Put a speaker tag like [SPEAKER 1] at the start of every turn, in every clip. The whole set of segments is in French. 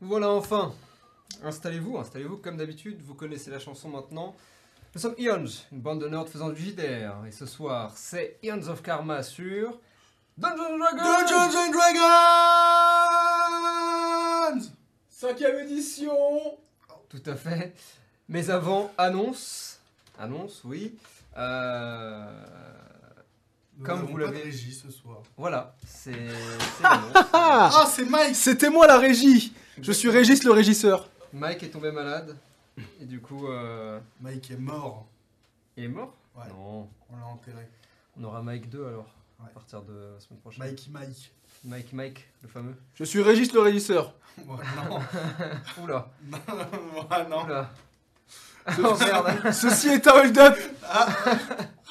[SPEAKER 1] Voilà enfin Installez-vous, installez-vous comme d'habitude, vous connaissez la chanson maintenant. Nous sommes Ions, une bande de nerds faisant du JDR, et ce soir c'est Ions of Karma sur Dungeons Dragons
[SPEAKER 2] Dungeons and Dragons
[SPEAKER 3] Cinquième édition
[SPEAKER 1] Tout à fait. Mais avant, annonce. Annonce, oui. Euh, Comme vous l'avez-
[SPEAKER 2] régi ce soir.
[SPEAKER 1] Voilà, c'est c'est l'annonce.
[SPEAKER 2] Ah, c'est Mike
[SPEAKER 4] C'était moi la régie Je suis Régis le régisseur.
[SPEAKER 1] Mike est tombé malade, et du coup, euh,
[SPEAKER 2] Mike est mort.
[SPEAKER 1] il est mort
[SPEAKER 2] Ouais.
[SPEAKER 1] Non.
[SPEAKER 2] On l'a enterré.
[SPEAKER 1] On aura Mike 2 alors, à
[SPEAKER 2] Ouais.
[SPEAKER 1] partir de la semaine prochaine.
[SPEAKER 2] Mikey Mike.
[SPEAKER 1] Mike, Mike, le fameux.
[SPEAKER 4] Je suis Régis le régisseur.
[SPEAKER 2] Ouais, non.
[SPEAKER 1] Oula,
[SPEAKER 2] non, ouais, non.
[SPEAKER 1] oula. Oh merde,
[SPEAKER 4] Ceci est un hold-up Ah.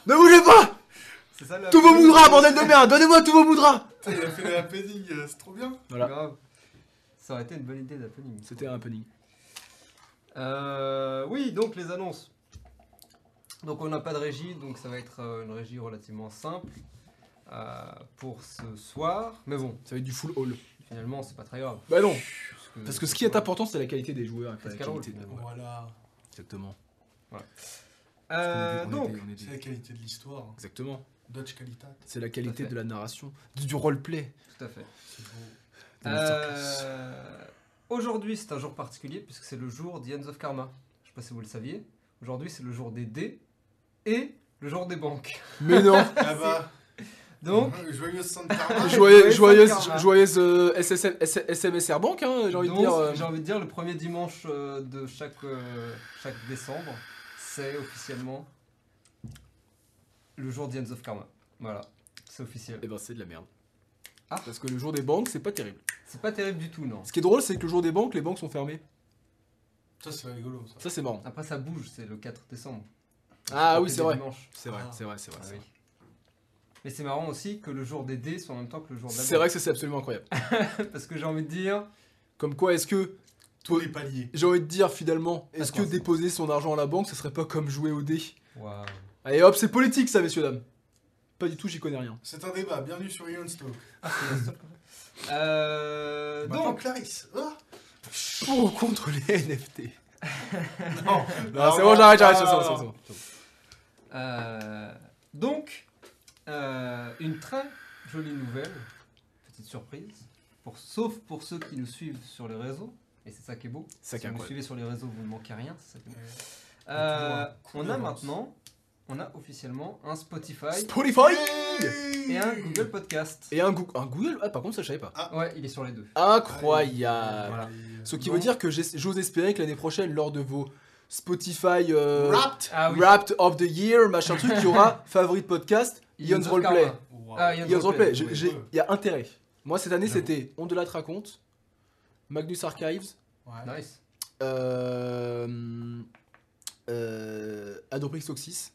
[SPEAKER 4] Ne bougez pas
[SPEAKER 1] c'est ça la.
[SPEAKER 4] Tous vos moudras, bordel de merde Donnez-moi tous vos moudras
[SPEAKER 2] Putain, Il a fait la padding, euh, c'est trop bien.
[SPEAKER 1] Voilà. Grave. Ça aurait été une bonne idée d'happening.
[SPEAKER 4] C'était un punning.
[SPEAKER 1] Euh, oui, donc les annonces. Donc on n'a pas de régie, donc ça va être euh, une régie relativement simple euh, pour ce soir. Mais bon,
[SPEAKER 4] Ça va être du full haul.
[SPEAKER 1] finalement, c'est pas très grave.
[SPEAKER 4] Bah non
[SPEAKER 1] puisque-
[SPEAKER 4] Parce que ce qui est important, c'est la qualité des joueurs. et pas
[SPEAKER 1] C'est
[SPEAKER 4] la
[SPEAKER 1] ce qu'elle
[SPEAKER 4] qualité
[SPEAKER 1] roule,
[SPEAKER 4] de- ouais,
[SPEAKER 2] Voilà.
[SPEAKER 4] Exactement.
[SPEAKER 1] Euh,
[SPEAKER 4] On était- on
[SPEAKER 1] donc,
[SPEAKER 4] était- on était-
[SPEAKER 2] C'est la qualité de l'histoire. hein.
[SPEAKER 4] Exactement.
[SPEAKER 2] Dutch Qualitat.
[SPEAKER 4] C'est la
[SPEAKER 1] Tout à
[SPEAKER 4] qualité
[SPEAKER 1] fait.
[SPEAKER 4] de la narration, du, du roleplay.
[SPEAKER 1] tout à fait.
[SPEAKER 2] C'est beau.
[SPEAKER 4] des masterclass.
[SPEAKER 1] Euh, Aujourd'hui, c'est un jour particulier puisque c'est le jour d'Hands of Karma. Je sais pas si vous le saviez. Aujourd'hui, c'est le jour des dés et le jour des banques.
[SPEAKER 4] Mais non
[SPEAKER 2] Ah bah.
[SPEAKER 1] Donc,
[SPEAKER 2] Joyeux Santa Karma.
[SPEAKER 4] Joyeux,
[SPEAKER 1] Joyeuse
[SPEAKER 4] joyeuse,
[SPEAKER 1] Saint-Karma.
[SPEAKER 4] joyeuse euh, SSL, S- SMSR Bank, hein, j'ai envie de
[SPEAKER 1] donc,
[SPEAKER 4] dire. euh,
[SPEAKER 1] j'ai envie de dire, le premier dimanche euh, de chaque, euh, chaque décembre, c'est officiellement le jour d'Hands of Karma. Voilà, c'est officiel.
[SPEAKER 4] Eh ben c'est de la merde.
[SPEAKER 1] Ah.
[SPEAKER 4] Parce que le jour des banques, c'est pas terrible.
[SPEAKER 1] C'est pas terrible du tout, non.
[SPEAKER 4] Ce qui est drôle, c'est que le jour des banques, les banques sont fermées.
[SPEAKER 2] Ça, c'est rigolo, ça.
[SPEAKER 4] Ça, c'est marrant.
[SPEAKER 1] Après, ça bouge, c'est le 4 décembre.
[SPEAKER 4] Ah oui,
[SPEAKER 1] Après,
[SPEAKER 4] c'est vrai.
[SPEAKER 1] dimanche.
[SPEAKER 4] C'est vrai,
[SPEAKER 2] Ah.
[SPEAKER 4] c'est vrai, c'est vrai.
[SPEAKER 1] Ah
[SPEAKER 4] c'est
[SPEAKER 1] oui.
[SPEAKER 4] vrai.
[SPEAKER 1] Mais c'est marrant aussi que le jour des dés soit en même temps que le jour de la
[SPEAKER 4] C'est vrai que ça, c'est absolument incroyable.
[SPEAKER 1] banque. Parce que j'ai envie de dire,
[SPEAKER 4] Comme quoi, est-ce que,
[SPEAKER 2] Tous les paliers.
[SPEAKER 4] j'ai envie de dire finalement, est-ce que
[SPEAKER 1] D'accord.
[SPEAKER 4] déposer son argent à la banque, ça serait pas comme jouer au dé
[SPEAKER 1] Waouh.
[SPEAKER 4] Allez hop, c'est politique ça, messieurs, dames. Pas du tout, j'y connais rien.
[SPEAKER 2] C'est un débat. Bienvenue sur Ion Stoke.
[SPEAKER 1] Euh,
[SPEAKER 2] Maintenant,
[SPEAKER 1] donc,
[SPEAKER 2] Clarisse. Ah
[SPEAKER 4] Pour ou contre les NFT
[SPEAKER 2] non. Ah,
[SPEAKER 4] Non, c'est bon, j'arrête, j'arrête, c'est bon, c'est bon, c'est bon.
[SPEAKER 1] Ah, euh, donc euh, une très jolie nouvelle, petite surprise, pour, sauf pour ceux qui nous suivent sur les réseaux, et c'est ça qui est beau.
[SPEAKER 4] Ça qui
[SPEAKER 1] si
[SPEAKER 4] est
[SPEAKER 1] vous nous
[SPEAKER 4] incroyable.
[SPEAKER 1] suivez sur les réseaux, vous ne manquez rien. c'est ça qui est beau.
[SPEAKER 2] On est
[SPEAKER 1] Euh,
[SPEAKER 2] toujours un coup
[SPEAKER 1] on a
[SPEAKER 2] d'avance.
[SPEAKER 1] maintenant, on a officiellement un Spotify
[SPEAKER 4] Spotify
[SPEAKER 1] et
[SPEAKER 2] Euh,
[SPEAKER 1] un Google Podcast.
[SPEAKER 4] Et un, Goo- un Google Ah, par contre, ça, je savais pas.
[SPEAKER 1] Ouais, il est sur les deux.
[SPEAKER 4] Incroyable
[SPEAKER 1] Voilà.
[SPEAKER 4] Ce qui
[SPEAKER 1] Donc-
[SPEAKER 4] veut dire que j'es- j'ose espérer que l'année prochaine, lors de vos Spotify euh,
[SPEAKER 2] Wrapped
[SPEAKER 1] Ah oui.
[SPEAKER 4] Wrapped of the Year, machin truc, il y aura favorite podcast,
[SPEAKER 1] Ions
[SPEAKER 4] Ion's
[SPEAKER 1] of
[SPEAKER 4] Roleplay.
[SPEAKER 1] Karma.
[SPEAKER 2] Wow.
[SPEAKER 1] Ah, Ion's
[SPEAKER 4] Ion's Roleplay,
[SPEAKER 1] Roleplay.
[SPEAKER 4] j'ai-
[SPEAKER 2] ouais.
[SPEAKER 4] j'ai- il y a intérêt. Moi, cette année,
[SPEAKER 2] J'avoue.
[SPEAKER 4] c'était On de la te raconte, Magnus Archives,
[SPEAKER 2] Ouais.
[SPEAKER 1] Ah, Nice.
[SPEAKER 4] euh, euh, Adoprix Toxis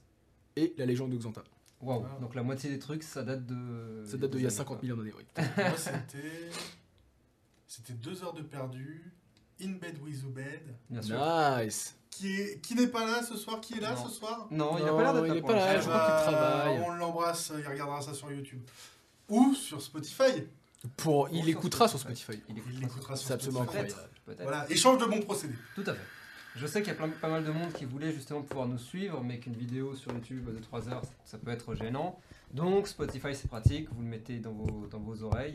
[SPEAKER 4] et La légende de Xanta.
[SPEAKER 1] Waouh.
[SPEAKER 2] Ah.
[SPEAKER 1] Donc la moitié des trucs, ça date de.
[SPEAKER 4] Ça date d'il y a
[SPEAKER 1] années,
[SPEAKER 4] 50
[SPEAKER 1] quoi.
[SPEAKER 4] 000 ans d'années, oui.
[SPEAKER 2] Moi, c'était. C'était deux heures de perdu. In bed with Ubed.
[SPEAKER 1] Bien sûr.
[SPEAKER 4] Nice
[SPEAKER 2] Qui est- qui n'est pas là ce soir Qui est là
[SPEAKER 1] Non.
[SPEAKER 2] ce soir
[SPEAKER 1] Non, il a
[SPEAKER 4] Non,
[SPEAKER 1] pas l'air d'être
[SPEAKER 4] il
[SPEAKER 1] là
[SPEAKER 4] est
[SPEAKER 1] pour
[SPEAKER 4] pas
[SPEAKER 1] l'instant.
[SPEAKER 4] là, je crois qu'il
[SPEAKER 2] Eh ben,
[SPEAKER 4] travaille.
[SPEAKER 2] On l'embrasse, il regardera ça sur YouTube. Ou sur Spotify.
[SPEAKER 4] Pour,
[SPEAKER 1] Bon,
[SPEAKER 4] Il
[SPEAKER 1] sur
[SPEAKER 4] écoutera sur
[SPEAKER 1] Spotify.
[SPEAKER 4] Spotify.
[SPEAKER 1] Il
[SPEAKER 2] Il l'écoutera sur
[SPEAKER 4] C'est absolument
[SPEAKER 2] Spotify.
[SPEAKER 4] incroyable.
[SPEAKER 1] Peut-être. Peut-être.
[SPEAKER 2] Voilà, échange de bons procédés.
[SPEAKER 1] Tout à fait. Je sais qu'il y a plein- pas mal de monde qui voulait justement pouvoir nous suivre, mais qu'une vidéo sur YouTube de 3 heures, ça peut être gênant. Donc Spotify, c'est pratique, vous le mettez dans vos, dans vos oreilles,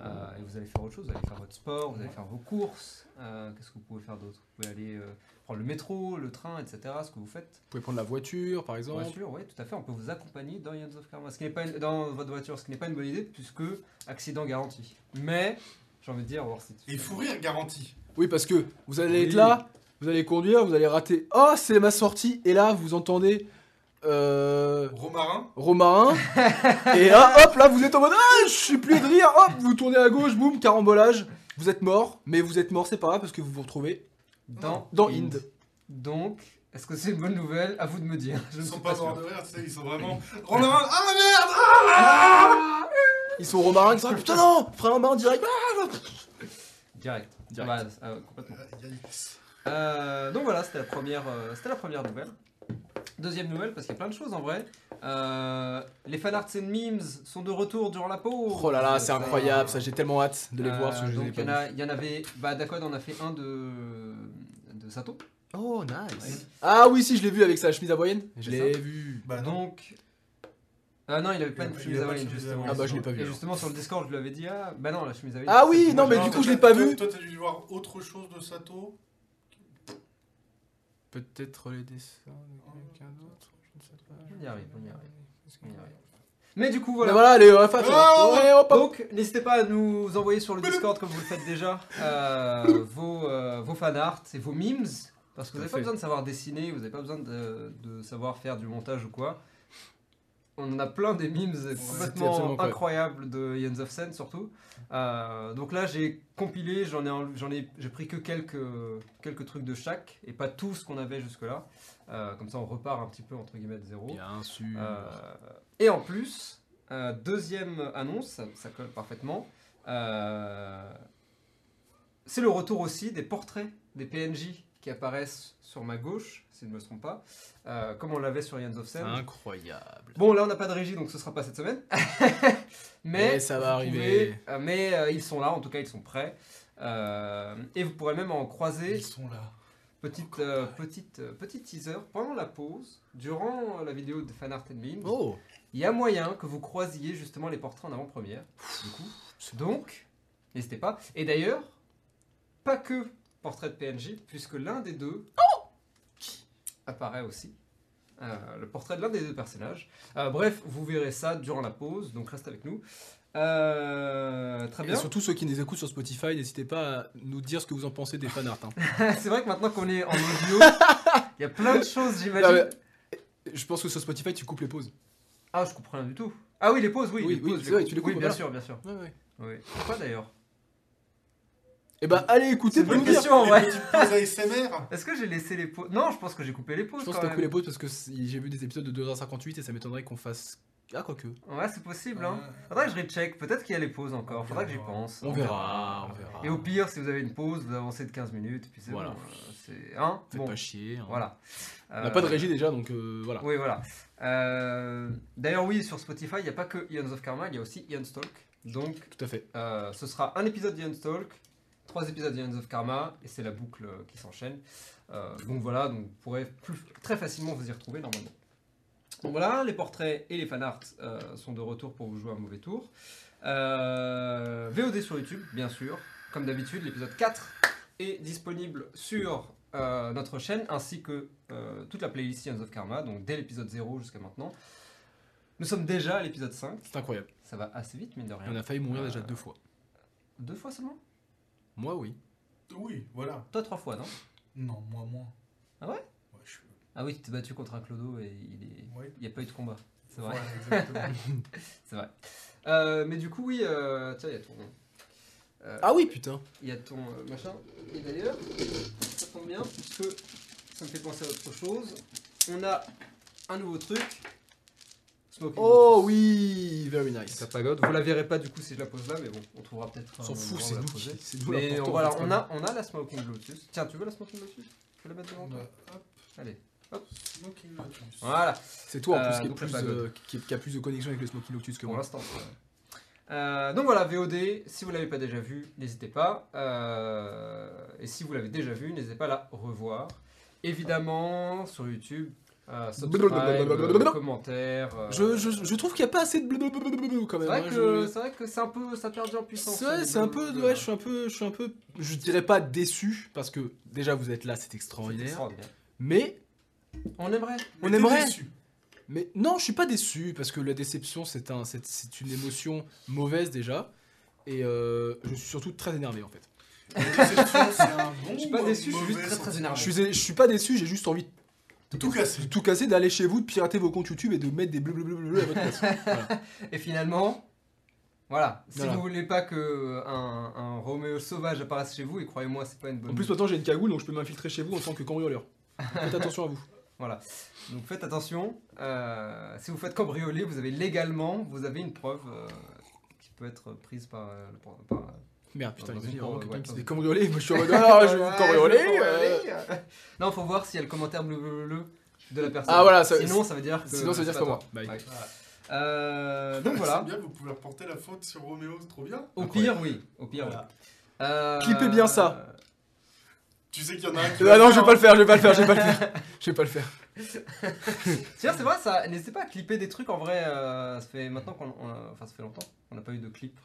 [SPEAKER 1] euh, et vous allez faire autre chose, vous allez faire votre sport, vous allez faire vos courses, euh, qu'est-ce que vous pouvez faire d'autre Vous pouvez aller euh, prendre le métro, le train, etc., ce que vous faites.
[SPEAKER 4] Vous pouvez prendre la voiture, par exemple.
[SPEAKER 1] Bien sûr, oui, tout à fait, on peut vous accompagner dans Ions of Karma, ce qui n'est pas une- dans votre voiture, ce qui n'est pas une bonne idée, puisque accident garanti. Mais, j'ai envie de dire, voir si...
[SPEAKER 2] Et fou rire garanti.
[SPEAKER 4] Oui, parce que vous allez
[SPEAKER 1] Oui.
[SPEAKER 4] être là, vous allez conduire, vous allez rater. Oh, c'est ma sortie. Et là, vous entendez euh,
[SPEAKER 2] Romarin.
[SPEAKER 4] Romarin. et là, hop, là, vous êtes en mode Ah, je suis plus de rire. Hop, vous tournez à gauche, boum, carambolage. Vous êtes mort, mais vous êtes mort, c'est pas grave, parce que vous vous retrouvez
[SPEAKER 1] Dans,
[SPEAKER 4] dans Inde.
[SPEAKER 1] Donc, est-ce que c'est une bonne nouvelle À vous de me dire. Je
[SPEAKER 2] Ils
[SPEAKER 1] ne
[SPEAKER 2] sont
[SPEAKER 1] suis
[SPEAKER 2] pas
[SPEAKER 1] pas
[SPEAKER 2] morts
[SPEAKER 1] sûr.
[SPEAKER 2] de rire, tu sais, ils sont vraiment. Romarin, ah la merde
[SPEAKER 4] Ils sont Romarin qui sont là, Putain, non Frère Romarin direct. Ah
[SPEAKER 1] Direct.
[SPEAKER 4] Direct.
[SPEAKER 1] Bah, euh, complètement.
[SPEAKER 2] Ah, yikes.
[SPEAKER 1] Euh, donc voilà, c'était la première, euh, c'était la première nouvelle. deuxième nouvelle, parce qu'il y a plein de choses en vrai. Euh, les fanarts and memes sont de retour durant la pause.
[SPEAKER 4] Oh là là, c'est
[SPEAKER 1] Ça-
[SPEAKER 4] incroyable, ça j'ai tellement hâte de les
[SPEAKER 1] Euh,
[SPEAKER 4] voir parce que je les ai
[SPEAKER 1] donc
[SPEAKER 4] pas
[SPEAKER 1] il y, en
[SPEAKER 4] vus.
[SPEAKER 1] a- il y en avait, bah D'accord, on a fait un de, de Sato.
[SPEAKER 4] Oh nice. Ah oui, si je l'ai vu avec sa chemise hawaïenne.
[SPEAKER 1] C'est
[SPEAKER 4] Je l'ai
[SPEAKER 1] ça.
[SPEAKER 4] vu.
[SPEAKER 2] Bah non.
[SPEAKER 1] Donc. Ah non, il avait pas
[SPEAKER 2] Il
[SPEAKER 1] de
[SPEAKER 2] a-
[SPEAKER 1] chemise
[SPEAKER 2] il a pas de
[SPEAKER 1] hawaïenne,
[SPEAKER 2] chemise
[SPEAKER 1] justement.
[SPEAKER 2] hawaïenne.
[SPEAKER 4] Ah bah, je l'ai pas vu,
[SPEAKER 1] Et
[SPEAKER 4] alors.
[SPEAKER 1] justement, sur le Discord, je lui avais dit Ah, bah non, la chemise hawaïenne.
[SPEAKER 4] Ah oui,
[SPEAKER 1] c'est moi,
[SPEAKER 4] non, mais
[SPEAKER 1] je
[SPEAKER 4] du
[SPEAKER 1] l'ai
[SPEAKER 4] coup,
[SPEAKER 1] entendu.
[SPEAKER 4] je l'ai pas
[SPEAKER 2] Toi-
[SPEAKER 4] vu.
[SPEAKER 2] Toi, t'as dû voir autre chose de Sato
[SPEAKER 4] Peut-être les dessins de quelqu'un d'autre, je ne sais pas.
[SPEAKER 1] On y arrive, on y arrive. On y arrive. Mais du coup, voilà.
[SPEAKER 4] Voilà, voilà les refs.
[SPEAKER 2] Oh
[SPEAKER 4] ouais, hop, hop.
[SPEAKER 1] Donc, n'hésitez pas à nous envoyer sur le Discord, comme vous le faites déjà, euh, vos, euh, vos fanarts et vos memes. Parce que vous
[SPEAKER 4] Tout à
[SPEAKER 1] n'avez pas
[SPEAKER 4] fait.
[SPEAKER 1] besoin de savoir dessiner, vous n'avez pas besoin de, de savoir faire du montage ou quoi. On en a plein des memes
[SPEAKER 4] absolument
[SPEAKER 1] complètement
[SPEAKER 4] quoi.
[SPEAKER 1] incroyables de Jens of Sen, surtout. Euh, donc là, j'ai compilé, j'en ai, enle- j'en ai, j'ai pris que quelques, quelques trucs de chaque, et pas tout ce qu'on avait jusque-là. Euh, comme ça, on repart un petit peu, entre guillemets, de zéro.
[SPEAKER 4] Bien sûr.
[SPEAKER 1] Euh, et en plus, euh, deuxième annonce, ça, ça colle parfaitement. euh, c'est le retour aussi des portraits des PNJ qui apparaissent sur ma gauche, si je ne me trompe pas, euh, comme on l'avait sur Yands of Sen.
[SPEAKER 4] Incroyable.
[SPEAKER 1] Bon, là, on n'a pas de régie, donc ce sera pas cette semaine. mais
[SPEAKER 4] Mais ça va
[SPEAKER 1] vous
[SPEAKER 4] arriver.
[SPEAKER 1] pouvez- euh, mais euh, ils sont là, en tout cas, ils sont prêts. Euh, et vous pourrez même en croiser.
[SPEAKER 2] Ils sont là.
[SPEAKER 1] Petite, euh, petite, euh, petite teaser, pendant la pause, durant euh, la vidéo de Fanart and Memes,
[SPEAKER 4] Oh,
[SPEAKER 1] il y a moyen que vous croisiez justement les portraits en avant-première. Du coup. Donc, n'hésitez pas. Et d'ailleurs, pas que portrait de PNJ, puisque l'un des deux apparaît aussi. Euh, le portrait de l'un des deux personnages. Euh, bref, vous verrez ça durant la pause, donc reste avec nous. Euh, très bien.
[SPEAKER 4] Et surtout ceux qui nous écoutent sur Spotify, n'hésitez pas à nous dire ce que vous en pensez des fanarts. hein.
[SPEAKER 1] C'est vrai que maintenant qu'on est en audio, il y a plein de choses,
[SPEAKER 4] Non,
[SPEAKER 1] j'imagine.
[SPEAKER 4] mais, je pense que sur Spotify, tu coupes les pauses.
[SPEAKER 1] Ah, je comprends rien du tout. Ah oui, les pauses, oui.
[SPEAKER 4] Oui,
[SPEAKER 1] les
[SPEAKER 4] oui,
[SPEAKER 1] pauses,
[SPEAKER 4] c'est vrai,
[SPEAKER 1] coupes.
[SPEAKER 4] tu les coupes,
[SPEAKER 1] Oui, bien
[SPEAKER 4] voilà.
[SPEAKER 1] sûr, bien sûr.
[SPEAKER 4] Ouais, ouais.
[SPEAKER 1] Oui. Pourquoi d'ailleurs
[SPEAKER 4] Et bah, allez écouter
[SPEAKER 1] C'est
[SPEAKER 4] pour
[SPEAKER 1] une
[SPEAKER 4] nous
[SPEAKER 1] bonne
[SPEAKER 4] dire.
[SPEAKER 1] question en vrai.
[SPEAKER 2] Pose ASMR
[SPEAKER 1] Est-ce que j'ai laissé les pauses Non, je pense que j'ai coupé les pauses.
[SPEAKER 4] Je pense
[SPEAKER 1] quand
[SPEAKER 4] que t'as
[SPEAKER 1] même.
[SPEAKER 4] coupé les pauses parce que si- j'ai vu des épisodes de 2h58 et ça m'étonnerait qu'on fasse. Ah, quoique.
[SPEAKER 1] Ouais, c'est possible. Hein.
[SPEAKER 2] Euh,
[SPEAKER 1] Faudrait que je recheck. Peut-être qu'il y a les pauses encore. Faudrait que j'y
[SPEAKER 2] On
[SPEAKER 1] pense.
[SPEAKER 4] On verra, on verra.
[SPEAKER 1] Et au pire, si vous avez une pause, vous avancez de 15 minutes. Puis c'est
[SPEAKER 4] Voilà.
[SPEAKER 1] bon. euh, C'est hein.
[SPEAKER 4] Faites
[SPEAKER 1] bon,
[SPEAKER 4] pas chier. hein.
[SPEAKER 1] voilà.
[SPEAKER 4] On n'a pas de régie déjà, donc euh, voilà.
[SPEAKER 1] Oui, voilà. Euh, D'ailleurs, oui, sur Spotify, il n'y a pas que Ions of Karma, il y a aussi Ions Talk. Donc,
[SPEAKER 4] Tout à fait.
[SPEAKER 1] euh, ce sera un épisode d'Ions Talk, trois épisodes d'Ions of Karma, et c'est la boucle euh, qui s'enchaîne. Euh, donc voilà, donc vous pourrez plus- très facilement vous y retrouver normalement. Donc voilà, les portraits et les fanarts euh, sont de retour pour vous jouer un mauvais tour. Euh, VOD sur YouTube, bien sûr. Comme d'habitude, l'épisode 4 est disponible sur euh, notre chaîne, ainsi que euh, toute la playlist Ions of Karma, donc dès l'épisode 0 jusqu'à maintenant. Nous sommes déjà à l'épisode 5,
[SPEAKER 4] C'est incroyable.
[SPEAKER 1] ça va assez vite, mine de rien.
[SPEAKER 4] On a failli mourir déjà
[SPEAKER 1] Euh,
[SPEAKER 4] deux fois.
[SPEAKER 1] Deux fois seulement
[SPEAKER 4] Moi, oui.
[SPEAKER 2] Euh, Oui, voilà.
[SPEAKER 1] Toi trois fois, non
[SPEAKER 2] Non, moi moins.
[SPEAKER 1] Ah ouais
[SPEAKER 2] Ouais, je suis.
[SPEAKER 1] Ah oui, tu t'es battu contre un clodo et il est...
[SPEAKER 2] Ouais.
[SPEAKER 1] n'y a pas eu de combat. C'est vrai.
[SPEAKER 2] Voilà, exactement.
[SPEAKER 1] C'est vrai. Euh, mais du coup, oui, euh, tiens, il y a ton... euh,
[SPEAKER 4] Ah oui, putain.
[SPEAKER 1] Il y a ton euh, machin. Et d'ailleurs, ça tombe bien, puisque ça me fait penser à autre chose. On a un nouveau truc. Smoking
[SPEAKER 4] Oh
[SPEAKER 1] Lotus.
[SPEAKER 4] oui, very nice.
[SPEAKER 1] Ça pagode. Vous la verrez pas du coup si je la pose là, mais bon, on trouvera peut-être.
[SPEAKER 4] On
[SPEAKER 1] un
[SPEAKER 4] s'en
[SPEAKER 1] endroit
[SPEAKER 4] fout,
[SPEAKER 1] où
[SPEAKER 4] c'est
[SPEAKER 1] la
[SPEAKER 4] nous
[SPEAKER 1] poser.
[SPEAKER 4] qui. C'est nous
[SPEAKER 1] Mais
[SPEAKER 4] l'important,
[SPEAKER 1] on, voilà,
[SPEAKER 4] c'est
[SPEAKER 1] on
[SPEAKER 4] pas
[SPEAKER 1] a, on a la Smoking Lotus. Tiens, tu veux la Smoking Lotus Je peux la mettre devant
[SPEAKER 2] Bah,
[SPEAKER 1] toi
[SPEAKER 2] hop,
[SPEAKER 1] Allez.
[SPEAKER 2] Smoking Lotus.
[SPEAKER 1] Voilà,
[SPEAKER 4] C'est toi en
[SPEAKER 1] Euh,
[SPEAKER 4] plus qui, est
[SPEAKER 1] donc la
[SPEAKER 4] plus,
[SPEAKER 1] pagode.
[SPEAKER 4] euh, qui, qui a plus de connexion avec le Smoky Lotus que
[SPEAKER 1] pour
[SPEAKER 4] moi.
[SPEAKER 1] l'instant. Euh, donc voilà, VOD, si vous l'avez pas déjà vu, n'hésitez pas. Euh, et si vous l'avez déjà vu, n'hésitez pas à la revoir. Évidemment, sur YouTube, euh, subscribe, euh, commentaires. euh,
[SPEAKER 4] Je, je, je trouve qu'il n'y a pas assez de blablabla
[SPEAKER 1] C'est
[SPEAKER 4] quand même.
[SPEAKER 1] vrai
[SPEAKER 4] hein,
[SPEAKER 1] que
[SPEAKER 4] je-
[SPEAKER 1] c'est vrai que c'est un peu ça perd en puissance.
[SPEAKER 4] C'est vrai,
[SPEAKER 1] les
[SPEAKER 4] c'est un
[SPEAKER 1] vidéos,
[SPEAKER 4] peu.
[SPEAKER 1] euh,
[SPEAKER 4] Ouais, je suis un peu. Je suis un peu. Je dirais pas déçu parce que déjà vous êtes là, c'est
[SPEAKER 1] c'est
[SPEAKER 4] extraordinaire.
[SPEAKER 1] extraordinaire.
[SPEAKER 4] Mais.
[SPEAKER 1] hein. On aimerait.
[SPEAKER 4] On
[SPEAKER 2] Mais t'es
[SPEAKER 4] aimerait.
[SPEAKER 2] déçu.
[SPEAKER 4] Mais non, je suis pas déçu parce que la déception, c'est un, c'est- c'est une émotion mauvaise déjà. Et euh, je suis surtout très énervé en fait.
[SPEAKER 2] La déception, c'est un bon.
[SPEAKER 1] Je suis pas
[SPEAKER 2] ou
[SPEAKER 1] déçu,
[SPEAKER 2] un
[SPEAKER 1] je suis juste
[SPEAKER 2] mauvais
[SPEAKER 1] très, très
[SPEAKER 2] sentiment
[SPEAKER 1] énervé.
[SPEAKER 4] Je suis, je suis pas déçu, j'ai juste envie
[SPEAKER 2] De tout
[SPEAKER 4] de
[SPEAKER 2] casser.
[SPEAKER 4] tout casser, d'aller chez vous, de pirater vos comptes YouTube et de mettre des blablabla à votre place.
[SPEAKER 1] Et finalement, voilà. Si
[SPEAKER 4] Voilà.
[SPEAKER 1] vous voulez pas que un, un Roméo sauvage apparaisse chez vous, et croyez-moi, c'est pas une bonne.
[SPEAKER 4] En plus, maintenant j'ai une cagoule donc je peux m'infiltrer chez vous en tant que cambrioleur. Faites attention à vous.
[SPEAKER 1] Donc faites attention, euh, si vous faites cambrioler, vous avez légalement, vous avez une preuve euh, qui peut être prise par... euh, le- par- par-
[SPEAKER 4] Merde, putain,
[SPEAKER 1] Ah,
[SPEAKER 4] il y a
[SPEAKER 1] bon,
[SPEAKER 4] vraiment
[SPEAKER 1] ouais,
[SPEAKER 4] quelqu'un
[SPEAKER 1] ouais,
[SPEAKER 4] qui se
[SPEAKER 1] pardon.
[SPEAKER 4] fait
[SPEAKER 5] Oh
[SPEAKER 4] cambrioler. Moi je suis en mode, ah, je vais
[SPEAKER 1] Ouais,
[SPEAKER 4] vous cambrioler.
[SPEAKER 1] je vais vous
[SPEAKER 4] euh.
[SPEAKER 1] cambrioler. Non, faut voir s'il y a le commentaire bleu bleu bleu. bleu. de la personne.
[SPEAKER 5] Ah, voilà, ça-
[SPEAKER 1] sinon, ça veut dire que.
[SPEAKER 5] sinon, ça veut dire
[SPEAKER 1] c'est
[SPEAKER 5] que c'est
[SPEAKER 1] pas
[SPEAKER 5] moi.
[SPEAKER 1] toi.
[SPEAKER 4] Bye.
[SPEAKER 1] Ouais. Euh, donc voilà.
[SPEAKER 2] C'est bien, vous pouvez reporter la faute sur Roméo, c'est trop bien.
[SPEAKER 1] Au
[SPEAKER 4] Incroyable.
[SPEAKER 1] pire, oui. Au pire,
[SPEAKER 2] Voilà.
[SPEAKER 1] oui. Euh,
[SPEAKER 5] Clippez bien ça.
[SPEAKER 2] Tu sais qu'il y en a un qui.
[SPEAKER 5] Ah non, je vais pas le faire, je vais pas le faire, je vais pas le faire. Je vais pas le faire.
[SPEAKER 1] Tiens, c'est vrai, ça. N'hésitez pas à clipper des trucs en vrai. euh, ça fait maintenant qu'on, on a- enfin, ça fait longtemps. On n'a pas eu de clip.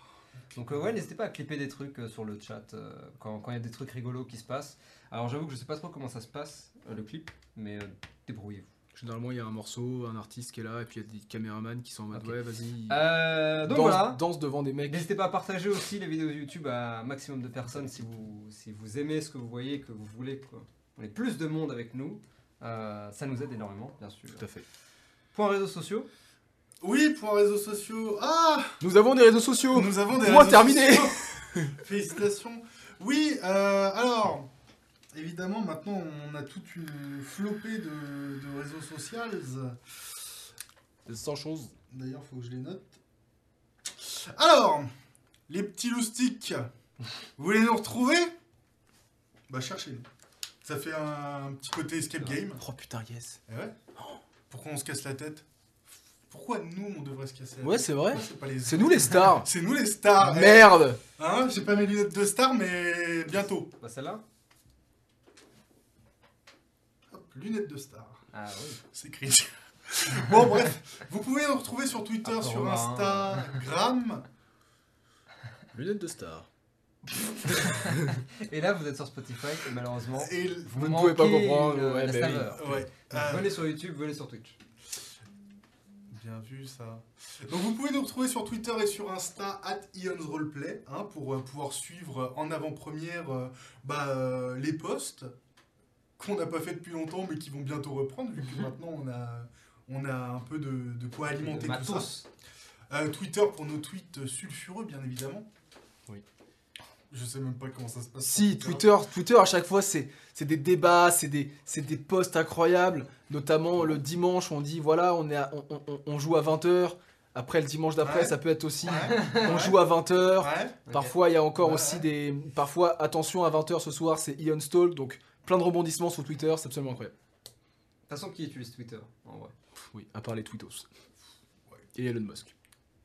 [SPEAKER 1] Donc euh, ouais, n'hésitez pas à clipper des trucs euh, sur le chat euh, quand quand il y a des trucs rigolos qui se passent. Alors j'avoue que je sais pas trop comment ça se passe euh, le clip, mais euh, débrouillez-vous.
[SPEAKER 4] Généralement, il y a un morceau, un artiste qui est là, et puis il y a des caméramans qui sont en mode
[SPEAKER 1] Ok.
[SPEAKER 4] ouais, vas-y.
[SPEAKER 1] Euh, donc
[SPEAKER 5] danse,
[SPEAKER 1] voilà.
[SPEAKER 5] danse devant des mecs.
[SPEAKER 1] N'hésitez pas à partager aussi les vidéos YouTube à un maximum de personnes si vous, si vous aimez ce que vous voyez, que vous voulez qu'on ait plus de monde avec nous. Euh, ça nous aide énormément, bien sûr.
[SPEAKER 4] Tout à fait.
[SPEAKER 1] Point réseaux sociaux.
[SPEAKER 2] Oui, pour les réseaux sociaux. Ah
[SPEAKER 5] Nous avons des réseaux sociaux.
[SPEAKER 2] Nous avons des
[SPEAKER 5] Point
[SPEAKER 2] réseaux
[SPEAKER 5] terminé.
[SPEAKER 2] sociaux. Félicitations. Oui, euh, alors, évidemment, maintenant, on a toute une flopée de, de réseaux sociaux.
[SPEAKER 5] Sans chose.
[SPEAKER 2] D'ailleurs, faut que je les note. Alors, les petits loustiques, vous voulez nous retrouver Bah, cherchez-nous. Ça fait un, un petit côté escape game.
[SPEAKER 5] Oh putain, yes.
[SPEAKER 2] Eh ouais Pourquoi on se casse la tête Pourquoi nous, on devrait se casser la
[SPEAKER 5] Ouais,
[SPEAKER 2] tête
[SPEAKER 5] c'est vrai.
[SPEAKER 2] Pourquoi c'est pas les
[SPEAKER 5] C'est nous les stars.
[SPEAKER 2] C'est nous les
[SPEAKER 4] Ah,
[SPEAKER 2] stars eh.
[SPEAKER 5] Merde.
[SPEAKER 2] Hein, j'ai pas mes lunettes de star, mais bientôt.
[SPEAKER 1] Bah celle-là.
[SPEAKER 2] Hop, lunettes de star.
[SPEAKER 1] Ah oui.
[SPEAKER 2] C'est cringe. bon, bref, vous pouvez nous retrouver sur Twitter,
[SPEAKER 1] Après, on
[SPEAKER 2] sur
[SPEAKER 1] va, hein.
[SPEAKER 2] Instagram.
[SPEAKER 4] Lunettes de star.
[SPEAKER 1] Et là, vous êtes sur Spotify et malheureusement,
[SPEAKER 2] Et.
[SPEAKER 1] vous,
[SPEAKER 5] Vous ne
[SPEAKER 1] manquez
[SPEAKER 5] pouvez pas comprendre,
[SPEAKER 1] le-
[SPEAKER 5] ouais,
[SPEAKER 1] la
[SPEAKER 5] bah oui.
[SPEAKER 1] saveur.
[SPEAKER 2] Ouais.
[SPEAKER 1] Donc,
[SPEAKER 2] euh,
[SPEAKER 1] Venez sur YouTube, venez sur Twitch.
[SPEAKER 2] Bien vu ça. Donc vous pouvez nous retrouver sur Twitter et sur Insta at IonsRoleplay hein, pour euh, pouvoir suivre euh, en avant-première euh, bah, euh, les posts qu'on n'a pas fait depuis longtemps mais qui vont bientôt reprendre vu que maintenant on a, on a un peu de, de quoi alimenter
[SPEAKER 1] Le
[SPEAKER 2] tout ça.
[SPEAKER 1] matos.
[SPEAKER 2] Euh, Twitter pour nos tweets sulfureux bien évidemment.
[SPEAKER 4] Oui.
[SPEAKER 2] Je sais même pas comment ça se passe. sur
[SPEAKER 5] Si, Twitter, Twitter à chaque fois, c'est c'est des débats, c'est des, c'est des posts incroyables. Notamment le dimanche, on dit voilà, on, est à- on, on- on- on joue à 20h. Après, le dimanche d'après,
[SPEAKER 2] Ouais.
[SPEAKER 5] ça peut être aussi
[SPEAKER 2] Ouais,
[SPEAKER 5] on
[SPEAKER 2] ouais,
[SPEAKER 5] joue à 20h.
[SPEAKER 2] ouais.
[SPEAKER 5] Parfois, il y a encore
[SPEAKER 2] Ouais,
[SPEAKER 5] aussi
[SPEAKER 2] ouais.
[SPEAKER 5] des. Parfois, attention, à 20h ce soir, c'est Ion Stall. Donc, plein de rebondissements sur Twitter, c'est absolument incroyable.
[SPEAKER 1] De toute façon, qui utilise Twitter en vrai
[SPEAKER 5] Pff, oui, à part les tweetos.
[SPEAKER 2] Ouais.
[SPEAKER 5] Et Elon Musk.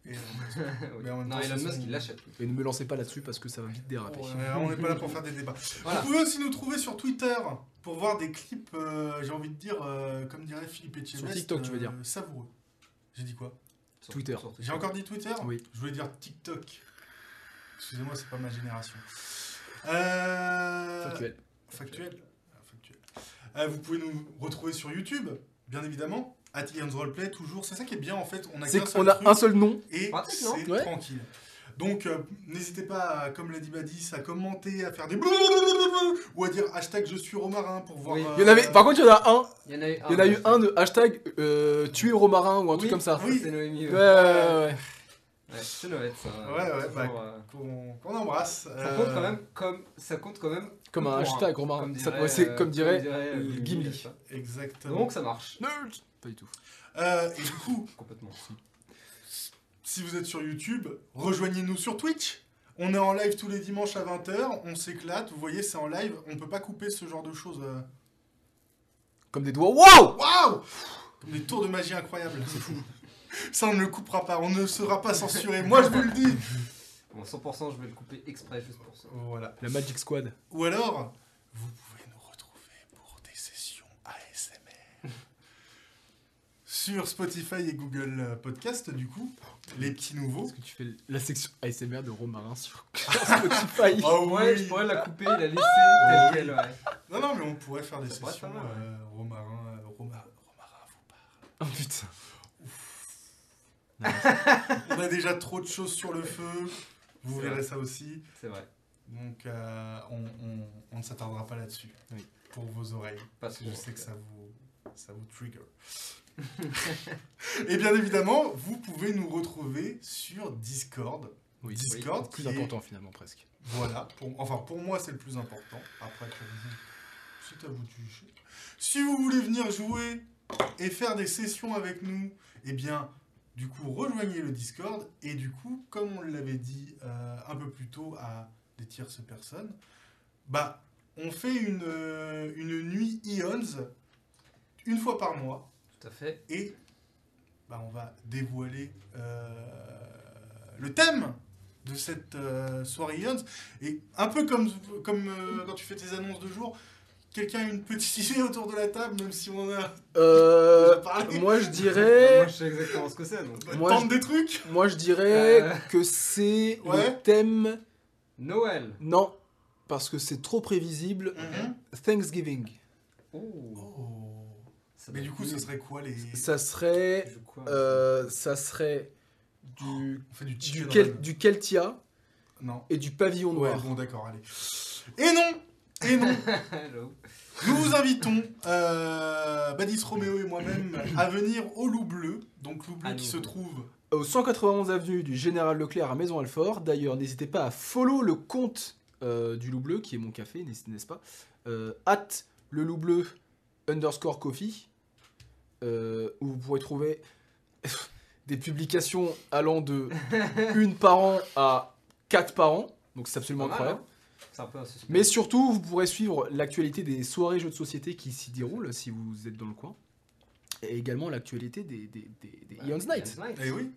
[SPEAKER 2] Et, euh,
[SPEAKER 1] Oui.
[SPEAKER 2] Mais en même
[SPEAKER 1] Non,
[SPEAKER 2] temps,
[SPEAKER 1] Elon
[SPEAKER 2] c'est
[SPEAKER 1] Musk,
[SPEAKER 2] son-
[SPEAKER 1] il l'achète. oui.
[SPEAKER 5] Et ne me lancez pas là-dessus parce que ça va vite
[SPEAKER 4] Ah,
[SPEAKER 5] déraper.
[SPEAKER 2] euh, on n'est pas là pour faire des débats.
[SPEAKER 1] Voilà.
[SPEAKER 2] Vous pouvez aussi nous trouver sur Twitter pour voir des clips, euh, j'ai envie de dire, euh, comme dirait Philippe Etchebest.
[SPEAKER 5] Sur TikTok, tu veux dire.
[SPEAKER 2] Savoureux. J'ai dit quoi
[SPEAKER 1] Sur-
[SPEAKER 5] Twitter.
[SPEAKER 1] sur
[SPEAKER 2] J'ai encore dit Twitter
[SPEAKER 5] Oui.
[SPEAKER 2] Je voulais dire TikTok. Excusez-moi, c'est pas ma génération. Euh,
[SPEAKER 5] Factuel.
[SPEAKER 2] Factuel. Ah, factuel. Euh, vous pouvez nous retrouver sur YouTube, bien évidemment. At Ian's Roleplay, toujours. C'est ça qui est bien, en fait. On a
[SPEAKER 5] C'est
[SPEAKER 2] qu'un
[SPEAKER 5] qu'on
[SPEAKER 2] seul
[SPEAKER 5] a
[SPEAKER 2] truc
[SPEAKER 5] un seul nom.
[SPEAKER 2] et
[SPEAKER 1] Pratique, non
[SPEAKER 2] c'est
[SPEAKER 5] Ouais.
[SPEAKER 2] tranquille. Donc euh, n'hésitez pas, à, comme l'a dit Badis, à commenter, à faire des blablabla, ou à dire hashtag je suis romarin pour voir.
[SPEAKER 1] Oui.
[SPEAKER 2] euh,
[SPEAKER 5] Il y en avait, par contre, il y en a un.
[SPEAKER 1] Il y en a eu un,
[SPEAKER 5] Il y en a eu un de hashtag euh, tuer Romarin ou un truc comme ça.
[SPEAKER 1] Ah, Oui. C'est Noémie.
[SPEAKER 5] Ouais,
[SPEAKER 1] ouais.
[SPEAKER 5] ouais, ouais, ouais.
[SPEAKER 1] Ouais, c'est Noël, ça.
[SPEAKER 2] Ouais, ouais, Euh,
[SPEAKER 1] Toujours,
[SPEAKER 2] bah,
[SPEAKER 1] euh,
[SPEAKER 2] qu'on qu'on embrasse.
[SPEAKER 1] Ça compte quand même comme ça compte quand même
[SPEAKER 5] Comme un
[SPEAKER 1] pour
[SPEAKER 5] hashtag Romarin.
[SPEAKER 1] comme
[SPEAKER 5] Ah, Ça-
[SPEAKER 1] dirait,
[SPEAKER 5] ouais, c'est
[SPEAKER 1] euh,
[SPEAKER 5] comme dirait
[SPEAKER 1] euh,
[SPEAKER 5] Gimli.
[SPEAKER 1] ça.
[SPEAKER 2] Exactement.
[SPEAKER 1] Donc ça marche
[SPEAKER 5] Nerds. Pas du tout.
[SPEAKER 2] Euh, et du coup,
[SPEAKER 1] complètement.
[SPEAKER 2] si vous êtes sur YouTube, rejoignez-nous sur Twitch. On est en live tous les dimanches à 20h, on s'éclate, vous voyez, c'est en live, on peut pas couper ce genre de choses. euh.
[SPEAKER 5] Comme des doigts. Waouh
[SPEAKER 2] Waouh Comme des tours de magie incroyables. C'est fou. Ça, on ne le coupera pas, on ne sera pas censuré, moi je vous le dis
[SPEAKER 1] Bon 100% je vais le couper exprès juste pour ça.
[SPEAKER 2] Voilà.
[SPEAKER 5] La Magic Squad.
[SPEAKER 2] Ou alors, vous pouvez nous retrouver pour des sessions ASMR sur Spotify et Google euh, Podcast, du coup, les petits nouveaux.
[SPEAKER 4] Est-ce que tu fais la section ASMR de Romarin sur Spotify
[SPEAKER 2] Oh
[SPEAKER 1] Ouais, je pourrais la couper, la laisser telle quelle ouais.
[SPEAKER 2] Non, non, mais on pourrait faire des
[SPEAKER 1] Ça pourrait
[SPEAKER 2] sessions
[SPEAKER 1] être pas mal, ouais.
[SPEAKER 2] euh, Romarin, euh, Roma- Romarin vous parle.
[SPEAKER 5] Oh putain.
[SPEAKER 2] On a déjà trop de choses sur le feu, vous
[SPEAKER 1] C'est
[SPEAKER 2] verrez
[SPEAKER 1] vrai.
[SPEAKER 2] ça aussi,
[SPEAKER 1] C'est vrai.
[SPEAKER 2] donc euh, on, on- on ne s'attardera pas là-dessus,
[SPEAKER 5] Oui.
[SPEAKER 2] pour vos oreilles.
[SPEAKER 1] Pas
[SPEAKER 2] Parce que je
[SPEAKER 1] trop.
[SPEAKER 2] sais que ça vous, ça vous trigger. Et bien évidemment, vous pouvez nous retrouver sur Discord.
[SPEAKER 5] Oui,
[SPEAKER 2] Discord,
[SPEAKER 5] c'est plus
[SPEAKER 2] qui est-
[SPEAKER 5] important finalement presque.
[SPEAKER 2] Voilà. Pour, enfin, pour moi, c'est le plus important. Après, pour vous, c'est à vous de juger. Si vous voulez venir jouer et faire des sessions avec nous, eh bien, du coup, rejoignez le Discord. Et du coup, comme on l'avait dit euh, un peu plus tôt à des tierces personnes, bah, on fait une, euh, une nuit Ions. une fois par mois.
[SPEAKER 1] Tout à fait.
[SPEAKER 2] Et bah, on va dévoiler euh, le thème de cette euh, soirée Ions. Et un peu comme, comme euh, quand tu fais tes annonces de jour, quelqu'un a une petite idée autour de la table, même si on en a
[SPEAKER 4] Euh,
[SPEAKER 2] déjà parlé.
[SPEAKER 4] moi je
[SPEAKER 1] Moi,
[SPEAKER 4] dirais,
[SPEAKER 1] je sais exactement ce que c'est. Donc.
[SPEAKER 2] Bah,
[SPEAKER 4] moi,
[SPEAKER 2] tente des trucs.
[SPEAKER 4] moi je dirais
[SPEAKER 1] Euh.
[SPEAKER 4] que c'est
[SPEAKER 2] Ouais.
[SPEAKER 4] le thème.
[SPEAKER 1] Noël.
[SPEAKER 4] Non, parce que c'est trop prévisible.
[SPEAKER 2] Mhm.
[SPEAKER 4] Thanksgiving.
[SPEAKER 1] Oh. Ça
[SPEAKER 2] Mais
[SPEAKER 1] doit
[SPEAKER 2] du
[SPEAKER 1] être
[SPEAKER 2] coup,
[SPEAKER 1] nul.
[SPEAKER 2] ça serait quoi les.
[SPEAKER 4] Ça serait,
[SPEAKER 1] Je crois.
[SPEAKER 4] euh, ça serait du
[SPEAKER 2] On fait du
[SPEAKER 4] du,
[SPEAKER 2] chicken
[SPEAKER 4] kel-
[SPEAKER 2] run.
[SPEAKER 4] du Keltia
[SPEAKER 2] Non.
[SPEAKER 4] et du pavillon
[SPEAKER 2] Ouais,
[SPEAKER 4] noir.
[SPEAKER 2] bon, d'accord, allez. Et non Et non
[SPEAKER 1] J'avoue.
[SPEAKER 2] Nous vous invitons, euh, Badis Roméo et moi-même, à venir au Loup Bleu. Donc, Loup Bleu
[SPEAKER 1] À
[SPEAKER 2] qui
[SPEAKER 1] nouveau.
[SPEAKER 2] se trouve.
[SPEAKER 4] Au 191 avenue du Général Leclerc à Maison-Alfort. D'ailleurs, n'hésitez pas à follow le compte euh, du Loup Bleu, qui est mon café, n'est- n'est-ce pas Euh, At le Loup Bleu underscore coffee, euh, où vous pourrez trouver des publications allant de une par an à quatre par an. Donc c'est absolument
[SPEAKER 1] Pas mal,
[SPEAKER 4] incroyable.
[SPEAKER 1] hein. C'est un peu un suspect.
[SPEAKER 4] Mais surtout, vous pourrez suivre l'actualité des soirées jeux de société qui s'y déroulent si vous êtes dans le coin. Et également l'actualité des, des, des, des
[SPEAKER 1] Bah,
[SPEAKER 4] Eons Night.
[SPEAKER 1] Night.
[SPEAKER 2] Eh oui.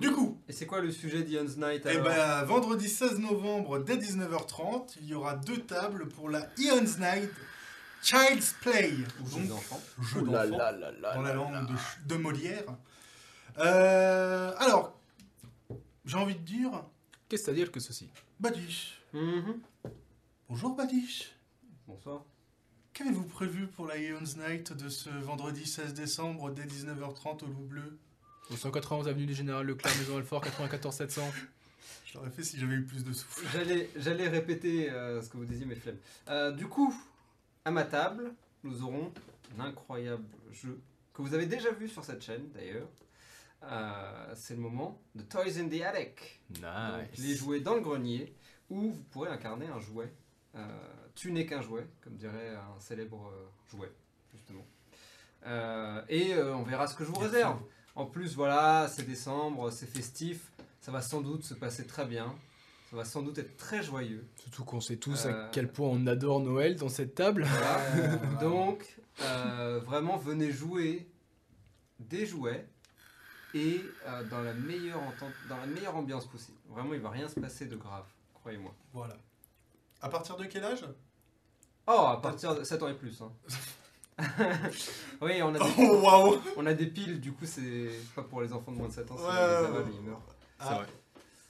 [SPEAKER 2] Du coup,
[SPEAKER 1] Et c'est quoi le sujet d'Ion's Night
[SPEAKER 2] Eh
[SPEAKER 1] alors
[SPEAKER 2] ben, vendredi 16 novembre dès 19h30, il y aura deux tables pour la Eon's Night Child's Play,
[SPEAKER 1] Ou
[SPEAKER 2] donc
[SPEAKER 1] jeux enfants.
[SPEAKER 2] jeu
[SPEAKER 4] Ouh là
[SPEAKER 2] d'enfant,
[SPEAKER 4] là là là
[SPEAKER 2] dans la
[SPEAKER 4] là
[SPEAKER 2] langue
[SPEAKER 4] là.
[SPEAKER 2] de, ch- de Molière. Euh, alors, j'ai envie de dire,
[SPEAKER 4] Qu'est-ce que à dire que ceci
[SPEAKER 2] Badish,
[SPEAKER 1] Mhm.
[SPEAKER 2] bonjour Badish,
[SPEAKER 1] Bonsoir.
[SPEAKER 2] qu'avez-vous prévu pour la Eon's Night de ce vendredi 16 décembre dès 19h30 au Loup Bleu
[SPEAKER 4] Au 191 avenue du Général Leclerc, Maison Alfort, 94 700.
[SPEAKER 2] Je l'aurais fait si j'avais eu plus de souffle.
[SPEAKER 1] J'allais, j'allais répéter euh, ce que vous disiez, mes flemmes. Euh, du coup, à ma table, nous aurons un incroyable jeu que vous avez déjà vu sur cette chaîne, d'ailleurs. Euh, c'est le moment de Toys in the Attic.
[SPEAKER 4] Ah
[SPEAKER 1] Donc, les
[SPEAKER 4] Nice.
[SPEAKER 1] jouets dans le grenier, où vous pourrez incarner un jouet. Euh, tu n'es qu'un jouet, comme dirait un célèbre euh, jouet, justement. Euh, et euh, on verra ce que je vous réserve. En plus, voilà, c'est décembre, c'est festif, ça va sans doute se passer très bien, ça va sans doute être très joyeux.
[SPEAKER 4] Surtout qu'on sait tous à
[SPEAKER 1] Euh.
[SPEAKER 4] quel point on adore Noël dans cette table.
[SPEAKER 1] Voilà. Donc, euh, vraiment, venez jouer des jouets et euh, dans, la meilleure entente, dans la meilleure ambiance possible. Vraiment, il va rien se passer de grave, croyez-moi.
[SPEAKER 2] Voilà. À partir de quel âge
[SPEAKER 1] Oh, à partir de 7 ans et plus. hein. oui, on a, des,
[SPEAKER 2] Oh waouh
[SPEAKER 1] on a des piles, du coup, c'est pas pour les enfants de moins de 7 ans, sinon
[SPEAKER 2] Ouais,
[SPEAKER 1] ils
[SPEAKER 2] ouais,
[SPEAKER 1] avalent
[SPEAKER 2] ouais.
[SPEAKER 1] et ils meurent.
[SPEAKER 2] Ah,
[SPEAKER 4] vrai.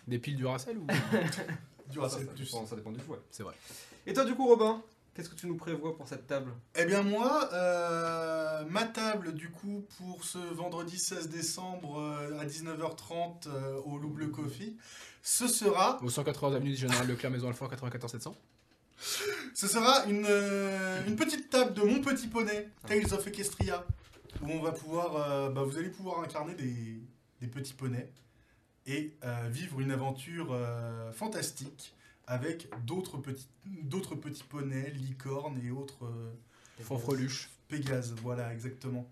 [SPEAKER 4] Des piles du Racel ou
[SPEAKER 2] du
[SPEAKER 1] ça, ça
[SPEAKER 2] racisme, du
[SPEAKER 1] dépend, ça dépend du jouet.
[SPEAKER 4] C'est vrai.
[SPEAKER 1] Et toi, du coup, Robin, qu'est-ce que tu nous prévois pour cette table
[SPEAKER 2] Eh bien moi, euh, ma table du coup pour ce vendredi 16 décembre euh, à 19h30 euh, au Loup Bleu Coffee, ce sera,
[SPEAKER 4] Au 191 avenue du Général Leclerc, Maison Alfort, 94 700.
[SPEAKER 2] ce sera une, euh, une petite table de Mon Petit Poney, Tales of Equestria, où on va pouvoir, euh, bah, vous allez pouvoir incarner des, des petits poneys et euh, vivre une aventure euh, fantastique avec d'autres petits, d'autres petits poneys, licornes et autres... euh,
[SPEAKER 4] Fanfreluche.
[SPEAKER 2] Pégase, voilà, exactement.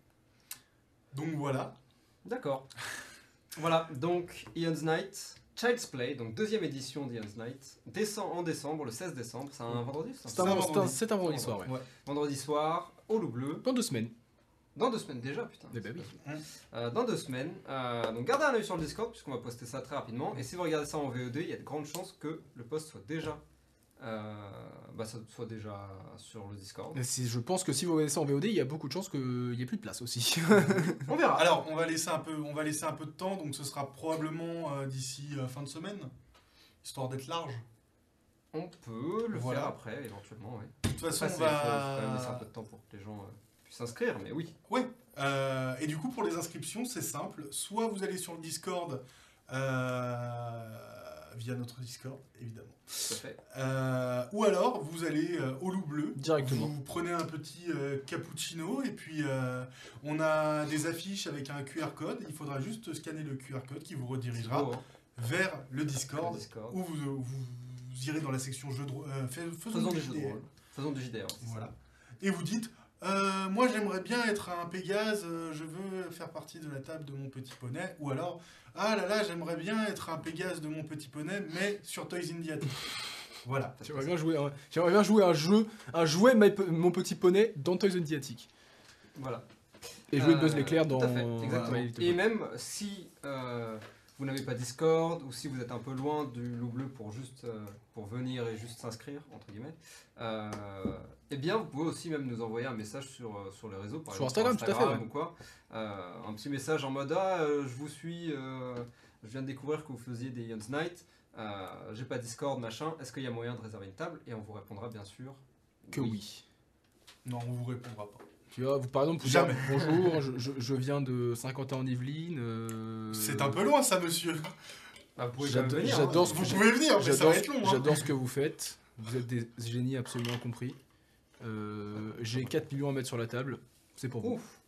[SPEAKER 2] Donc voilà.
[SPEAKER 1] D'accord. voilà, donc Ian's Night, Child's Play, donc deuxième édition d'Ian's Night, descend en décembre, le 16 décembre, c'est un vendredi ça
[SPEAKER 4] C'est un,
[SPEAKER 2] vendredi.
[SPEAKER 4] c'est un- c'est un vendredi soir, ouais.
[SPEAKER 2] Ouais.
[SPEAKER 1] Vendredi soir, au loup bleu,
[SPEAKER 4] Dans deux semaines.
[SPEAKER 1] dans deux semaines déjà, putain.
[SPEAKER 4] Eh ben oui.
[SPEAKER 1] Euh, dans deux semaines. Euh, donc gardez un œil sur le Discord, puisqu'on va poster ça très rapidement. Et si vous regardez ça en VOD, il y a de grandes chances que le post soit déjà... euh, bah, ça soit déjà sur le Discord.
[SPEAKER 4] Et si- Je pense que si vous regardez ça en VOD, il y a beaucoup de chances qu'il n'y ait plus de place aussi.
[SPEAKER 1] On verra.
[SPEAKER 2] Alors, on va laisser un peu, on va laisser un peu de temps, donc ce sera probablement euh, d'ici euh, fin de semaine, histoire d'être large.
[SPEAKER 1] On peut le
[SPEAKER 2] Voilà.
[SPEAKER 1] faire après, éventuellement, oui.
[SPEAKER 2] De toute façon,
[SPEAKER 1] Ça,
[SPEAKER 2] on
[SPEAKER 1] c'est- faut quand même laisser un
[SPEAKER 2] va.
[SPEAKER 1] peu de temps pour que les gens euh, puissent s'inscrire, mais oui.
[SPEAKER 2] Ouais. Euh, et du coup, pour les inscriptions, c'est simple. Soit vous allez sur le Discord euh, via notre Discord, évidemment.
[SPEAKER 1] Tout à fait.
[SPEAKER 2] Euh, ou alors, vous allez euh, au Loup Bleu.
[SPEAKER 4] Directement.
[SPEAKER 2] Vous prenez un petit euh, cappuccino et puis euh, on a des affiches avec un QR code. Il faudra juste scanner le QR code qui vous redirigera
[SPEAKER 1] Beau, hein,
[SPEAKER 2] vers le Discord
[SPEAKER 1] le Discord.
[SPEAKER 2] où vous, vous- vous irez dans la section jeux de rô- euh, fais- faisons,
[SPEAKER 1] Faisons
[SPEAKER 2] du
[SPEAKER 1] du
[SPEAKER 2] jeu
[SPEAKER 1] jeu
[SPEAKER 2] de
[SPEAKER 1] de
[SPEAKER 2] rôle.
[SPEAKER 1] rôle. Faisons du JDR. c'est ça.
[SPEAKER 2] Voilà. Et vous dites euh, Moi j'aimerais bien être un Pégase, euh, je veux faire partie de la table de mon petit poney. Ou alors Ah là là, j'aimerais bien être un Pégase de mon petit poney, mais sur Toys in the Attic. voilà.
[SPEAKER 4] J'aimerais bien jouer, un... J'aimerais bien jouer un jeu, un jouet My Pe- Mon Petit Poney dans Toys on the Attic.
[SPEAKER 1] Voilà.
[SPEAKER 4] Et jouer de Buzz
[SPEAKER 1] Euh,
[SPEAKER 4] l'éclair dans.
[SPEAKER 1] Tout à fait, exactement.
[SPEAKER 4] Ouais, il était
[SPEAKER 1] Et même si euh, vous n'avez pas Discord ou si vous êtes un peu loin du loup bleu pour juste euh, pour venir et juste s'inscrire entre guillemets, euh, eh bien vous pouvez aussi même nous envoyer un message sur euh, sur le réseau, par
[SPEAKER 4] Sur
[SPEAKER 1] exemple,
[SPEAKER 4] Instagram, tout à fait,
[SPEAKER 1] Instagram ou quoi, Euh, un petit message en mode ah euh, je vous suis, euh, je viens de découvrir que vous faisiez des Ions Night. euh, J'ai pas Discord, machin. Est-ce qu'il y a moyen de réserver une table Et on vous répondra bien sûr
[SPEAKER 4] Que oui.
[SPEAKER 2] Non, on vous répondra pas.
[SPEAKER 4] Tu vois, vous, par exemple, vous
[SPEAKER 2] Jamais.
[SPEAKER 4] dites, bonjour, je, je- je viens de Saint-Quentin-en-Yvelines. euh,
[SPEAKER 2] C'est un peu loin, ça, monsieur.
[SPEAKER 1] Bah, vous pouvez quand même
[SPEAKER 4] J'ado-
[SPEAKER 1] venir, hein.
[SPEAKER 4] J'adore ce que
[SPEAKER 2] Vous
[SPEAKER 4] j'ai-
[SPEAKER 2] pouvez venir, mais ça
[SPEAKER 4] J'adore
[SPEAKER 2] va
[SPEAKER 4] ce-
[SPEAKER 2] être long. hein.
[SPEAKER 4] j'adore ce que vous faites. Vous êtes des génies absolument compris. Euh, J'ai 4 millions à mettre sur la table. C'est pour vous.
[SPEAKER 1] Ouf,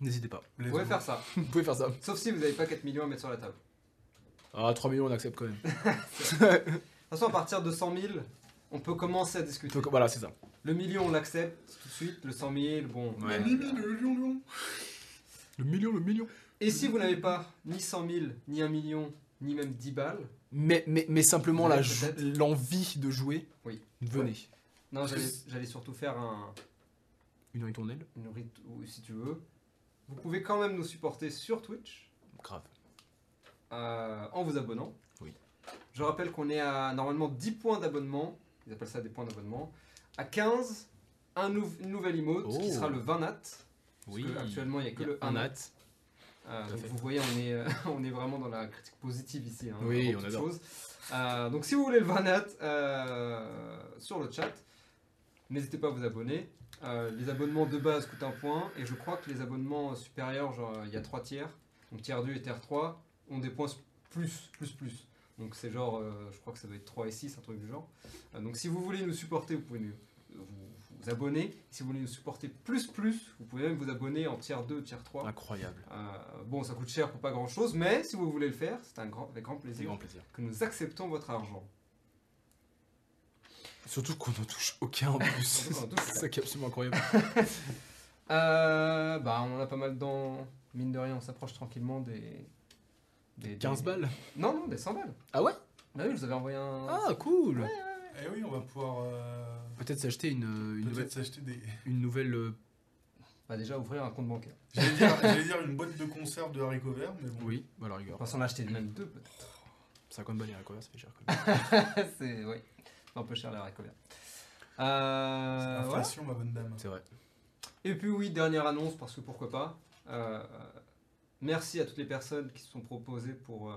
[SPEAKER 4] N'hésitez pas.
[SPEAKER 1] vous
[SPEAKER 2] Let's
[SPEAKER 1] pouvez
[SPEAKER 2] go.
[SPEAKER 1] faire ça.
[SPEAKER 4] Vous pouvez faire ça.
[SPEAKER 1] Sauf si vous n'avez pas 4 millions à mettre sur la table.
[SPEAKER 4] Ah, 3 millions, on accepte quand même.
[SPEAKER 1] De toute façon, à partir de 100 000, on peut commencer à discuter.
[SPEAKER 4] Donc, voilà, c'est ça.
[SPEAKER 1] Le million, on l'accepte tout de suite. Le 100 000, bon.
[SPEAKER 4] Ouais.
[SPEAKER 1] voilà.
[SPEAKER 2] Mimi, le lion, lion.
[SPEAKER 4] Le million, le million.
[SPEAKER 1] Et si vous n'avez pas ni 100 000, ni 1 million, ni même 10 balles,
[SPEAKER 4] Mais, mais, mais simplement la
[SPEAKER 1] Ouais,
[SPEAKER 4] jou-
[SPEAKER 1] peut-être.
[SPEAKER 4] l'envie de jouer.
[SPEAKER 1] Oui.
[SPEAKER 4] Venez.
[SPEAKER 1] non, j'allais j'allais surtout faire un,
[SPEAKER 4] Une ritournelle.
[SPEAKER 1] une rite- ou si tu veux. Vous pouvez quand même nous supporter sur Twitch
[SPEAKER 4] Grave.
[SPEAKER 1] euh, en vous abonnant.
[SPEAKER 4] Oui.
[SPEAKER 1] Je rappelle qu'on est à normalement 10 points d'abonnement. Ils appellent ça des points d'abonnement. À 15, un nou- une nouvelle emote qui
[SPEAKER 4] Oh.
[SPEAKER 1] sera le 20 nat. Parce
[SPEAKER 4] Oui.
[SPEAKER 1] que actuellement, il n'y a que
[SPEAKER 4] Il y a
[SPEAKER 1] le
[SPEAKER 4] un
[SPEAKER 1] 1 nat.
[SPEAKER 4] hâte.
[SPEAKER 1] Euh,
[SPEAKER 4] Tout à
[SPEAKER 1] donc
[SPEAKER 4] fait.
[SPEAKER 1] vous voyez, on est, euh, on est vraiment dans la critique positive ici. hein,
[SPEAKER 4] Oui,
[SPEAKER 1] avant
[SPEAKER 4] on
[SPEAKER 1] toute
[SPEAKER 4] adore.
[SPEAKER 1] chose. Euh, donc si vous voulez le Vanat euh, sur le chat, n'hésitez pas à vous abonner. Euh, les abonnements de base coûtent un point et je crois que les abonnements supérieurs, genre il y a trois tiers, donc tiers 2 et tiers 3, ont des points plus, plus, plus. Donc c'est genre, euh, je crois que ça doit être 3 et 6, un truc du genre. Euh, donc si vous voulez nous supporter, vous pouvez nous, vous, vous abonner. Si vous voulez nous supporter plus, plus, vous pouvez même vous abonner en tiers 2, tiers 3.
[SPEAKER 4] Incroyable.
[SPEAKER 1] Euh, bon, ça coûte cher pour pas grand chose, mais si vous voulez le faire, c'est un grand, avec grand
[SPEAKER 4] C'est
[SPEAKER 1] plaisir
[SPEAKER 4] grand plaisir.
[SPEAKER 1] que nous acceptons votre argent.
[SPEAKER 4] Surtout qu'on ne touche aucun en plus.
[SPEAKER 1] Surtout qu'on en touche
[SPEAKER 4] c'est ça qui est absolument incroyable.
[SPEAKER 1] Euh, bah, on en a pas mal dans. Mine de rien, on s'approche tranquillement des. des- des-
[SPEAKER 4] 15 balles.
[SPEAKER 1] Non, non, des 100 balles.
[SPEAKER 4] Ah ouais
[SPEAKER 1] Bah oui, je vous avais envoyé un.
[SPEAKER 4] Ah, cool.
[SPEAKER 2] Eh oui, on va pouvoir euh,
[SPEAKER 4] Peut-être s'acheter une, euh, une nouvelle.
[SPEAKER 2] peut-être s'acheter des.
[SPEAKER 4] Une nouvelle euh,
[SPEAKER 1] Bah, déjà, ouvrir un compte bancaire.
[SPEAKER 2] J'allais dire, j'allais dire une boîte de conserve de haricots verts, mais bon.
[SPEAKER 4] oui, voilà, regarde.
[SPEAKER 1] Enfin, s'en acheter même deux, peut-être.
[SPEAKER 4] 50 balles, il y a un couvert, ça fait cher quand même.
[SPEAKER 1] c'est. Oui. C'est un peu cher, la récolte. Euh, voilà.
[SPEAKER 2] Inflation, ma bonne dame.
[SPEAKER 4] C'est vrai.
[SPEAKER 1] Et puis oui, dernière annonce, parce que pourquoi pas. Euh, merci à toutes les personnes qui se sont proposées pour euh,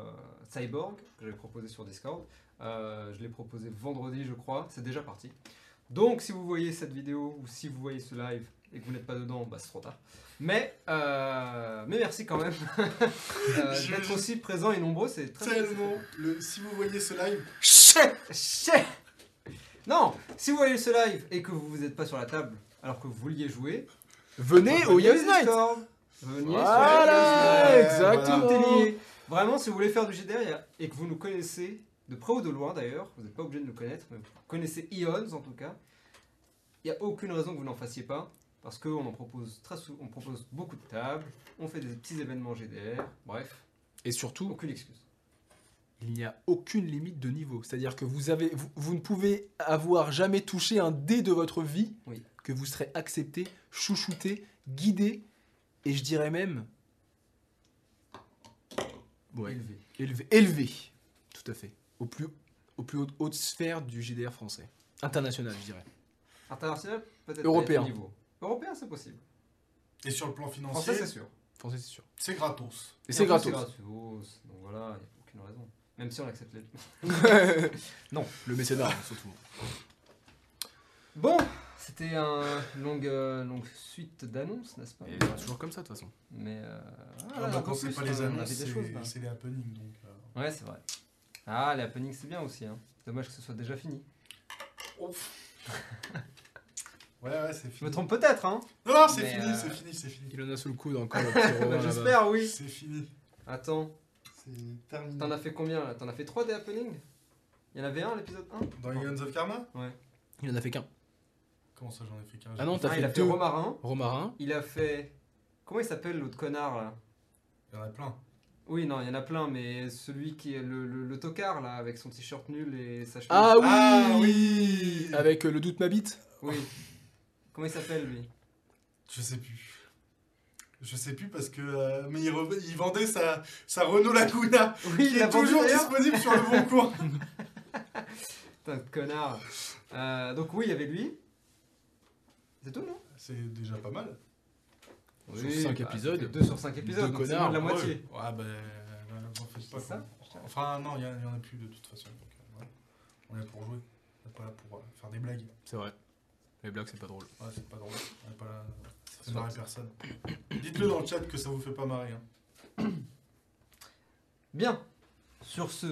[SPEAKER 1] Cyborg, que j'avais proposé sur Discord. Euh, je l'ai proposé vendredi, je crois. C'est déjà parti. Donc, si vous voyez cette vidéo ou si vous voyez ce live et que vous n'êtes pas dedans, bah, c'est trop tard. Mais, euh, mais merci quand même euh,
[SPEAKER 2] Je-
[SPEAKER 1] d'être aussi présents et nombreux. C'est très
[SPEAKER 2] Tellement. Le, si vous voyez ce live,
[SPEAKER 1] Chien Non, si vous voyez ce live et que vous n'êtes pas sur la table alors que vous vouliez jouer,
[SPEAKER 4] Venez au Yes Night
[SPEAKER 1] Discord. Venez
[SPEAKER 4] Voilà,
[SPEAKER 1] sur le Yes Night.
[SPEAKER 4] exactement.
[SPEAKER 1] Tout est lié. Vraiment, si vous voulez faire du GDR y a- et que vous nous connaissez, de près ou de loin d'ailleurs, vous n'êtes pas obligé de nous connaître, mais vous connaissez Ions en tout cas, il n'y a aucune raison que vous n'en fassiez pas. Parce qu'on en propose très sou- on propose beaucoup de tables, on fait des petits événements GDR, bref,
[SPEAKER 4] Et surtout,
[SPEAKER 1] aucune excuse.
[SPEAKER 4] il n'y a aucune limite de niveau. C'est-à-dire que vous, avez, vous, vous ne pouvez avoir jamais touché un dé de votre vie
[SPEAKER 1] Oui.
[SPEAKER 4] que vous serez accepté, chouchouté, guidé, et je dirais même... Ouais,
[SPEAKER 1] Élevé.
[SPEAKER 4] élevé. Élevé, tout à fait. Au plus, au plus haute, haute sphère du GDR français. International, je dirais.
[SPEAKER 1] International, peut-être
[SPEAKER 4] Européen.
[SPEAKER 1] pas à ce niveau. Européen, c'est possible.
[SPEAKER 2] et sur le plan
[SPEAKER 1] Français,
[SPEAKER 2] financier,
[SPEAKER 1] c'est sûr.
[SPEAKER 4] Français, c'est sûr.
[SPEAKER 2] c'est gratos.
[SPEAKER 4] Et
[SPEAKER 1] en
[SPEAKER 4] c'est
[SPEAKER 1] plus,
[SPEAKER 4] gratos.
[SPEAKER 1] gratos, Donc voilà, il n'y a aucune raison. Même si on accepte les...
[SPEAKER 4] Le mécénat, hein, surtout.
[SPEAKER 1] Bon, c'était un- une longue, euh, longue suite d'annonces, n'est-ce pas
[SPEAKER 4] Et c'est toujours comme ça, de toute façon.
[SPEAKER 1] Mais euh,
[SPEAKER 2] Ah, bah,
[SPEAKER 1] un peu
[SPEAKER 2] quand c'est
[SPEAKER 1] plus, euh,
[SPEAKER 2] pas
[SPEAKER 1] on
[SPEAKER 2] les
[SPEAKER 1] a
[SPEAKER 2] annonces,
[SPEAKER 1] fait des
[SPEAKER 2] c'est
[SPEAKER 1] choses, là.
[SPEAKER 2] c'est les happenings. Donc, euh,
[SPEAKER 1] Ouais, c'est vrai. Ah, les happenings, c'est bien aussi. Hein. Dommage que ce soit déjà fini.
[SPEAKER 2] Ouais, ouais, c'est
[SPEAKER 1] Je me
[SPEAKER 2] fini.
[SPEAKER 1] trompe peut-être, hein
[SPEAKER 2] Non, non, c'est
[SPEAKER 1] Mais,
[SPEAKER 2] fini,
[SPEAKER 1] euh,
[SPEAKER 2] c'est fini, c'est fini.
[SPEAKER 4] Il en a sous le coude encore. le petit Romain,
[SPEAKER 1] Bah,
[SPEAKER 4] là-bas.
[SPEAKER 1] J'espère, oui.
[SPEAKER 2] C'est fini.
[SPEAKER 1] Attends,
[SPEAKER 2] C'est terminé.
[SPEAKER 1] t'en as fait combien là T'en as fait 3 des happenings Il y en avait un à l'épisode 1
[SPEAKER 2] Dans les Guns of Karma
[SPEAKER 4] Il en a fait qu'un.
[SPEAKER 2] Comment ça, j'en ai fait qu'un
[SPEAKER 4] Ah non,
[SPEAKER 2] j'ai-
[SPEAKER 4] t'as
[SPEAKER 1] Il
[SPEAKER 4] fait
[SPEAKER 1] a fait
[SPEAKER 4] deux.
[SPEAKER 1] Romarin.
[SPEAKER 4] Romarin.
[SPEAKER 1] Il a fait. Comment il s'appelle l'autre connard là
[SPEAKER 2] Il y en a plein.
[SPEAKER 1] Oui, non, il y en a plein, mais celui qui est le, le, le tocard là, avec son t-shirt nul et sa chemise.
[SPEAKER 4] Ah oui,
[SPEAKER 2] Ah oui
[SPEAKER 4] Avec euh, le doute ma bite.
[SPEAKER 1] Oui. Comment il s'appelle lui
[SPEAKER 2] Je sais plus. Je sais plus parce que. euh, mais il, re- il vendait sa, sa Renault Laguna,
[SPEAKER 1] Oui,
[SPEAKER 2] qui est toujours disponible sur le bon cours.
[SPEAKER 1] Putain, connard. Euh, donc oui, il y avait lui. C'est tout, non
[SPEAKER 2] C'est déjà pas mal. Ah
[SPEAKER 1] Oui,
[SPEAKER 4] cinq épisodes.
[SPEAKER 1] 2 sur 5 épisodes,
[SPEAKER 4] Deux
[SPEAKER 1] donc c'est moins
[SPEAKER 4] connards,
[SPEAKER 1] de la
[SPEAKER 2] Ouais.
[SPEAKER 1] moitié.
[SPEAKER 2] Ah ben, euh, vous en faites pas.
[SPEAKER 1] C'est ça
[SPEAKER 2] quoi. Enfin, non, il n'y en a plus de toute façon. donc, euh, voilà. On est là pour jouer. On n'est pas là pour euh, faire des blagues.
[SPEAKER 4] C'est vrai. Les blagues, c'est pas drôle.
[SPEAKER 2] Ouais, c'est pas drôle. On n'est pas là. Ça fait marrer personne. Dites-le dans le chat que ça vous fait pas marrer. hein.
[SPEAKER 1] Bien. Sur ce,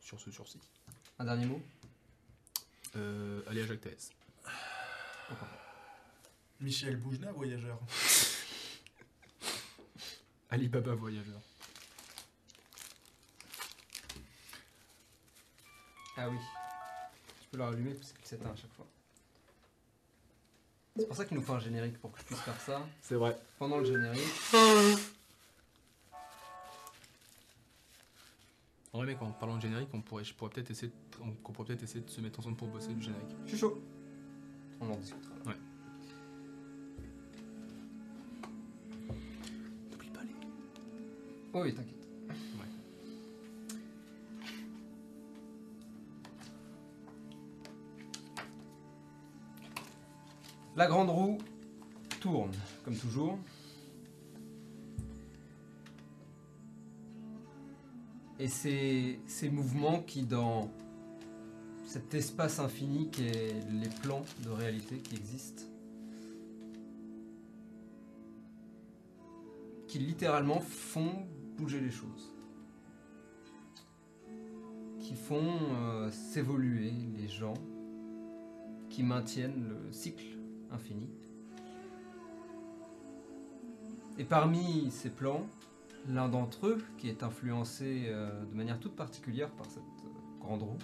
[SPEAKER 4] Sur ce, sur ci.
[SPEAKER 1] un dernier mot.
[SPEAKER 4] Euh, allez à Jacques Thaès.
[SPEAKER 2] Michel Boujna, voyageur.
[SPEAKER 4] Alibaba Voyageur.
[SPEAKER 1] Ah oui. Je peux le rallumer parce qu'il s'éteint à chaque fois. C'est pour ça qu'il nous faut un générique pour que je puisse faire ça
[SPEAKER 4] C'est vrai.
[SPEAKER 1] pendant le générique.
[SPEAKER 4] En vrai, mec, en parlant de générique, on pourrait, je pourrais peut-être essayer, de- on, qu'on pourrait peut-être essayer de se mettre ensemble pour bosser du générique.
[SPEAKER 1] Je suis chaud. On en discutera.
[SPEAKER 4] Ouais.
[SPEAKER 1] N'oublie pas les. Oh oui, t'inquiète.
[SPEAKER 4] Ouais.
[SPEAKER 1] La grande roue tourne, comme toujours. Et c'est ces mouvements qui, dans cet espace infini qu'est les plans de réalité qui existent, qui littéralement font bouger les choses, qui font euh, s'évoluer les gens, qui maintiennent le cycle infini. Et parmi ces plans, l'un d'entre eux, qui est influencé euh, de manière toute particulière par cette euh, grande roue,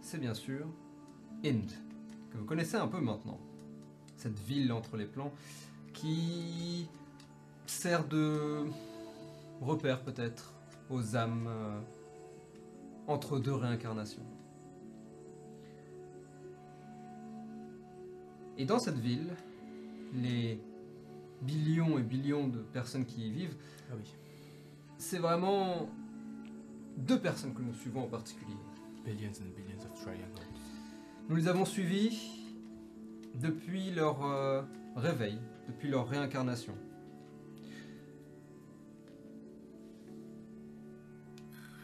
[SPEAKER 1] c'est bien sûr Ind, que vous connaissez un peu maintenant. Cette ville entre les plans qui sert de repère peut-être aux âmes euh, entre deux réincarnations. Et dans cette ville, les billions et billions de personnes qui y vivent
[SPEAKER 4] Ah oui.
[SPEAKER 1] c'est vraiment deux personnes que nous suivons en particulier.
[SPEAKER 4] Billions and billions of triangles.
[SPEAKER 1] Nous les avons suivis depuis leur euh, réveil, depuis leur réincarnation.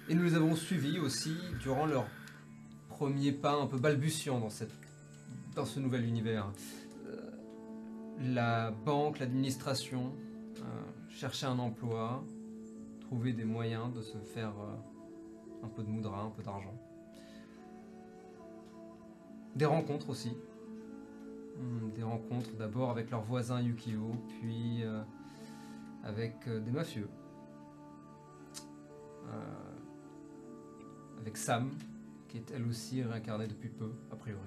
[SPEAKER 1] Et nous les avons suivis aussi durant leur premier pas un peu balbutiant dans, cette, dans ce nouvel univers. Euh, La banque, l'administration, euh, chercher un emploi, trouver des moyens de se faire euh, un peu de moudra, un peu d'argent. Des rencontres aussi. Hmm, Des rencontres d'abord avec leurs voisins Yukio, puis euh, avec euh, des mafieux. Euh, avec Sam, qui est elle aussi réincarnée depuis peu, a priori.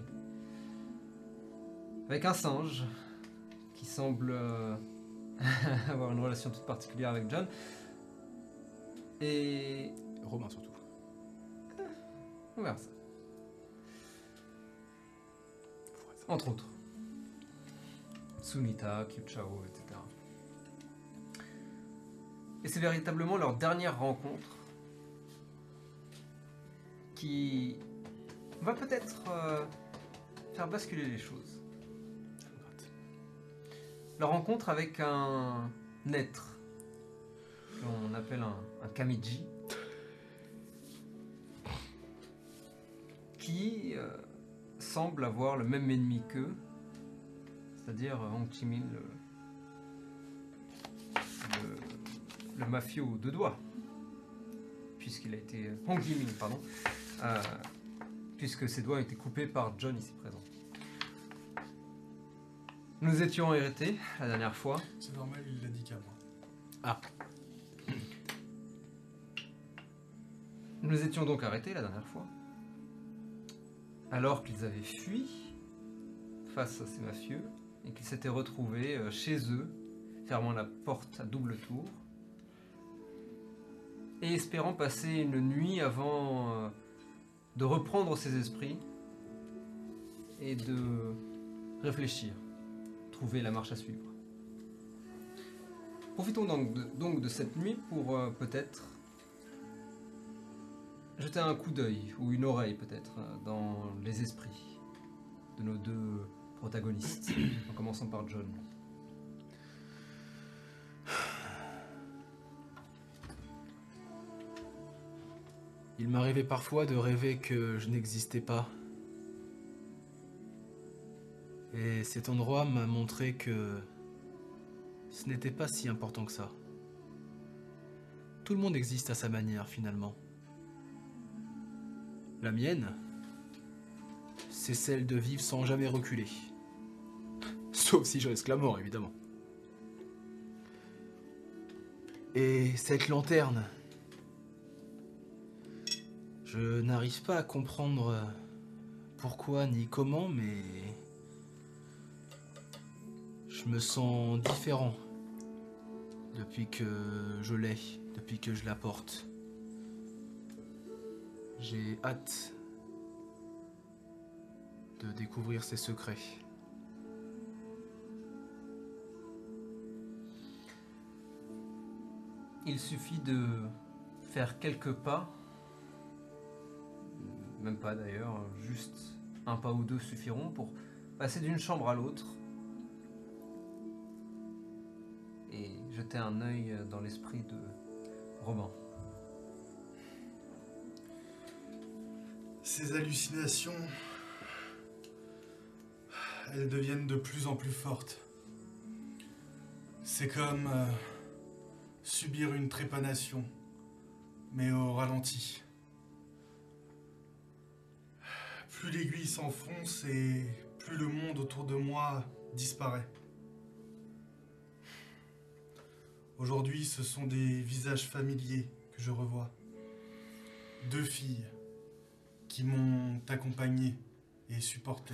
[SPEAKER 1] Avec un singe, qui semble euh, avoir une relation toute particulière avec John. Et
[SPEAKER 4] Romain surtout.
[SPEAKER 1] on verra ça. Entre autres. Sunita, Kyuchao, etc. Et c'est véritablement leur dernière rencontre qui va peut-être euh, faire basculer les choses. Leur rencontre avec un être qu'on appelle un, un Kamiji. qui euh, semble avoir le même ennemi qu'eux, c'est-à-dire euh, Hong Chi-Minh, le, le- le mafieux aux deux doigts, puisqu'il a été... Hong Chi-Minh, pardon, euh, puisque ses doigts ont été coupés par John ici présent. Nous étions hérités la dernière fois.
[SPEAKER 2] C'est normal, il l'a dit qu'à moi.
[SPEAKER 1] Nous les étions donc arrêtés la dernière fois. Alors qu'ils avaient fui face à ces mafieux et qu'ils s'étaient retrouvés euh, chez eux, fermant la porte à double tour et espérant passer une nuit avant euh, de reprendre ses esprits et de réfléchir, trouver la marche à suivre. Profitons donc de, donc de cette nuit pour euh, peut-être jeter un coup d'œil, ou une oreille peut-être, euh, dans les esprits de nos deux protagonistes, en commençant par John.
[SPEAKER 4] Il m'arrivait parfois de rêver que je n'existais pas. Et cet endroit m'a montré que ce n'était pas si important que ça. Tout le monde existe à sa manière finalement. La mienne, c'est celle de vivre sans jamais reculer. Sauf si je risque la mort, évidemment. Et cette lanterne, je n'arrive pas à comprendre euh, pourquoi ni comment, mais je me sens différent depuis que je l'ai, depuis que je la porte. J'ai hâte de découvrir ses secrets.
[SPEAKER 1] Il suffit de faire quelques pas, même pas d'ailleurs, juste un pas ou deux suffiront pour passer d'une chambre à l'autre et jeter un œil dans l'esprit de Robin.
[SPEAKER 2] Ces hallucinations, elles deviennent de plus en plus fortes. C'est comme euh, subir une trépanation, mais au ralenti. Plus l'aiguille s'enfonce et plus le monde autour de moi disparaît. Aujourd'hui, ce sont des visages familiers que je revois. Deux filles qui m'ont accompagné et supporté.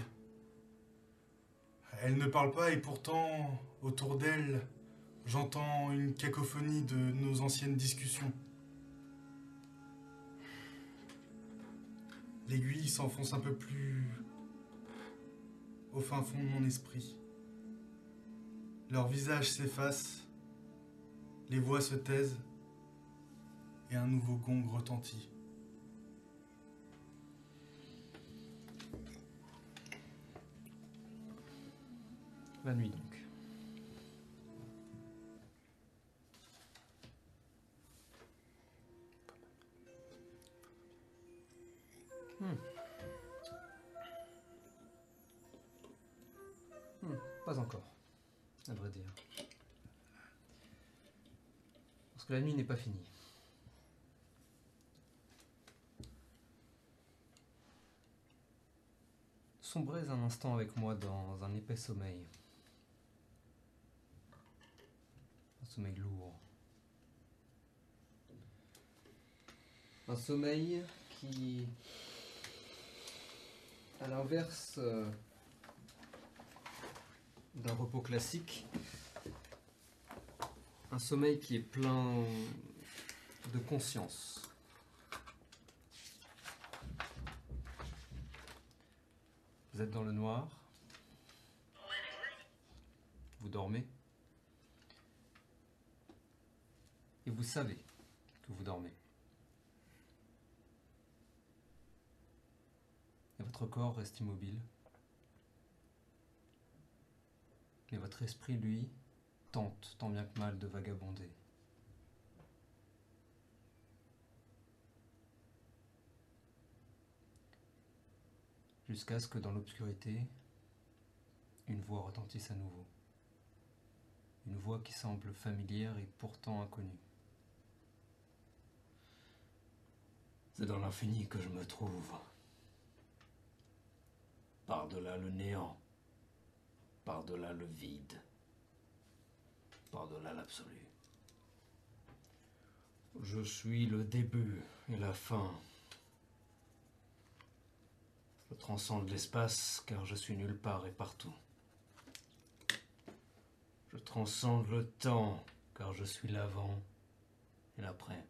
[SPEAKER 2] Elles ne parlent pas et pourtant, autour d'elles, j'entends une cacophonie de nos anciennes discussions. L'aiguille s'enfonce un peu plus au fin fond de mon esprit. Leurs visages s'effacent, les voix se taisent et un nouveau gong retentit.
[SPEAKER 1] La nuit donc. Hmm. Hmm, Pas encore, à vrai dire. Parce que la nuit n'est pas finie. Sombrez un instant avec moi dans un épais sommeil. Un sommeil lourd. Un sommeil qui, à l'inverse euh, d'un repos classique, un sommeil qui est plein de conscience. Vous êtes dans le noir. Vous dormez. Et vous savez que vous dormez. Et votre corps reste immobile. Mais votre esprit, lui, tente tant bien que mal de vagabonder. Jusqu'à ce que dans l'obscurité, une voix retentisse à nouveau. Une voix qui semble familière et pourtant inconnue. C'est dans l'infini que je me trouve. Par-delà le néant. Par-delà le vide par-delà l'absolu. Je suis le début et la fin. Je transcende l'espace car je suis nulle part et partout. Je transcende le temps car je suis l'avant et l'après.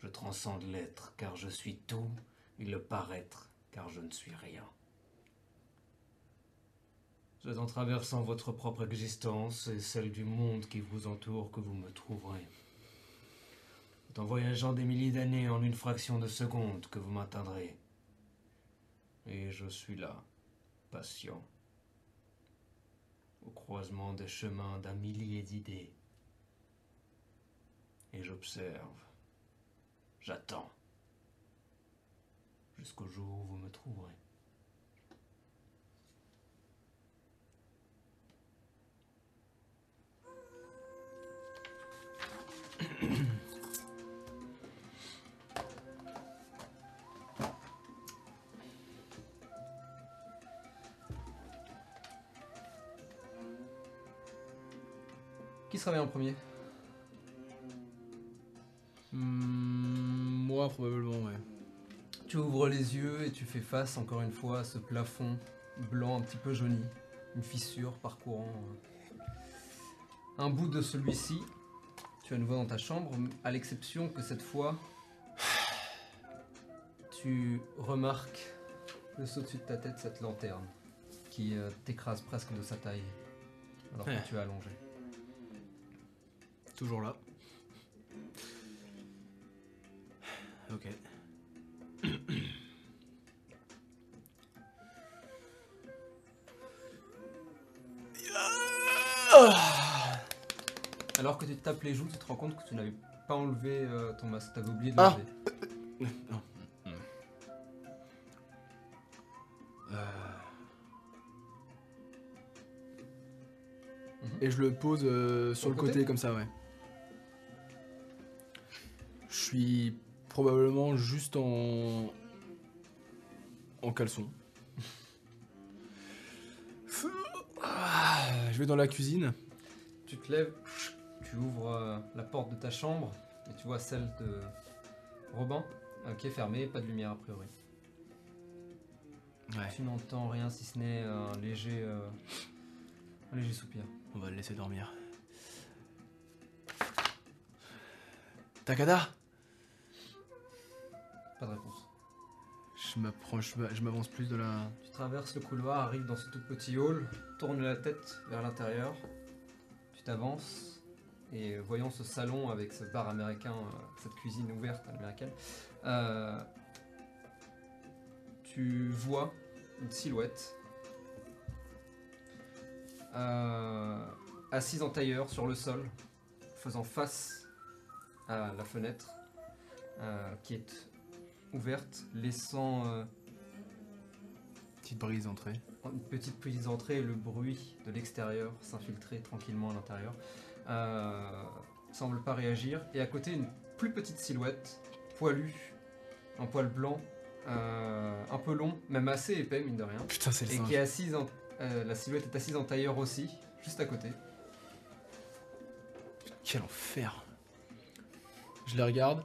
[SPEAKER 1] Je transcende l'être car je suis tout et le paraître car je ne suis rien. Je
[SPEAKER 6] C'est en traversant votre propre existence et celle du monde qui vous entoure que vous me trouverez. C'est en voyageant des milliers d'années en une fraction de seconde que vous m'atteindrez. Et je suis là, patient, au croisement des chemins d'un millier d'idées. Et j'observe, j'attends, jusqu'au jour où vous me trouverez.
[SPEAKER 1] Qui se réveille en premier
[SPEAKER 4] Hmm, moi, probablement, ouais.
[SPEAKER 1] Tu ouvres les yeux et tu fais face encore une fois à ce plafond blanc un petit peu jauni, une fissure parcourant euh, un bout de celui-ci. Tu es à nouveau dans ta chambre, à l'exception que cette fois, tu remarques juste au-dessus de ta tête cette lanterne qui euh, t'écrase presque de sa taille alors
[SPEAKER 4] Ouais.
[SPEAKER 1] que tu es allongé.
[SPEAKER 4] Toujours là. Ok.
[SPEAKER 1] Alors que tu te tapes les joues, tu te rends compte que tu n'avais pas enlevé euh, ton masque, t'avais oublié de
[SPEAKER 4] Ah.
[SPEAKER 1] l'enlever.
[SPEAKER 4] Et je le pose euh, sur
[SPEAKER 1] Sur
[SPEAKER 4] le
[SPEAKER 1] le
[SPEAKER 4] côté,
[SPEAKER 1] côté
[SPEAKER 4] comme ça, ouais. Je suis probablement juste en. en caleçon. Ah, Je vais dans la cuisine.
[SPEAKER 1] Tu te lèves, tu ouvres euh, la porte de ta chambre et tu vois celle de Robin euh, qui est fermée, pas de lumière a priori.
[SPEAKER 4] Ouais,
[SPEAKER 1] Tu n'entends rien si ce n'est un léger, euh, un léger soupir.
[SPEAKER 4] on va le laisser dormir. Takada
[SPEAKER 1] Pas de réponse.
[SPEAKER 4] Je m'approche, je m'avance plus de la.
[SPEAKER 1] Tu traverses le couloir, arrives dans ce tout petit hall, tournes la tête vers l'intérieur, tu t'avances et euh, voyant ce salon avec ce bar américain, euh, cette cuisine ouverte américaine, euh, tu vois une silhouette euh, assise en tailleur sur le sol, faisant face à la fenêtre euh, qui est ouverte, laissant euh,
[SPEAKER 4] Petite brise d'entrée.
[SPEAKER 1] une petite prise d'entrée, le bruit de l'extérieur s'infiltrer tranquillement à l'intérieur. Euh, semble pas réagir. Et à côté, une plus petite silhouette, poilue, en poil blanc, euh, un peu long, même assez épais, mine de rien.
[SPEAKER 4] Putain, c'est le
[SPEAKER 1] Et
[SPEAKER 4] singe.
[SPEAKER 1] qui est assise en. euh, la silhouette est assise en tailleur aussi, juste à côté.
[SPEAKER 4] Quel enfer. Je les regarde.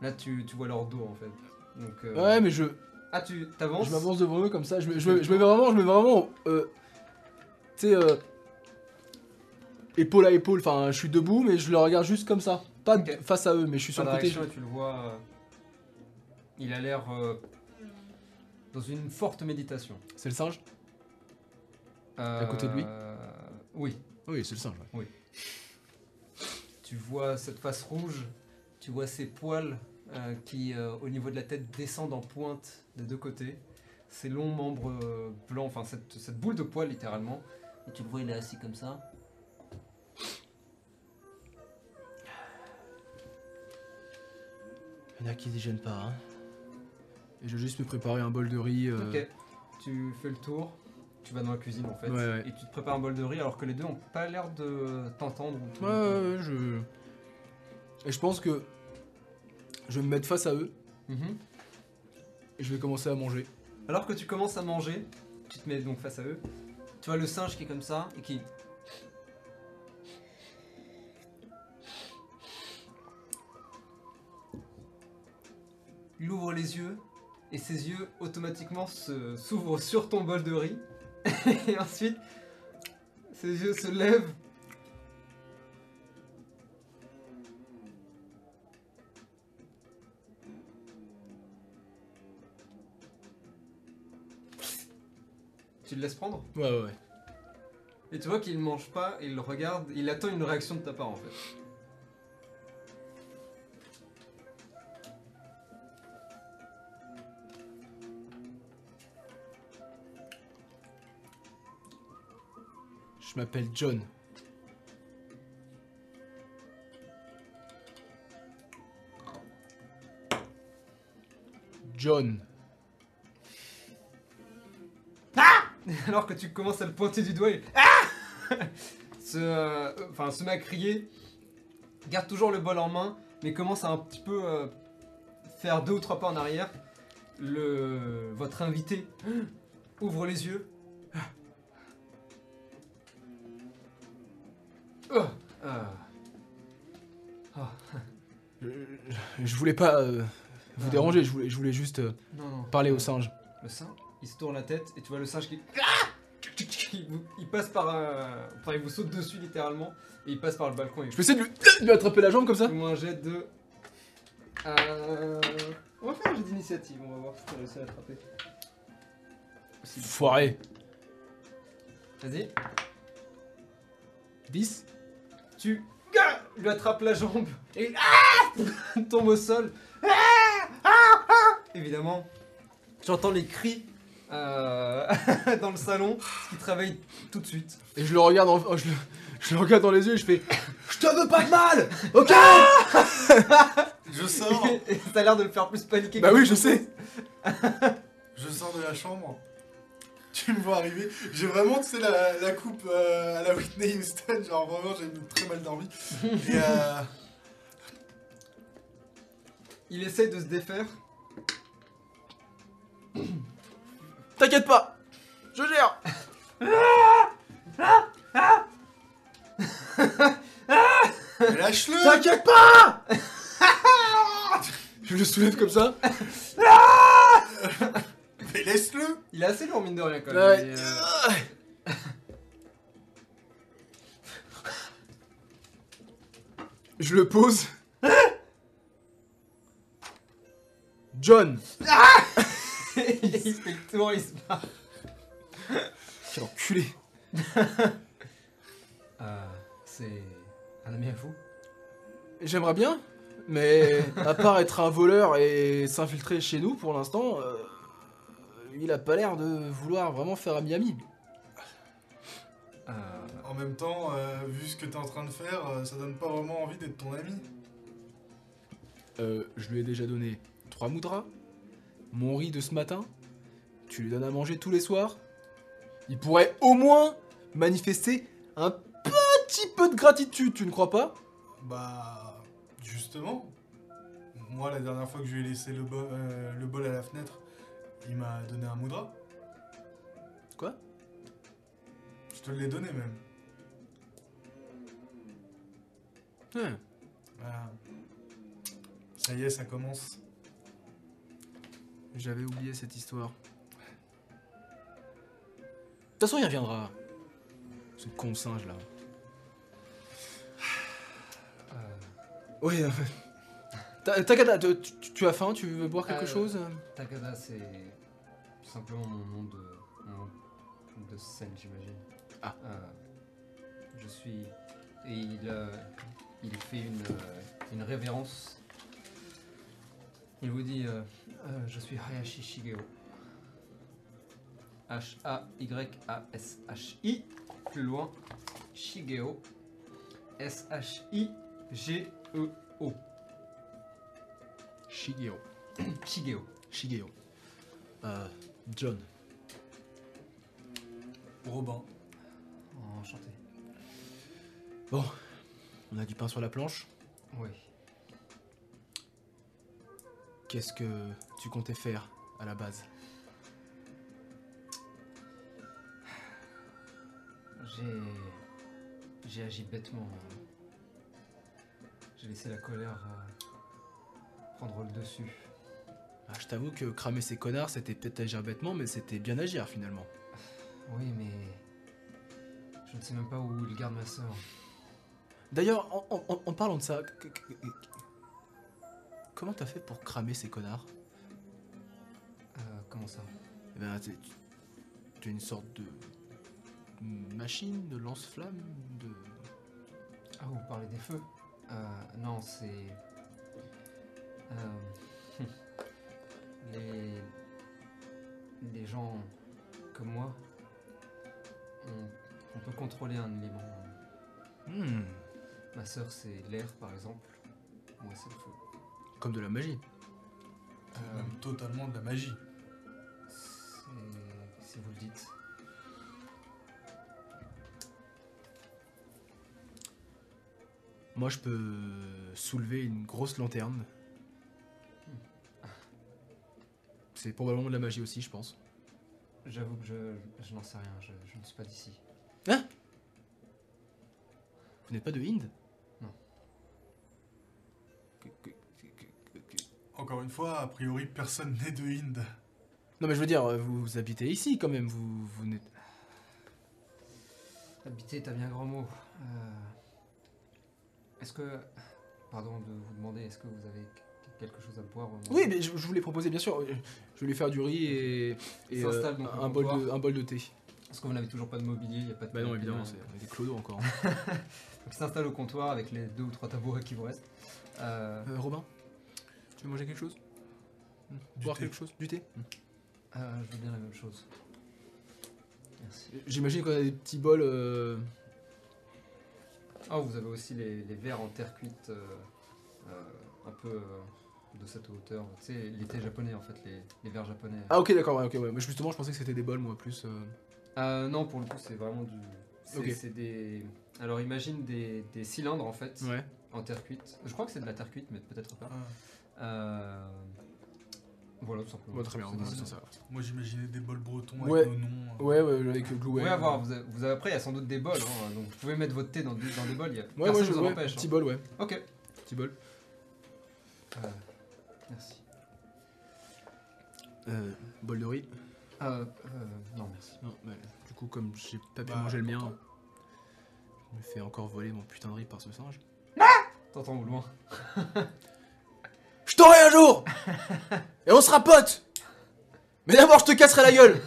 [SPEAKER 1] Là, tu, tu vois leur dos en fait. Donc, euh,
[SPEAKER 4] Ouais, mais je,
[SPEAKER 1] Ah, tu t'avances
[SPEAKER 4] Je m'avance devant eux comme ça. Je me, je me- je me mets vraiment, je me mets vraiment, euh, tu sais, euh, épaule à épaule. Enfin, je suis debout, mais je le regarde juste comme ça, pas de-
[SPEAKER 1] Ok.
[SPEAKER 4] face à eux, mais je suis sur
[SPEAKER 1] Pas
[SPEAKER 4] le côté.
[SPEAKER 1] d'action, et tu le vois. euh, il a l'air euh, dans une forte méditation.
[SPEAKER 4] C'est le singe. à côté de lui
[SPEAKER 1] Euh, Oui.
[SPEAKER 4] Oui, c'est le singe.
[SPEAKER 1] Tu vois cette face rouge, tu vois ses poils euh, qui, euh, au niveau de la tête, descendent en pointe des deux côtés. Ses longs membres euh, blancs, enfin cette, cette boule de poils littéralement. Et tu le vois, il est assis comme ça.
[SPEAKER 4] Il y en a qui déjeunent pas. Hein. Et je vais juste me préparer un bol de riz. euh,
[SPEAKER 1] Ok. Tu fais le tour, tu vas dans la cuisine en fait.
[SPEAKER 4] Ouais, ouais.
[SPEAKER 1] Et tu te prépares un bol de riz alors que les deux ont pas l'air de t'entendre. ou te-
[SPEAKER 4] Ouais, ouais, ouais, je. Et je pense que je vais me mettre face à eux
[SPEAKER 1] Mhm.
[SPEAKER 4] et je vais commencer à manger.
[SPEAKER 1] Alors que tu commences à manger, tu te mets donc face à eux. Tu vois le singe qui est comme ça et qui. Il ouvre les yeux et ses yeux automatiquement se- s'ouvrent sur ton bol de riz. et ensuite, ses yeux se lèvent. Tu le laisses prendre
[SPEAKER 4] Ouais, ouais. ouais.
[SPEAKER 1] Et tu vois qu'il mange pas, il regarde, il attend une réaction de ta part en fait.
[SPEAKER 4] Je m'appelle John. John.
[SPEAKER 1] Alors que tu commences à le pointer du doigt, il... Ah ce, euh, enfin, se met à crier, garde toujours le bol en main, mais commence à un petit peu euh, faire deux ou trois pas en arrière. Le, votre invité ouvre les yeux. Ah. Ah.
[SPEAKER 4] Je, Euh, je voulais pas euh, vous
[SPEAKER 1] Ah.
[SPEAKER 4] déranger, je voulais, je voulais juste euh,
[SPEAKER 1] Non, non.
[SPEAKER 4] parler au singe.
[SPEAKER 1] Le singe, il se tourne la tête et tu vois le singe qui. Ah il, vous- il passe par. un- Enfin, il vous saute dessus littéralement et il passe par le balcon. Et
[SPEAKER 4] Je peux essayer de lui, de lui attraper la jambe comme ça
[SPEAKER 1] Ou un jet de. Euh, On va faire un jet d'initiative, on va voir si t'as réussi à l'attraper.
[SPEAKER 4] Foiré.
[SPEAKER 1] Vas-y.
[SPEAKER 4] 10
[SPEAKER 1] Tu ah, lui attrapes la jambe et ah, tombe au sol. Ah, ah, ah. Évidemment, j'entends les cris euh, dans le salon, ce qui travaille tout de suite.
[SPEAKER 4] Et je le regarde en- oh, je, le, je le regarde dans les yeux et je fais Je te veux pas de mal Ok
[SPEAKER 2] Je sors,
[SPEAKER 1] Et T'as l'air de le faire plus paniquer.
[SPEAKER 4] Bah
[SPEAKER 1] que-
[SPEAKER 4] oui je sais
[SPEAKER 2] je sors de la chambre. Tu me vois arriver. J'ai vraiment, tu sais, la, la coupe euh, à la Whitney Houston. Genre, vraiment, j'ai très mal dormi. Et euh,
[SPEAKER 1] Il essaye de se défaire.
[SPEAKER 4] T'inquiète pas Je gère
[SPEAKER 2] lâche-le
[SPEAKER 4] T'inquiète pas Je le soulève comme ça
[SPEAKER 2] Mais laisse-le
[SPEAKER 1] Il est assez lourd, mine de rien, quand même.
[SPEAKER 4] Ouais.
[SPEAKER 1] mais, euh,
[SPEAKER 4] Je le pose. John
[SPEAKER 1] il fait le tour, il se barre.
[SPEAKER 4] Quel enculé
[SPEAKER 1] Euh, c'est un ami à vous
[SPEAKER 4] J'aimerais bien, mais à part être un voleur et s'infiltrer chez nous pour l'instant, euh, il a pas l'air de vouloir vraiment faire ami-ami.
[SPEAKER 2] En même temps, euh, vu ce que t'es en train de faire, euh, ça donne pas vraiment envie d'être ton ami.
[SPEAKER 4] Euh, je lui ai déjà donné trois moudras, mon riz de ce matin, tu lui donnes à manger tous les soirs. Il pourrait au moins manifester un petit peu de gratitude, tu ne crois pas
[SPEAKER 2] Bah, justement. Moi, la dernière fois que je lui ai laissé le, bo- euh, le bol à la fenêtre, il m'a donné un moudra.
[SPEAKER 4] Quoi
[SPEAKER 2] Je te l'ai donné même. Voilà. Bah, Ça y est, ça commence.
[SPEAKER 4] J'avais oublié cette histoire. De toute façon, il reviendra. Ce con singe là. Oui. euh, t'as- Takada, tu, tu- tu as faim Tu veux boire quelque
[SPEAKER 1] Euh,
[SPEAKER 4] chose
[SPEAKER 1] Takada, c'est simplement mon nom de, mon nom de scène, j'imagine.
[SPEAKER 4] Ah.
[SPEAKER 1] Euh, je suis. Et il, euh, il fait une, euh, une révérence. Il vous dit euh, Euh, Je suis Hayashi Shigeo. H-A-Y-A-S-H-I. Plus loin, Shigeo. S-H-I-G-E-O.
[SPEAKER 4] Shigeo.
[SPEAKER 1] Shigeo.
[SPEAKER 4] Shigeo. Euh, John.
[SPEAKER 2] Robin.
[SPEAKER 1] Enchanté.
[SPEAKER 4] On a du pain sur la planche.
[SPEAKER 1] Oui.
[SPEAKER 4] Qu'est-ce que tu comptais faire à la base
[SPEAKER 1] J'ai. J'ai agi bêtement. hein. J'ai laissé la colère euh, prendre le dessus.
[SPEAKER 4] Ah, Je t'avoue que cramer ces connards, c'était peut-être agir bêtement, mais c'était bien agir finalement.
[SPEAKER 1] Oui, mais. Je ne sais même pas où il garde ma sœur.
[SPEAKER 4] D'ailleurs, en, en- en- en parlant de ça, que- que- que- comment t'as fait pour cramer ces connards
[SPEAKER 1] Euh, comment ça
[SPEAKER 4] Eh ben, t'es- tu- t'es une sorte de machine, de lance-flamme, de...
[SPEAKER 1] Ah, vous parlez des feux Euh, Non, c'est. euh, les. Les gens comme moi, on, on peut contrôler un élément.
[SPEAKER 4] Hmm,
[SPEAKER 1] Ma sœur, c'est l'air, par exemple. Moi, c'est le feu.
[SPEAKER 4] comme de la magie.
[SPEAKER 2] C'est
[SPEAKER 1] Euh,
[SPEAKER 2] même totalement de la magie.
[SPEAKER 1] c'est- Si vous le dites.
[SPEAKER 4] Moi, je peux soulever une grosse lanterne. C'est probablement de la magie aussi, je pense.
[SPEAKER 1] J'avoue que je, je n'en sais rien, je, je ne suis pas d'ici.
[SPEAKER 4] Vous n'êtes pas de Hind
[SPEAKER 2] Encore une fois, a priori, personne n'est de Hind.
[SPEAKER 4] Non, mais je veux dire, euh, vous, vous habitez ici quand même, vous, vous n'êtes...
[SPEAKER 1] Habiter est un bien grand mot. Euh, Est-ce que. Pardon de vous demander, est-ce que vous avez qu- quelque chose à boire au moins
[SPEAKER 4] Oui, mais je, je voulais proposer, bien sûr. euh, Je voulais faire du riz et, et, euh,
[SPEAKER 1] S'installe donc au
[SPEAKER 4] un, bol de,
[SPEAKER 1] comptoir.
[SPEAKER 4] un bol de thé.
[SPEAKER 1] Parce que vous n'avez toujours pas de mobilier, il n'y a pas de.
[SPEAKER 4] Bah non,
[SPEAKER 1] papier,
[SPEAKER 4] évidemment,
[SPEAKER 1] hein.
[SPEAKER 4] c'est on est des clodos encore.
[SPEAKER 1] Donc il s'installe au comptoir avec les deux ou trois tabourets qui vous restent. Euh,
[SPEAKER 4] Euh, Robin, tu veux manger quelque chose Hmm,
[SPEAKER 2] Du
[SPEAKER 4] Boire
[SPEAKER 2] thé.
[SPEAKER 4] quelque chose Du thé Hmm.
[SPEAKER 1] euh, je veux bien la même chose. Merci.
[SPEAKER 4] J'imagine qu'on a des petits bols... euh,
[SPEAKER 1] Ah, vous avez aussi les, les verres en terre cuite, euh, euh, un peu euh, de cette hauteur. Tu sais, les thés japonais en fait, les, les verres japonais.
[SPEAKER 4] Ah ok, d'accord, ouais, ok, ouais. Moi, justement, je pensais que c'était des bols, moi, plus... euh,
[SPEAKER 1] Euh, non, pour le coup, c'est vraiment du. C'est
[SPEAKER 4] Ok.
[SPEAKER 1] c'est des. Alors imagine des, des cylindres en fait,
[SPEAKER 4] Ouais.
[SPEAKER 1] en terre cuite. Je crois que c'est de la terre cuite, mais peut-être pas.
[SPEAKER 2] Ah,
[SPEAKER 1] Euh, Voilà, tout simplement.
[SPEAKER 4] Bon, très bien, on
[SPEAKER 1] C'est
[SPEAKER 4] va
[SPEAKER 1] des-
[SPEAKER 4] ça. ça va.
[SPEAKER 2] Moi, j'imaginais des bols bretons
[SPEAKER 4] Ouais.
[SPEAKER 2] avec nos noms. euh.
[SPEAKER 4] Ouais, ouais, avec le
[SPEAKER 1] Vous
[SPEAKER 4] glouet.
[SPEAKER 1] pouvez avoir,
[SPEAKER 4] Ouais,
[SPEAKER 1] vous avez, vous avez- après, il y a sans doute des bols, hein, donc vous pouvez mettre votre thé dans, des- dans des bols, il y a
[SPEAKER 4] Ouais,
[SPEAKER 1] personne
[SPEAKER 4] ouais, je
[SPEAKER 1] vous en
[SPEAKER 4] ouais,
[SPEAKER 1] empêche.
[SPEAKER 4] Petit
[SPEAKER 1] hein.
[SPEAKER 4] bol, ouais.
[SPEAKER 1] Ok, Euh,
[SPEAKER 4] Petit bol.
[SPEAKER 1] merci.
[SPEAKER 4] Euh, bol de riz.
[SPEAKER 1] Euh, euh, non, merci.
[SPEAKER 4] Non, bah, du coup, comme j'ai pas pu
[SPEAKER 2] Bah,
[SPEAKER 4] manger le mien,
[SPEAKER 2] pourtant.
[SPEAKER 4] je me fais encore voler mon putain de riz par ce singe.
[SPEAKER 1] T'entends au loin.
[SPEAKER 4] Je t'aurai un jour Et on sera potes Mais d'abord, je te casserai la gueule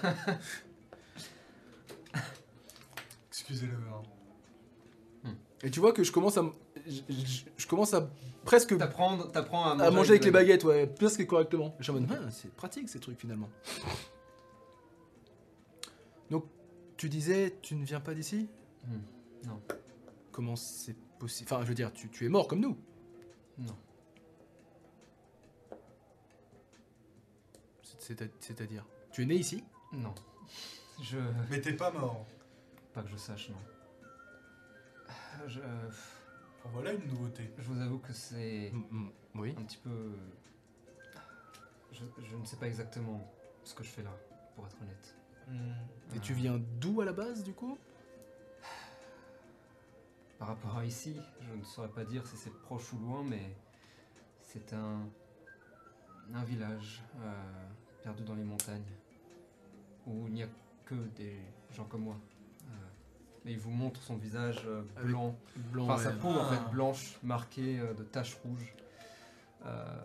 [SPEAKER 2] Excusez-le. hein.
[SPEAKER 4] Et tu vois que je commence à. m- Je, je- je commence à presque.
[SPEAKER 1] T'apprends t'apprends à manger,
[SPEAKER 4] À manger avec les baguettes, ouais, presque correctement. Je suis en mode, Ah, c'est pratique ces trucs finalement. Donc, tu disais, tu ne viens pas d'ici
[SPEAKER 1] Hmm, non.
[SPEAKER 4] Comment c'est possible Enfin, je veux dire, tu, tu es mort comme nous.
[SPEAKER 1] Non.
[SPEAKER 4] C'est- c'est à- C'est-à-dire Tu es né ici
[SPEAKER 1] Non. Je.
[SPEAKER 2] Mais t'es pas mort.
[SPEAKER 1] Pas que je sache, non. Je,
[SPEAKER 2] Voilà une nouveauté.
[SPEAKER 1] je vous avoue que c'est
[SPEAKER 4] Mm, mm, Oui.
[SPEAKER 1] un petit peu. Je, je ne sais pas exactement ce que je fais là, pour être honnête.
[SPEAKER 2] Hmm.
[SPEAKER 4] Et tu viens d'où à la base du coup
[SPEAKER 1] Par rapport à ici, je ne saurais pas dire si c'est proche ou loin, mais c'est un. un village euh, perdu dans les montagnes où il n'y a que des gens comme moi. Euh, mais il vous montre son visage euh,
[SPEAKER 4] Avec-
[SPEAKER 1] blanc.
[SPEAKER 4] Blanc.
[SPEAKER 1] Enfin, sa
[SPEAKER 4] ouais.
[SPEAKER 1] peau en
[SPEAKER 2] Ah.
[SPEAKER 1] fait blanche, marquée euh, de taches rouges. Euh,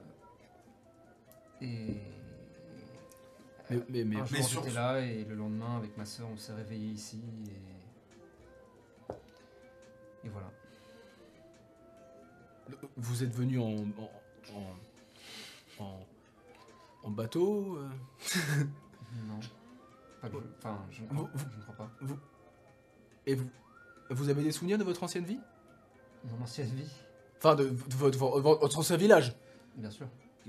[SPEAKER 1] et
[SPEAKER 4] Mais, mais, mais-
[SPEAKER 1] un jour
[SPEAKER 2] mais sur-
[SPEAKER 1] j'étais là et le lendemain avec ma soeur on s'est réveillé ici et et voilà.
[SPEAKER 4] vous êtes venu en. en. en, en- en bateau euh,
[SPEAKER 1] Non. Pas que je- Enfin, je, ne
[SPEAKER 4] Mhm. Vous-
[SPEAKER 1] crois- je ne crois pas.
[SPEAKER 4] Et vous. Vous avez des souvenirs de votre ancienne vie
[SPEAKER 1] Mon ancienne vie,
[SPEAKER 4] Enfin, de, de votre, votre, votre ancien village
[SPEAKER 1] bien sûr.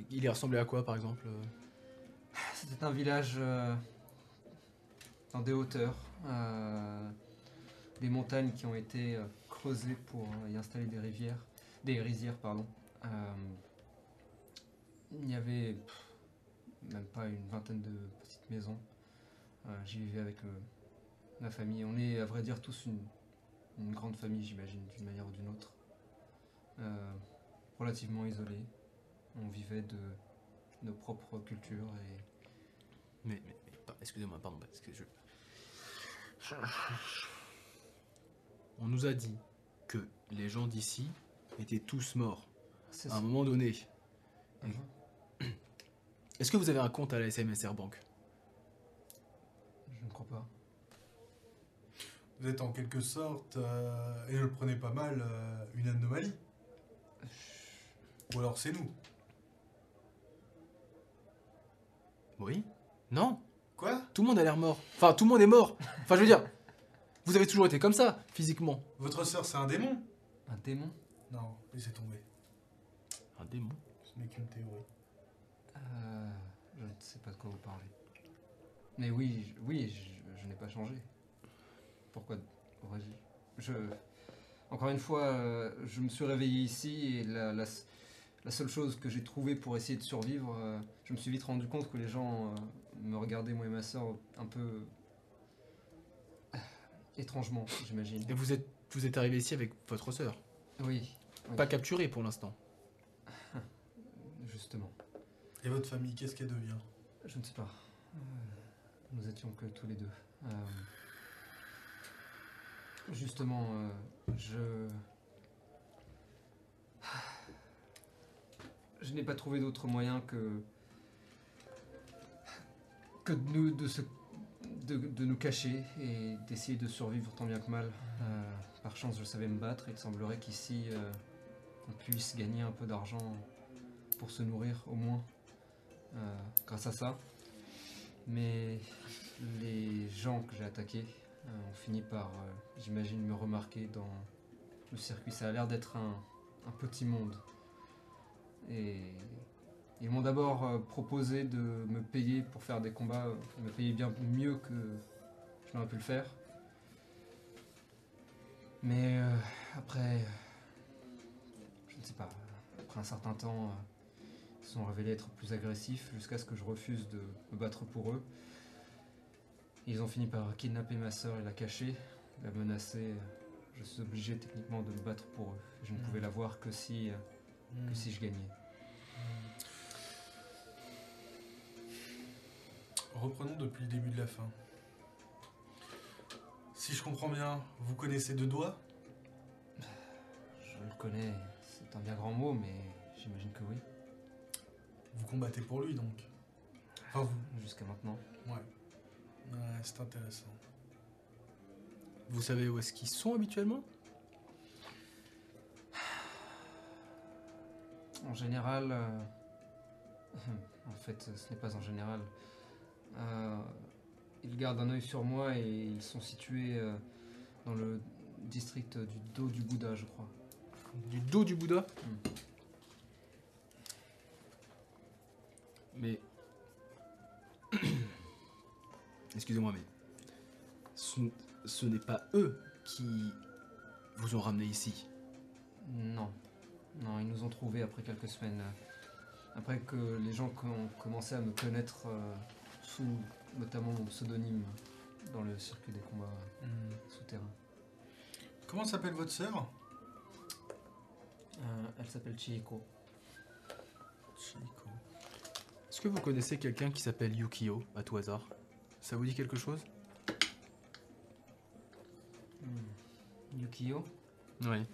[SPEAKER 4] Il est ressemblé à quoi par exemple euh
[SPEAKER 1] C'était un village euh, dans des hauteurs, euh, des montagnes qui ont été euh, creusées pour euh, y installer des rivières, des rizières pardon. Euh, il y avait pff, même pas une vingtaine de petites maisons. Euh, J'y vivais avec euh, ma famille. On est à vrai dire tous une, une grande famille, j'imagine, d'une manière ou d'une autre. Euh, relativement isolés. On vivait de nos propres cultures et
[SPEAKER 4] Mais, mais, mais par- excusez-moi, pardon, parce que je... On nous a dit que les gens d'ici étaient tous morts
[SPEAKER 1] C'est
[SPEAKER 4] à
[SPEAKER 1] ça.
[SPEAKER 4] un moment donné.
[SPEAKER 1] Mhm.
[SPEAKER 4] Est-ce que vous avez un compte à la SMSR Bank
[SPEAKER 1] Je ne crois pas.
[SPEAKER 2] Vous êtes en quelque sorte, euh, et ne le prenez pas mal, euh, une anomalie. Ou alors c'est nous.
[SPEAKER 4] Oui Non
[SPEAKER 2] Quoi
[SPEAKER 4] Tout le monde a l'air mort. Enfin, tout le monde est mort. Enfin, je veux dire, vous avez toujours été comme ça, physiquement.
[SPEAKER 2] Votre sœur, c'est un démon
[SPEAKER 1] Un démon
[SPEAKER 2] Non, laissez tomber.
[SPEAKER 4] Un démon.
[SPEAKER 2] Ce n'est qu'une théorie.
[SPEAKER 1] Euh, Je ne sais pas de quoi vous parlez. Mais oui, je- oui, je, je n'ai pas changé. Pourquoi aurais-je Je. Encore une fois, euh, je me suis réveillé ici et la, la s- la seule chose que j'ai trouvée pour essayer de survivre, euh, je me suis vite rendu compte que les gens euh, me regardaient, moi et ma soeur, un peu. euh, étrangement, j'imagine.
[SPEAKER 4] Et vous êtes, vous êtes arrivé ici avec votre sœur.
[SPEAKER 1] Oui,
[SPEAKER 4] Pas capturée pour l'instant.
[SPEAKER 1] justement.
[SPEAKER 2] Et votre famille, qu'est-ce qu'elle devient
[SPEAKER 1] Je ne sais pas. Euh, Nous étions que tous les deux. Euh, Justement, euh, je. Je n'ai pas trouvé d'autre moyen que. que de nous, de, se- de, de nous cacher et d'essayer de survivre tant bien que mal. Euh, par chance, je savais me battre. Il semblerait qu'ici, euh, on puisse gagner un peu d'argent pour se nourrir, au moins, euh, grâce à ça. Mais les gens que j'ai attaqués euh, ont fini par, euh, j'imagine, me remarquer dans le circuit. Ça a l'air d'être un, un petit monde. Et ils m'ont d'abord euh, proposé de me payer pour faire des combats, euh, me payer bien mieux que je n'aurais pu le faire. Mais euh, après, je ne sais pas, après un certain temps, euh, ils se sont révélés être plus agressifs jusqu'à ce que je refuse de me battre pour eux. Ils ont fini par kidnapper ma sœur et la cacher, la menacer. Je suis obligé techniquement de me battre pour eux. Je ne pouvais la voir que si, euh,
[SPEAKER 2] Hmm. Mhm.
[SPEAKER 1] que si je gagnais.
[SPEAKER 2] Reprenons depuis le début de la fin. Si je comprends bien, vous connaissez deux doigts
[SPEAKER 1] Je le connais, c'est un bien grand mot, mais j'imagine que oui,
[SPEAKER 2] Vous combattez pour lui donc. Enfin vous.
[SPEAKER 1] jusqu'à maintenant.
[SPEAKER 2] Ouais, c'est intéressant.
[SPEAKER 4] Vous savez où est-ce qu'ils sont habituellement
[SPEAKER 1] En général, euh, en fait, ce n'est pas en général. Euh, ils gardent un œil sur moi et ils sont situés euh, dans le district du dos du Bouddha, je crois.
[SPEAKER 4] Du dos du Bouddha Mais. Excusez-moi, mais. Ce, ce n'est pas eux qui vous ont ramené ici.
[SPEAKER 1] Non, non, ils nous ont trouvés après quelques semaines, euh, après que les gens co- ont commencé à me connaître euh, sous notamment mon pseudonyme dans le circuit des combats euh, souterrains.
[SPEAKER 2] Comment s'appelle votre sœur
[SPEAKER 1] Euh, elle s'appelle Chihiko.
[SPEAKER 2] Chico.
[SPEAKER 4] Est-ce que vous connaissez quelqu'un qui s'appelle Yukio, à tout hasard Ça vous dit quelque chose
[SPEAKER 1] Hmm. Yukio,
[SPEAKER 4] Oui.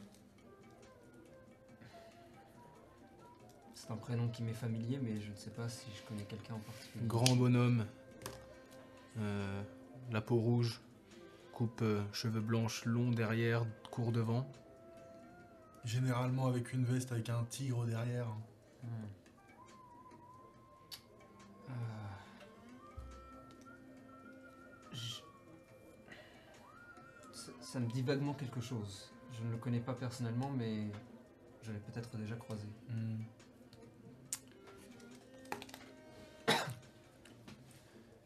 [SPEAKER 1] c'est un prénom qui m'est familier, mais je ne sais pas si je connais quelqu'un en particulier.
[SPEAKER 4] Grand bonhomme. Euh, la peau rouge. Coupe euh, cheveux blanches longs derrière, court devant.
[SPEAKER 2] Généralement avec une veste avec un tigre derrière.
[SPEAKER 1] Hmm. Euh. Je- Ça, ça me dit vaguement quelque chose. Je ne le connais pas personnellement, mais je l'ai peut-être déjà croisé.
[SPEAKER 2] Hmm.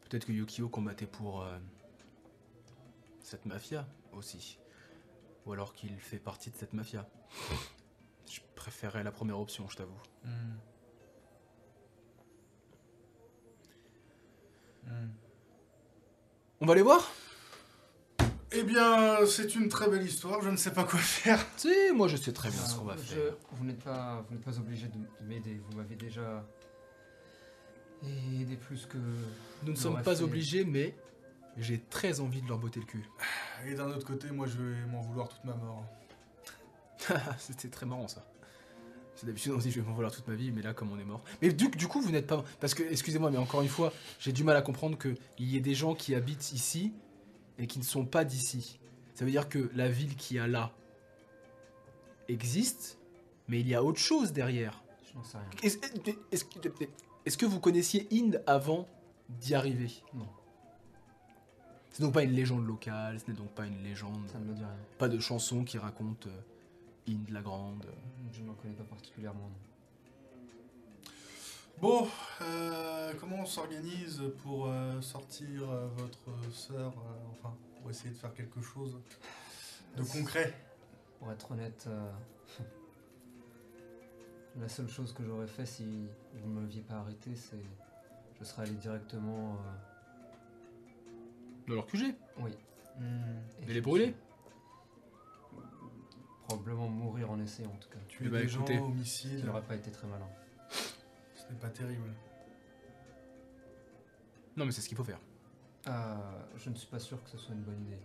[SPEAKER 4] Peut-être que Yukio combattait pour euh, cette mafia aussi. Ou alors qu'il fait partie de cette mafia. Je préférais la première option, je t'avoue.
[SPEAKER 2] Hmm. Hmm.
[SPEAKER 4] On va les voir
[SPEAKER 2] Eh bien, c'est une très belle histoire, je ne sais pas quoi faire.
[SPEAKER 4] Si, moi je sais très bien ce qu'on va
[SPEAKER 1] Euh, je-
[SPEAKER 4] faire.
[SPEAKER 1] Vous n'êtes pas, vous n'êtes pas obligé de, de m'aider. Vous m'avez déjà aidé plus que.
[SPEAKER 4] Nous ne
[SPEAKER 1] on
[SPEAKER 4] sommes
[SPEAKER 1] aurait
[SPEAKER 4] pas
[SPEAKER 1] fait-
[SPEAKER 4] obligés, mais j'ai très envie de leur botter le cul.
[SPEAKER 2] Et d'un autre côté, moi je vais m'en vouloir toute ma mort.
[SPEAKER 4] Ah, C'était très marrant ça. C'est d'habitude on se dit je vais m'en vouloir toute ma vie, mais là comme on est mort. Mais du, du coup vous n'êtes pas... Parce que, excusez-moi, mais encore une fois, j'ai du mal à comprendre qu'il y ait des gens qui habitent ici et qui ne sont pas d'ici. Ça veut dire que la ville qu'il y a là existe, mais il y a autre chose derrière.
[SPEAKER 1] Je n'en sais rien.
[SPEAKER 4] Est-ce est-ce que- est-ce que vous connaissiez Inde avant d'y arriver
[SPEAKER 1] Non.
[SPEAKER 4] C'est donc pas une légende locale, ce n'est donc pas une légende,
[SPEAKER 1] Ça ne me dit rien.
[SPEAKER 4] pas de chanson qui raconte euh, Inde la Grande.
[SPEAKER 1] Je n'en connais pas particulièrement. non.
[SPEAKER 2] Bon, euh, comment on s'organise pour euh, sortir euh, votre sœur, euh, enfin, pour essayer de faire quelque chose de concret
[SPEAKER 1] Pour être honnête, euh, la seule chose que j'aurais fait si vous ne m'aviez pas arrêté, c'est. Je serais allé directement. euh,
[SPEAKER 4] Dans leur QG
[SPEAKER 1] Oui.
[SPEAKER 2] Hmm,
[SPEAKER 4] Et les brûler
[SPEAKER 1] Probablement mourir en essayant en tout cas.
[SPEAKER 2] Tuer
[SPEAKER 4] Eh ben,
[SPEAKER 2] des
[SPEAKER 4] écoutez.
[SPEAKER 2] gens,
[SPEAKER 1] Il
[SPEAKER 2] homicide,
[SPEAKER 1] n'aurait pas été très malin.
[SPEAKER 2] ce n'est pas terrible.
[SPEAKER 4] Non mais c'est ce qu'il faut faire.
[SPEAKER 1] Euh, je ne suis pas sûr que ce soit une bonne idée.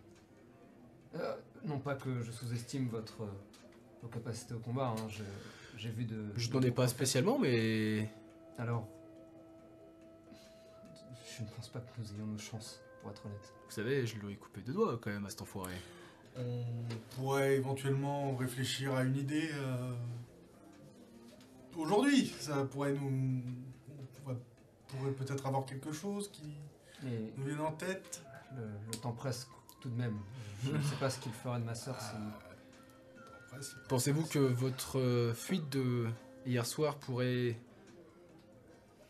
[SPEAKER 1] Euh, non pas que je sous-estime votre euh, vos capacités au combat. hein, je- J'ai vu de.
[SPEAKER 4] Je
[SPEAKER 1] de-
[SPEAKER 4] t'en ai pas spécialement, mais
[SPEAKER 1] Alors, je ne pense pas que nous ayons nos chances, pour être honnête.
[SPEAKER 4] vous savez, je lui ai coupé deux doigts quand même à cet enfoiré.
[SPEAKER 2] On pourrait éventuellement réfléchir à une idée euh, aujourd'hui. Ça pourrait nous. On pourrait, pourrait peut-être avoir quelque chose qui
[SPEAKER 1] Mais
[SPEAKER 2] nous vienne en tête.
[SPEAKER 1] le, le temps presse tout de même. Je ne sais pas ce qu'il ferait de ma sœur si.
[SPEAKER 2] Euh, Après, c'est-
[SPEAKER 4] Pensez-vous que votre euh, fuite de hier soir pourrait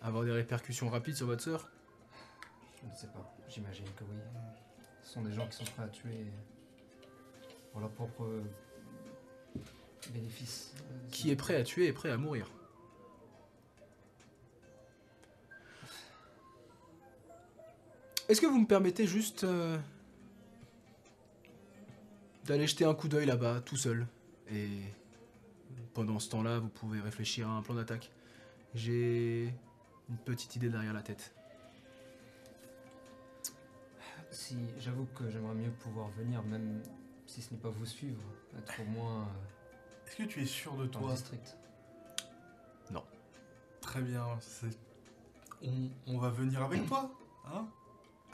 [SPEAKER 4] avoir des répercussions rapides sur votre sœur
[SPEAKER 1] Je ne sais pas. J'imagine que oui. Ce sont des gens qui sont prêts à tuer pour leur propre bénéfice.
[SPEAKER 4] Qui est prêt à tuer est prêt à mourir. Est-ce que vous me permettez juste euh, d'aller jeter un coup d'œil là-bas, tout seul Et pendant ce temps-là, vous pouvez réfléchir à un plan d'attaque. J'ai une petite idée derrière la tête.
[SPEAKER 1] Si, j'avoue que j'aimerais mieux pouvoir venir, même si ce n'est pas vous suivre, être au moins euh,
[SPEAKER 2] Est-ce que tu es sûr de
[SPEAKER 1] dans le
[SPEAKER 2] toi
[SPEAKER 1] district.
[SPEAKER 2] Très bien. c'est- On, on va venir avec toi. Hein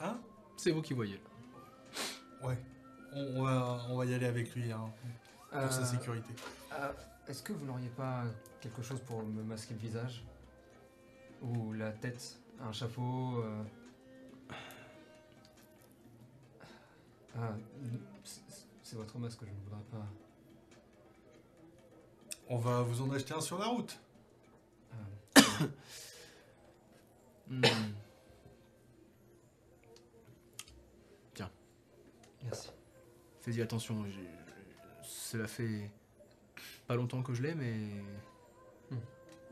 [SPEAKER 2] Hein
[SPEAKER 4] C'est vous qui voyez.
[SPEAKER 2] Ouais. On, on va, on va y aller avec lui hein, pour sa
[SPEAKER 1] Euh,
[SPEAKER 2] sécurité.
[SPEAKER 1] Euh, Est-ce que vous n'auriez pas quelque chose pour me masquer le visage Ou la tête Un chapeau euh. Ah, n- c'est- C'est votre masque que je ne voudrais pas.
[SPEAKER 2] On va vous en acheter un sur la route.
[SPEAKER 1] Euh,
[SPEAKER 4] Hmm.
[SPEAKER 1] merci.
[SPEAKER 4] Fais-y attention, j'ai- cela fait pas longtemps que je l'ai, mais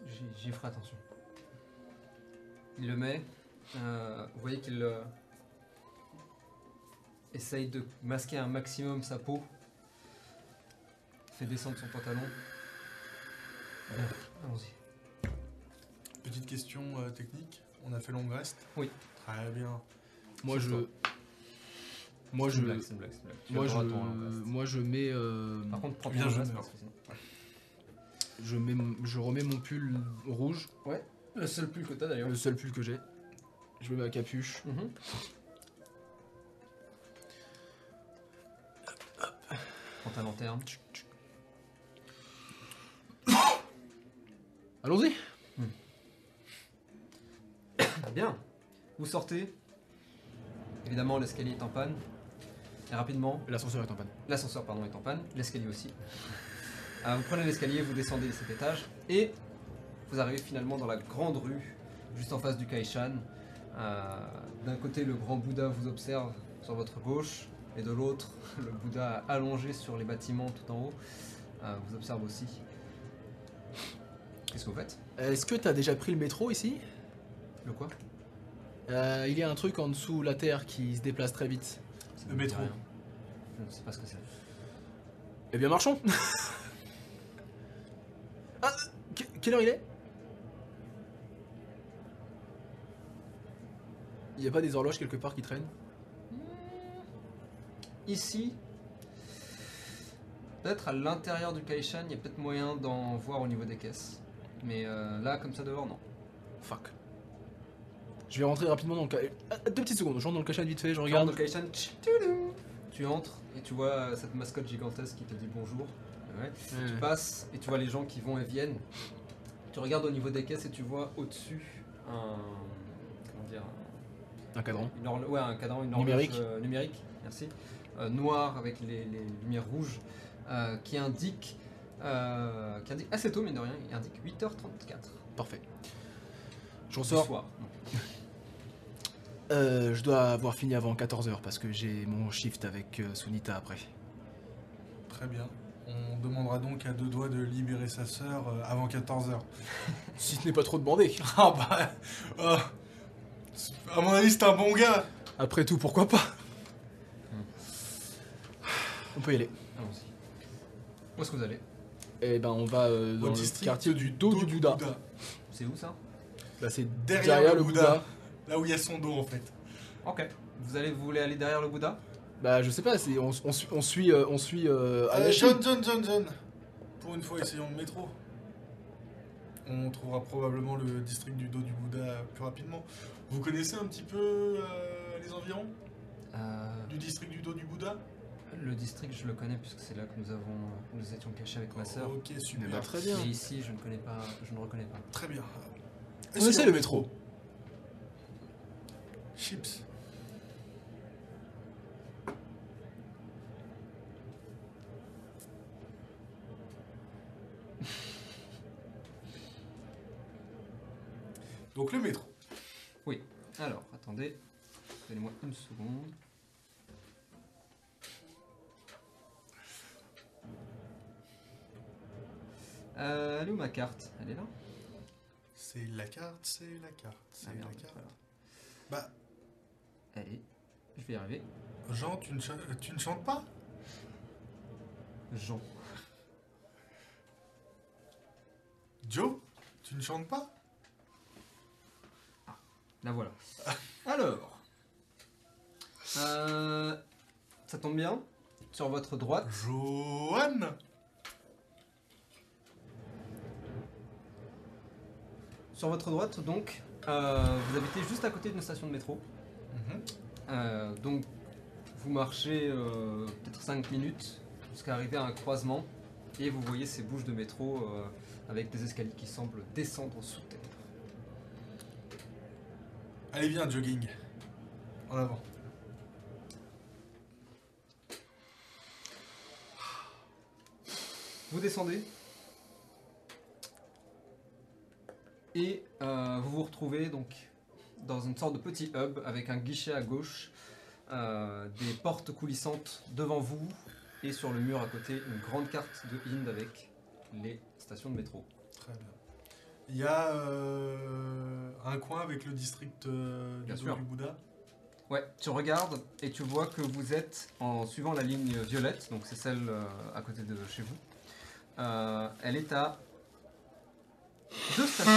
[SPEAKER 1] J'y- J'y ferai attention. Il le met. euh, vous voyez qu'il euh, essaye de masquer un maximum sa peau. Fait descendre son pantalon. Bien, allons-y.
[SPEAKER 2] Petite question euh, technique. On a fait long reste
[SPEAKER 1] Oui.
[SPEAKER 2] Très bien.
[SPEAKER 4] Moi je.
[SPEAKER 1] Sur
[SPEAKER 4] Moi je.
[SPEAKER 1] c'est une blague, c'est une blague. Tu
[SPEAKER 4] Moi
[SPEAKER 1] as le
[SPEAKER 4] je,
[SPEAKER 1] droit à ton long rest.
[SPEAKER 4] moi je mets. euh,
[SPEAKER 1] Par contre, prends
[SPEAKER 2] Bien
[SPEAKER 1] ton long
[SPEAKER 2] joué,
[SPEAKER 1] rest,
[SPEAKER 2] Marc.
[SPEAKER 1] parce que sinon-
[SPEAKER 4] je, mets, mon- je remets mon pull rouge,
[SPEAKER 1] Le seul pull que t'as d'ailleurs.
[SPEAKER 4] le seul pull que j'ai. Je mets ma capuche.
[SPEAKER 1] Mhm. Prends ta lanterne.
[SPEAKER 4] Allons-y
[SPEAKER 1] Bien. Vous sortez. Évidemment, l'escalier est en panne. Et rapidement,
[SPEAKER 4] L'ascenseur est en panne.
[SPEAKER 1] l'ascenseur pardon est en panne, l'escalier aussi. Euh, vous prenez l'escalier, vous descendez cet étage et vous arrivez finalement dans la grande rue, juste en face du Kaishan. Euh, D'un côté, le grand Bouddha vous observe sur votre gauche et de l'autre, le Bouddha allongé sur les bâtiments tout en haut euh, vous observe aussi. Qu'est-ce que vous faites
[SPEAKER 4] Est-ce que t'as déjà pris le métro ici
[SPEAKER 1] Le quoi
[SPEAKER 4] Euh, Il y a un truc en dessous la terre qui se déplace très vite.
[SPEAKER 1] Ça
[SPEAKER 2] Le
[SPEAKER 1] me dit
[SPEAKER 2] métro.
[SPEAKER 1] rien. Je ne sais pas ce que c'est.
[SPEAKER 4] Eh bien marchons Ah que- Quelle heure il est Il n'y a pas des horloges quelque part qui traînent
[SPEAKER 1] Ici, peut-être à l'intérieur du Kaishan, il y a peut-être moyen d'en voir au niveau des caisses. Mais euh, là, comme ça dehors, non.
[SPEAKER 4] Fuck.
[SPEAKER 5] ah,
[SPEAKER 4] Je vais rentrer rapidement dans le ca... Ah, Deux petites secondes, je rentre dans le cachet vite fait, je
[SPEAKER 1] Regarde
[SPEAKER 4] regarde.
[SPEAKER 1] le Kaishan. tch, Tu entres et tu vois euh, cette mascotte gigantesque qui te dit bonjour. Ouais. Tu passes et tu vois les gens qui vont et viennent. Tu regardes au niveau des caisses et tu vois au-dessus un. Comment dire un-
[SPEAKER 5] Ah,
[SPEAKER 4] Un cadran.
[SPEAKER 1] une horlo- ouais, un cadran, une
[SPEAKER 4] Numérique.
[SPEAKER 1] horloge, euh, numérique, merci. euh, noir avec les, les lumières rouges euh, qui indique. euh, qui indique assez tôt, mais de rien, il indique 8h34
[SPEAKER 4] Parfait. J'en
[SPEAKER 1] du
[SPEAKER 4] sors.
[SPEAKER 1] soir.
[SPEAKER 4] Euh, je dois avoir fini avant 14h parce que j'ai mon shift avec euh, Sunita après.
[SPEAKER 2] Très bien. On demandera donc à deux doigts de libérer sa sœur euh, avant 14h.
[SPEAKER 5] Si ce n'est pas trop demandé.
[SPEAKER 2] Ah bah. euh, c'est- à mon avis, c'est un bon gars.
[SPEAKER 4] Après tout, pourquoi pas On peut y aller.
[SPEAKER 1] Allons-y. Où est-ce que vous allez
[SPEAKER 5] Eh ben, on va euh, dans
[SPEAKER 2] Au
[SPEAKER 5] le
[SPEAKER 2] district
[SPEAKER 5] quartier du dos du Bouddha.
[SPEAKER 1] C'est où ça
[SPEAKER 5] Bah, c'est
[SPEAKER 2] Derrière
[SPEAKER 5] derrière,
[SPEAKER 2] le
[SPEAKER 5] le
[SPEAKER 2] Bouddha.
[SPEAKER 5] Bouddha.
[SPEAKER 2] Là où il y a son dos en fait.
[SPEAKER 1] Ok. Vous allez vous voulez aller derrière le Bouddha
[SPEAKER 5] Bah, je sais pas, c'est- on, on suit. On suit, euh, on suit euh,
[SPEAKER 2] Euh,
[SPEAKER 5] Anashi.
[SPEAKER 2] John, John, John, John. Pour une fois, essayons le métro. On trouvera probablement le district du dos du Bouddha plus rapidement. Vous connaissez un petit peu euh, les environs
[SPEAKER 1] Euh,
[SPEAKER 2] du district du dos du Bouddha
[SPEAKER 1] Le district, je le connais puisque c'est là que nous avons, nous étions cachés avec ma sœur.
[SPEAKER 2] Ok, super.
[SPEAKER 4] Eh ben,
[SPEAKER 5] Très bien.
[SPEAKER 1] Mais ici, je ne connais pas, je ne reconnais pas.
[SPEAKER 2] Très bien.
[SPEAKER 5] On essaie le métro.
[SPEAKER 2] Chips. Donc le métro.
[SPEAKER 1] Alors, attendez, donnez-moi une seconde. Euh, elle est où ma carte Elle est là
[SPEAKER 2] C'est la carte, c'est la carte, c'est
[SPEAKER 1] Ah, merde,
[SPEAKER 2] la carte.
[SPEAKER 1] voilà.
[SPEAKER 2] Bah,
[SPEAKER 1] Elle est. Je vais y arriver.
[SPEAKER 2] Jean, tu ne, cha- tu ne chantes pas
[SPEAKER 1] Jean.
[SPEAKER 2] Joe, tu ne chantes pas
[SPEAKER 1] La voilà. Alors. Euh, ça tombe bien. Sur votre droite.
[SPEAKER 2] Joanne
[SPEAKER 1] Sur votre droite, donc, euh, vous habitez juste à côté d'une station de métro.
[SPEAKER 2] Mhm.
[SPEAKER 1] Euh, donc, vous marchez euh, peut-être 5 minutes jusqu'à arriver à un croisement et vous voyez ces bouches de métro euh, avec des escaliers qui semblent descendre sous terre.
[SPEAKER 2] Allez, viens, jogging. En avant.
[SPEAKER 1] Vous descendez et euh, vous vous retrouvez donc dans une sorte de petit hub avec un guichet à gauche, euh, des portes coulissantes devant vous et sur le mur à côté une grande carte de Inde avec les stations de métro.
[SPEAKER 2] Très bien. Il y a euh, un coin avec le district euh, du
[SPEAKER 1] Bien
[SPEAKER 2] dos
[SPEAKER 1] sûr.
[SPEAKER 2] du Bouddha.
[SPEAKER 1] Ouais, tu regardes et tu vois que vous êtes en suivant la ligne violette, donc c'est celle euh, à côté de chez vous. Euh, elle est à deux stations.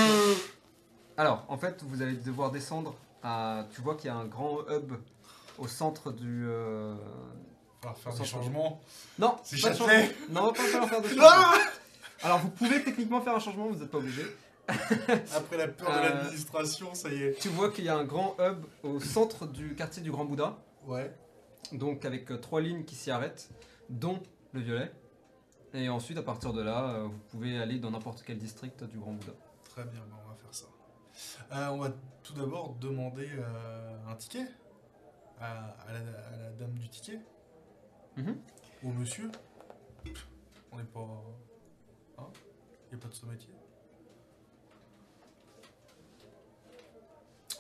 [SPEAKER 1] Alors, en fait, vous allez devoir descendre à. Tu vois qu'il y a un grand hub au centre du. euh,
[SPEAKER 2] On va faire
[SPEAKER 1] On
[SPEAKER 2] des
[SPEAKER 1] s'en
[SPEAKER 2] changements.
[SPEAKER 1] Non,
[SPEAKER 2] C'est
[SPEAKER 1] pas de
[SPEAKER 2] Châtelet.
[SPEAKER 1] changement. Non, pas falloir faire de changement.
[SPEAKER 2] Ah
[SPEAKER 1] Alors, vous pouvez techniquement faire un changement, vous n'êtes pas obligé.
[SPEAKER 2] Après la peur
[SPEAKER 1] Euh,
[SPEAKER 2] de l'administration, ça y est.
[SPEAKER 1] Tu vois qu'il y a un grand hub au centre du quartier du Grand Bouddha.
[SPEAKER 2] Ouais.
[SPEAKER 1] Donc avec euh, trois lignes qui s'y arrêtent, dont le violet. Et ensuite, à partir de là, euh, vous pouvez aller dans n'importe quel district du Grand Bouddha.
[SPEAKER 2] Très bien, bah, on va faire ça. Euh, on va tout d'abord demander euh, un ticket à, à la, à la dame du ticket.
[SPEAKER 1] Mhm.
[SPEAKER 2] Au monsieur. On n'est pas. Hein Il n'y a pas de sommetier.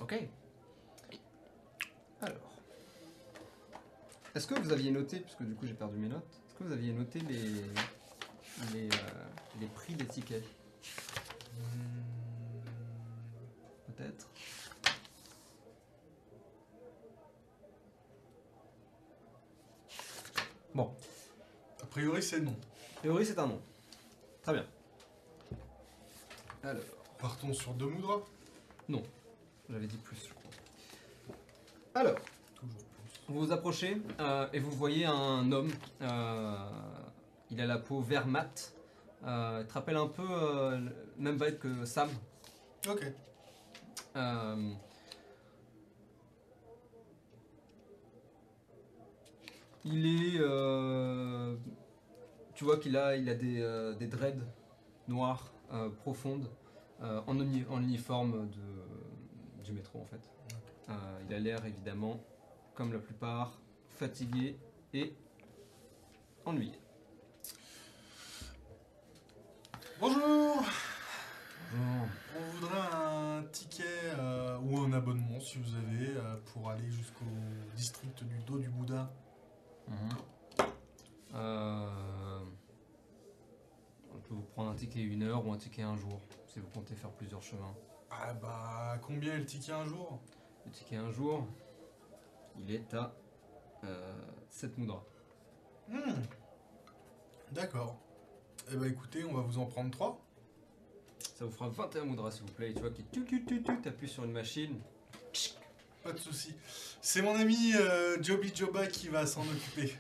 [SPEAKER 1] Ok. Alors. Est-ce que vous aviez noté, puisque du coup j'ai perdu mes notes, est-ce que vous aviez noté les, les, euh, les prix des tickets Hmm. Peut-être
[SPEAKER 2] A priori, c'est non.
[SPEAKER 1] Théorie, c'est un nom. Très bien. Alors.
[SPEAKER 2] Partons sur deux moudras.
[SPEAKER 1] J'avais dit plus, je crois. Alors,
[SPEAKER 2] Toujours plus.
[SPEAKER 1] vous vous approchez euh, et vous voyez un homme. euh, il a la peau vert mat. Euh, il te rappelle un peu euh, le même vibe que Sam.
[SPEAKER 2] Ok.
[SPEAKER 1] Euh, Il est. euh, tu vois qu'il a, il a des, euh, des dreads noires euh, profondes euh, en, uni- en uniforme de, du métro en fait. Euh, il a l'air évidemment, comme la plupart, fatigué et ennuyé.
[SPEAKER 2] Bonjour
[SPEAKER 7] Bon,
[SPEAKER 2] On voudrait un ticket euh, ou un abonnement si vous avez euh, pour aller jusqu'au district du dos du Bouddha.
[SPEAKER 1] Mhm. Euh, on peut vous prendre un ticket une heure ou un ticket un jour si vous comptez faire plusieurs chemins.
[SPEAKER 2] Ah bah combien est le ticket un jour
[SPEAKER 1] Le ticket un jour, il est à euh, 7 moudras.
[SPEAKER 2] Hmm. D'accord. Eh bah écoutez, on va vous en prendre trois.
[SPEAKER 1] Ça vous fera 21 moudras s'il vous plaît. Et tu vois qu'il tu tu tu tu t'appuies sur une machine.
[SPEAKER 2] Pas de souci. C'est mon ami euh, Joby Joba qui va s'en occuper.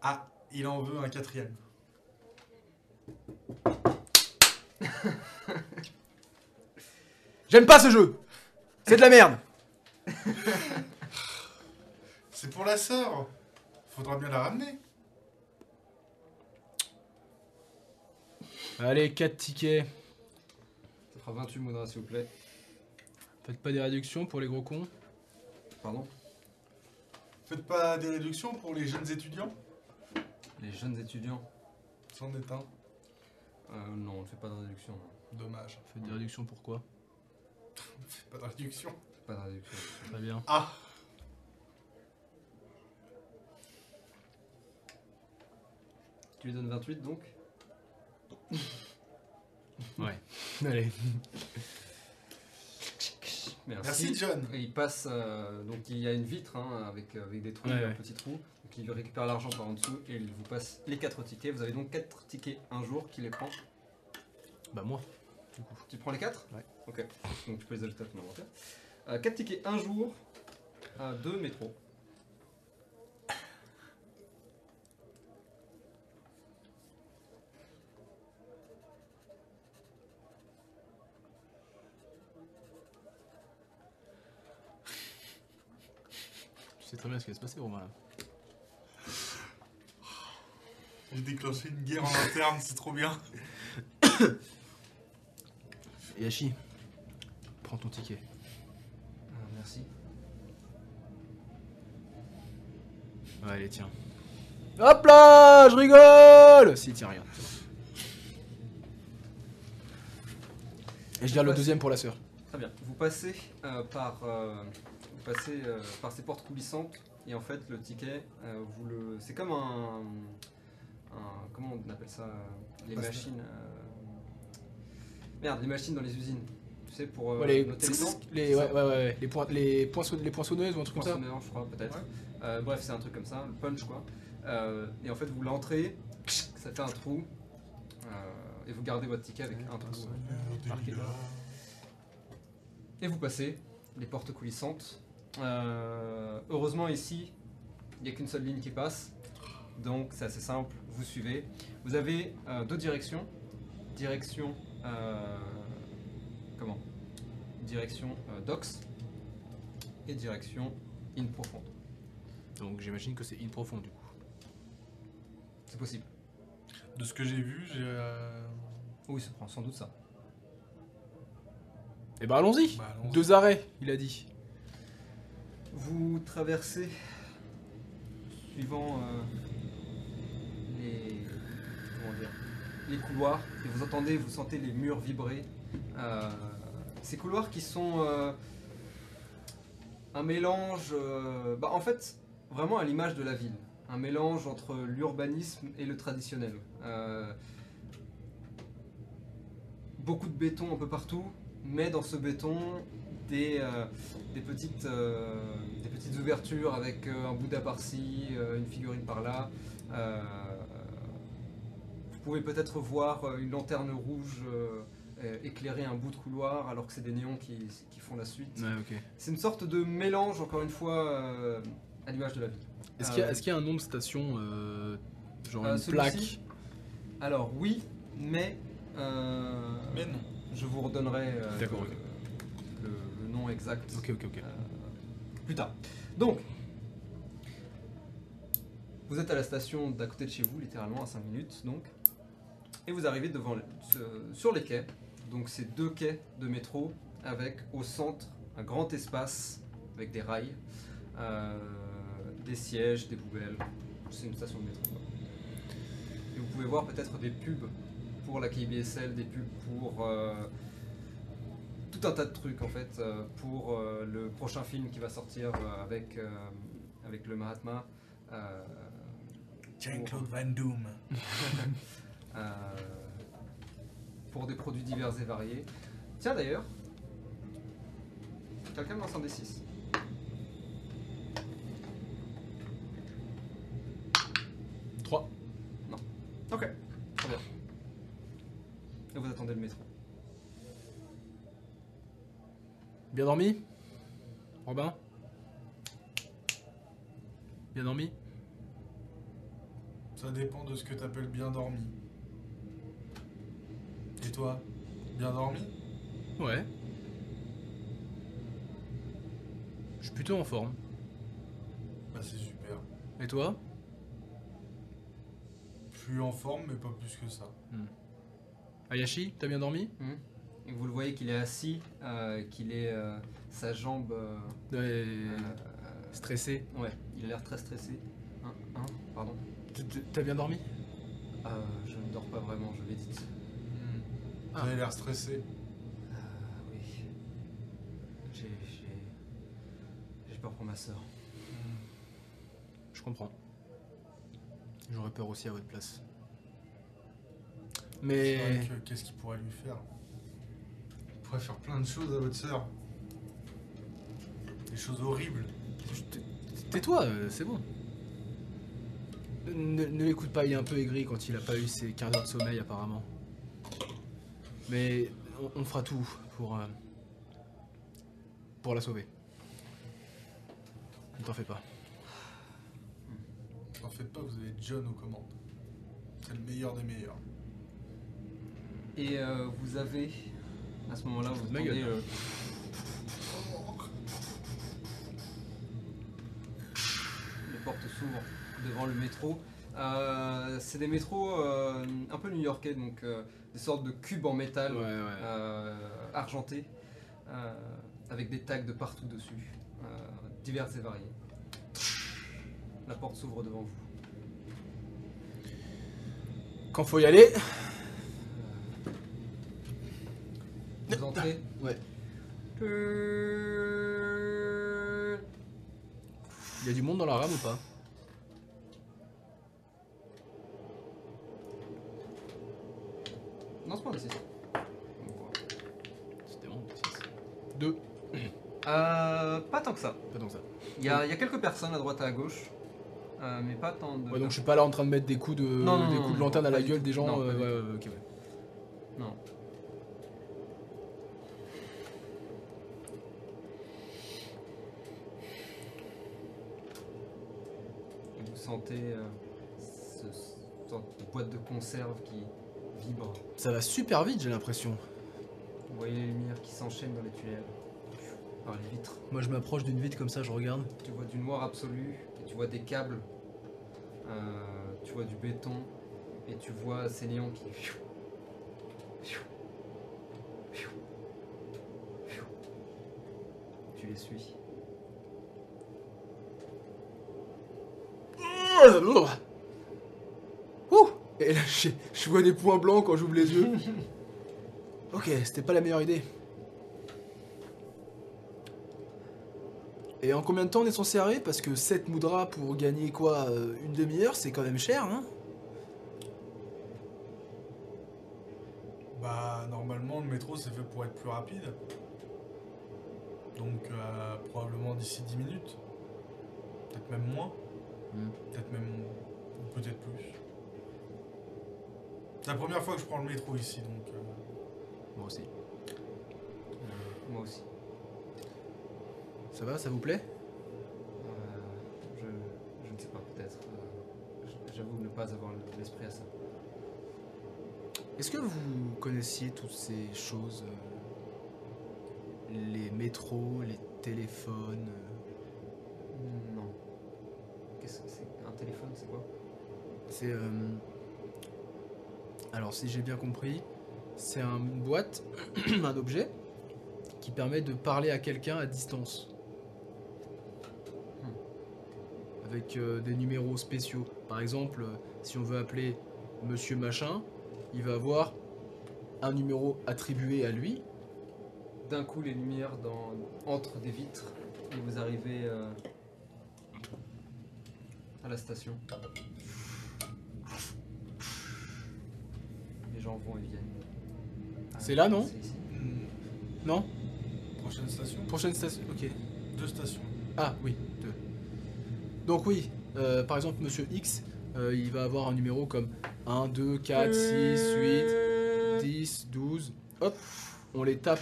[SPEAKER 2] Ah, il en veut un quatrième.
[SPEAKER 5] J'aime pas ce jeu C'est de la merde
[SPEAKER 2] C'est pour la sœur. Faudra bien la ramener.
[SPEAKER 5] Allez, 4 tickets.
[SPEAKER 1] Ça fera 28 moudras s'il vous plaît.
[SPEAKER 5] Faites pas des réductions pour les gros cons.
[SPEAKER 1] Pardon
[SPEAKER 2] Faites pas des réductions pour les jeunes étudiants.
[SPEAKER 1] Les jeunes étudiants.
[SPEAKER 2] C'en est un.
[SPEAKER 1] Euh, non, on ne fait pas de réduction. non.
[SPEAKER 2] Dommage.
[SPEAKER 5] Faites des réductions pourquoi
[SPEAKER 2] Faites pas de réduction.
[SPEAKER 1] Pas de réduction.
[SPEAKER 5] Très bien.
[SPEAKER 2] Ah.
[SPEAKER 1] Tu lui donnes 28 donc
[SPEAKER 5] Allez.
[SPEAKER 2] Merci John.
[SPEAKER 1] Et il passe, euh, donc il y a une vitre hein, avec, avec des trous,
[SPEAKER 5] Ouais,
[SPEAKER 1] un
[SPEAKER 5] ouais.
[SPEAKER 1] petit trou. Donc il récupère l'argent par en dessous et il vous passe les quatre tickets. Vous avez donc quatre tickets un jour qui les prend.
[SPEAKER 5] Bah moi.
[SPEAKER 1] Tu prends les quatre
[SPEAKER 5] Ouais.
[SPEAKER 1] Ok. Donc tu peux les ajouter à ton inventaire. Euh, quatre tickets un jour, à deux métro.
[SPEAKER 5] Tu sais très bien ce qui va se passer, Romain. là.
[SPEAKER 2] J'ai déclenché une guerre en interne, c'est trop bien.
[SPEAKER 5] Yashi, prends ton ticket. Euh,
[SPEAKER 1] Ah, merci.
[SPEAKER 5] Ouais, allez, tiens. Hop là Je rigole Si, tiens, regarde. Et je garde le deuxième pour la sœur.
[SPEAKER 1] Très bien. Vous passez euh, par, euh, vous passez euh, par ces portes coulissantes et en fait le ticket, euh, vous le, c'est comme un, un- comment on appelle ça, euh, les
[SPEAKER 2] Passe-temps.
[SPEAKER 1] machines, euh, merde, les machines dans les usines, tu sais pour euh,
[SPEAKER 5] Ouais, les,
[SPEAKER 1] noter les temps.
[SPEAKER 5] les- ouais, ouais, ouais, ouais, les, points, les, poinçon- les poinçonneuses ou un truc comme ça.
[SPEAKER 1] Poinçonneur, je crois peut-être. Euh, bref, c'est un truc comme ça, le punch quoi. Euh, et en fait vous l'entrez, ça fait un trou euh, et vous gardez votre ticket avec un trou. euh, marqué. Et vous passez les portes coulissantes. Euh, heureusement ici, il n'y a qu'une seule ligne qui passe. Donc c'est assez simple, vous suivez. Vous avez euh, deux directions. Direction... euh, comment Direction euh, Dox et direction In Profonde.
[SPEAKER 5] Donc j'imagine que c'est in profond du coup.
[SPEAKER 1] C'est possible.
[SPEAKER 2] De ce que j'ai vu, j'ai. euh,
[SPEAKER 1] Oui, ça prend sans doute ça.
[SPEAKER 5] Et bah allons-y
[SPEAKER 2] bah, allons-y.
[SPEAKER 5] Deux arrêts, il a dit.
[SPEAKER 1] Vous traversez, suivant euh, les, comment dire, les couloirs, et vous entendez, vous sentez les murs vibrer. Euh, ces couloirs qui sont euh, un mélange, euh, bah, en fait, vraiment à l'image de la ville, un mélange entre l'urbanisme et le traditionnel. Euh, beaucoup de béton un peu partout, mais dans ce béton, des, euh, des petites, euh, des petites ouvertures avec euh, un Bouddha par-ci, euh, une figurine par-là. Euh, vous pouvez peut-être voir euh, une lanterne rouge euh, euh, éclairer un bout de couloir alors que c'est des néons qui, qui font la suite.
[SPEAKER 5] Ouais, ok.
[SPEAKER 1] C'est une sorte de mélange, encore une fois, euh, à l'image de la ville.
[SPEAKER 5] Est-ce qu'il y, a-
[SPEAKER 1] Euh,
[SPEAKER 5] est-ce qu'il y a un nom de station euh, Genre
[SPEAKER 1] Euh,
[SPEAKER 5] une
[SPEAKER 1] celui-ci
[SPEAKER 5] plaque
[SPEAKER 1] Alors oui, mais... euh,
[SPEAKER 2] Mais non.
[SPEAKER 1] Je vous redonnerai euh,
[SPEAKER 5] D'accord,
[SPEAKER 1] le, le- le le nom exact
[SPEAKER 4] Ok, ok, ok.
[SPEAKER 1] plus tard. Donc, vous êtes à la station d'à côté de chez vous, littéralement à 5 minutes, donc, et vous arrivez devant le- ce- sur les quais. Donc, c'est deux quais de métro avec au centre un grand espace avec des rails, euh, des sièges, des poubelles. C'est une station de métro. quoi. Et vous pouvez voir peut-être des pubs pour la KBSL, des pubs pour euh, tout un tas de trucs en fait euh, pour euh, le prochain film qui va sortir euh, avec, euh, avec le Mahatma. Euh,
[SPEAKER 2] Jean-Claude Van Doom.
[SPEAKER 1] euh, pour des produits divers et variés. Tiens d'ailleurs, quelqu'un me lance un D6.
[SPEAKER 4] Trois.
[SPEAKER 1] Non. Ok, très bien. Et vous attendez le métro.
[SPEAKER 4] Bien dormi Robin Bien dormi
[SPEAKER 2] Ça dépend de ce que t'appelles bien dormi. Et toi Bien dormi
[SPEAKER 4] Ouais. Je suis plutôt en forme.
[SPEAKER 2] Bah c'est super.
[SPEAKER 4] Et toi
[SPEAKER 2] Je suis en forme mais pas plus que ça.
[SPEAKER 4] Ayashi, t'as bien dormi
[SPEAKER 1] Et vous le voyez qu'il est assis, euh, qu'il est euh, sa jambe. euh,
[SPEAKER 4] Ouais.
[SPEAKER 1] euh,
[SPEAKER 4] Stressé.
[SPEAKER 1] Ouais, il a l'air très stressé. Hein, hein, pardon.
[SPEAKER 4] T- t- T'as bien dormi
[SPEAKER 1] Euh, je ne dors pas vraiment, je médite.
[SPEAKER 2] Vous avez l'air stressé.
[SPEAKER 1] Euh, oui. J'ai. J'ai. J'ai peur pour ma soeur.
[SPEAKER 2] Hmm.
[SPEAKER 4] Je comprends. J'aurais peur aussi à votre place.
[SPEAKER 2] C'est
[SPEAKER 4] Mais
[SPEAKER 2] vrai que Qu'est-ce qu'il pourrait lui faire Il pourrait faire plein de choses à votre sœur. Des choses horribles.
[SPEAKER 4] Je- t- Tais-toi, euh, c'est bon. Ne, ne l'écoute pas, il est un peu aigri quand il a pas eu ses 15 heures de sommeil apparemment. Mais on, on fera tout pour, euh, pour la sauver. Ne t'en fais pas.
[SPEAKER 2] En faites pas, vous avez John aux commandes. C'est le meilleur des meilleurs.
[SPEAKER 1] Et euh, vous avez. À ce moment-là, vous euh,
[SPEAKER 4] fous de ma gueule, hein.
[SPEAKER 1] entendez. euh, les portes s'ouvrent devant le métro. Euh, c'est des métros euh, un peu new-yorkais, donc euh, des sortes de cubes en métal
[SPEAKER 4] Ouais, ouais.
[SPEAKER 1] euh, argentés, euh, avec des tags de partout dessus, euh, diverses et variées. La porte s'ouvre devant vous.
[SPEAKER 4] Quand faut y aller,
[SPEAKER 1] Vous entrez
[SPEAKER 4] Ouais.
[SPEAKER 1] Euh,
[SPEAKER 4] il y a du monde dans la rame ou pas
[SPEAKER 1] Non, c'est pas un D6.
[SPEAKER 4] C'était bon,
[SPEAKER 1] Euh, pas tant que ça.
[SPEAKER 4] Pas donc ça.
[SPEAKER 1] Il y, a il y a quelques personnes à droite et à gauche, euh, mais pas tant de.
[SPEAKER 4] Ouais, donc je suis pas là en train de mettre des coups de,
[SPEAKER 1] Non, non,
[SPEAKER 4] des
[SPEAKER 1] non,
[SPEAKER 4] coups de
[SPEAKER 1] non,
[SPEAKER 4] lanterne
[SPEAKER 1] non,
[SPEAKER 4] à la
[SPEAKER 1] pas du
[SPEAKER 4] gueule
[SPEAKER 1] tout.
[SPEAKER 4] des gens.
[SPEAKER 1] Non, pas
[SPEAKER 4] euh,
[SPEAKER 1] du
[SPEAKER 4] ouais, ouais, ok, ouais.
[SPEAKER 1] Non. Et Vous sentez euh, ce cette sorte de boîte de conserve qui vibre.
[SPEAKER 4] Ça va super vite, j'ai l'impression.
[SPEAKER 1] Vous voyez les lumières qui s'enchaînent dans les tuiles par les vitres.
[SPEAKER 4] Moi, je m'approche d'une vitre comme ça, je regarde.
[SPEAKER 1] Tu vois du noir absolu, et tu vois des câbles, euh, tu vois du béton, et tu vois ces lions qui. Tu les suis.
[SPEAKER 4] Ouh Et là, je, je vois des points blancs quand j'ouvre les yeux. ok, c'était pas la meilleure idée. Et en combien de temps on est censé arriver Parce que 7 moudras pour gagner quoi euh, Une demi-heure, c'est quand même cher, hein
[SPEAKER 2] Bah normalement le métro c'est fait pour être plus rapide. Donc euh, probablement d'ici 10 minutes. Peut-être même moins.
[SPEAKER 4] Hmm.
[SPEAKER 2] Peut-être même ou peut-être plus. C'est la première fois que je prends le métro ici donc euh,
[SPEAKER 4] Moi aussi.
[SPEAKER 1] euh, Moi aussi.
[SPEAKER 4] Ça va, ça vous plaît
[SPEAKER 1] Euh, je, je ne sais pas, peut-être. Euh, j- J'avoue ne pas avoir l'esprit à ça.
[SPEAKER 4] Est-ce que vous connaissiez toutes ces choses euh, les métros, les téléphones. euh,
[SPEAKER 1] Non. Qu'est-ce que c'est Un téléphone, c'est quoi
[SPEAKER 4] C'est. euh, Alors, si j'ai bien compris, c'est un- une boîte, un objet, qui permet de parler à quelqu'un à distance. Avec euh, des numéros spéciaux. Par exemple, euh, si on veut appeler Monsieur Machin, il va avoir un numéro attribué à lui.
[SPEAKER 1] D'un coup, les lumières dans... entrent des vitres et vous arrivez euh, à la station. Les gens vont et viennent. Ah,
[SPEAKER 4] C'est là, non
[SPEAKER 1] ici.
[SPEAKER 2] Hmm,
[SPEAKER 4] Non
[SPEAKER 2] Prochaine station
[SPEAKER 4] Prochaine station. Ok.
[SPEAKER 2] Deux stations.
[SPEAKER 4] Ah oui, deux. Donc oui, euh, par exemple, Monsieur X, euh, il va avoir un numéro comme 1, 2, 4, 6,
[SPEAKER 1] Euh.
[SPEAKER 4] 8, 10, 12. Hop, on les tape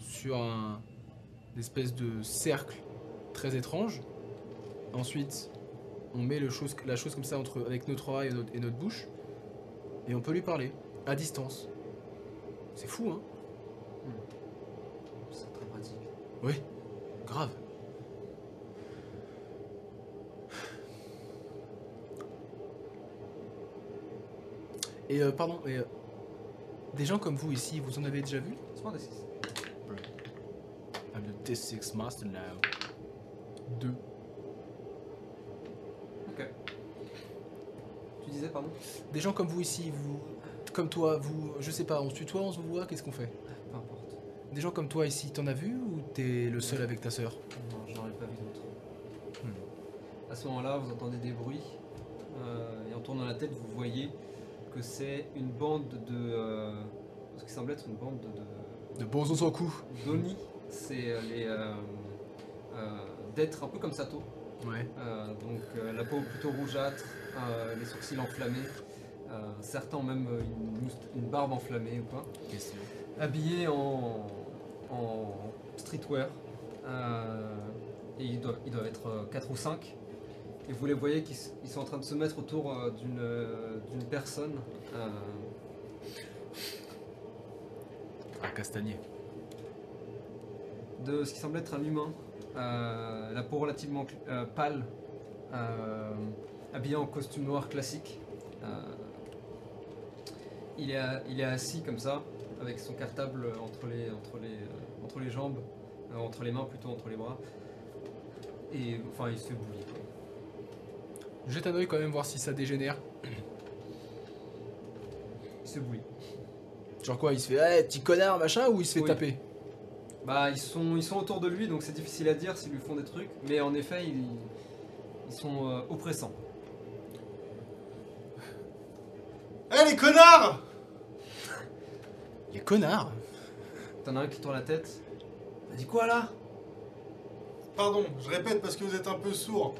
[SPEAKER 4] sur un une espèce de cercle très étrange. Ensuite, on met le chose, la chose comme ça entre, avec notre oreille et notre, et notre bouche. Et on peut lui parler, à distance. C'est fou, hein
[SPEAKER 1] C'est très pratique.
[SPEAKER 4] Oui, grave. Et euh, pardon, et, euh, des gens comme vous ici, vous en avez déjà vu
[SPEAKER 1] Laisse-moi un D6.
[SPEAKER 4] I'm the D6 master now. Deux.
[SPEAKER 1] Tu disais, pardon
[SPEAKER 4] Des gens comme vous ici, vous, comme toi, vous, je sais pas, on se tutoie, on se voit, qu'est-ce qu'on fait
[SPEAKER 1] Peu importe.
[SPEAKER 4] Des gens comme toi ici, t'en as vu ou t'es le seul avec ta sœur
[SPEAKER 1] Non, j'en ai pas vu d'autres.
[SPEAKER 4] Hmm.
[SPEAKER 1] À ce moment-là, vous entendez des bruits euh, et en tournant la tête, vous voyez que c'est une bande de. euh, ce qui semble être une bande de.
[SPEAKER 4] De bons sans coup.
[SPEAKER 1] d'Oni. C'est euh, les. euh, euh, d'être un peu comme Sato.
[SPEAKER 4] Ouais.
[SPEAKER 1] Euh, donc euh, la peau plutôt rougeâtre, euh, les sourcils enflammés. euh, certains ont même euh, une, mousta- une barbe enflammée ou quoi.
[SPEAKER 4] Question.
[SPEAKER 1] habillés en, en streetwear. euh, et ils doivent, ils doivent être 4 ou 5. Et vous les voyez qu'ils s- ils sont en train de se mettre autour euh, d'une euh, d'une personne. euh,
[SPEAKER 4] Un castanier.
[SPEAKER 1] de ce qui semble être un humain, euh, la peau relativement cl- euh, pâle, euh, habillé en costume noir classique. Euh, il, est, a- il est assis comme ça, avec son cartable entre les, entre les, euh, entre les jambes, euh, entre les mains plutôt, entre les bras. Et enfin, il se fait bouillir.
[SPEAKER 4] Jette un oeil quand même voir si ça dégénère.
[SPEAKER 1] Il se bouillit.
[SPEAKER 4] Genre quoi, il se fait, hey, petit connard, machin, ou il se fait
[SPEAKER 1] Oui.
[SPEAKER 4] taper
[SPEAKER 1] Bah, ils sont, ils sont autour de lui, donc c'est difficile à dire s'ils lui font des trucs, mais en effet, ils, ils sont euh, oppressants.
[SPEAKER 2] Eh les connards
[SPEAKER 4] Les connards
[SPEAKER 1] T'en as un qui tourne la tête. T'as dit quoi là
[SPEAKER 2] Pardon, je répète parce que vous êtes un peu sourds.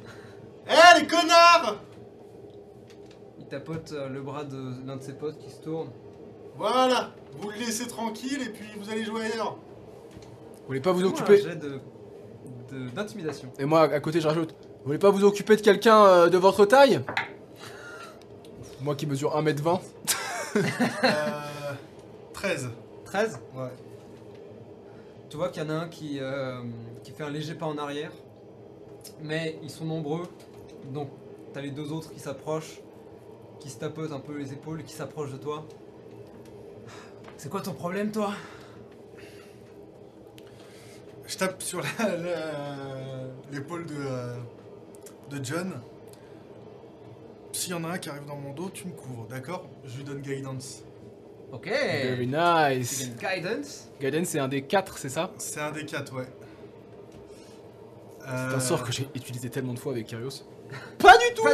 [SPEAKER 2] Eh les connards
[SPEAKER 1] Il tapote euh, le bras de l'un de ses potes qui se tourne.
[SPEAKER 2] Voilà, vous le laissez tranquille et puis vous allez jouer ailleurs.
[SPEAKER 4] Vous voulez pas vous
[SPEAKER 1] Fais-moi
[SPEAKER 4] occuper
[SPEAKER 1] un jet de- de- d'intimidation.
[SPEAKER 4] Et moi, à côté, je rajoute. Vous voulez pas vous occuper de quelqu'un euh, de votre taille Moi qui mesure 1m20.
[SPEAKER 2] Euh, 13.
[SPEAKER 1] 13
[SPEAKER 2] Ouais.
[SPEAKER 1] Tu vois qu'il y en a un qui, euh, qui fait un léger pas en arrière. Mais ils sont nombreux. Donc t'as les deux autres qui s'approchent, qui se tapotent un peu les épaules, qui s'approchent de toi. C'est quoi ton problème toi
[SPEAKER 2] Je tape sur la- la- l'épaule de, euh, de John. S'il y en a un qui arrive dans mon dos, tu me couvres, d'accord Je lui donne guidance.
[SPEAKER 1] Ok
[SPEAKER 4] Very
[SPEAKER 1] Tu
[SPEAKER 4] nice.
[SPEAKER 1] gagnes guidance.
[SPEAKER 4] Gaiden, c'est un des 4, c'est ça
[SPEAKER 2] C'est un des quatre, ouais.
[SPEAKER 4] C'est
[SPEAKER 2] Euh,
[SPEAKER 4] un sort que j'ai utilisé tellement de fois avec Kyrios.
[SPEAKER 1] Pas du tout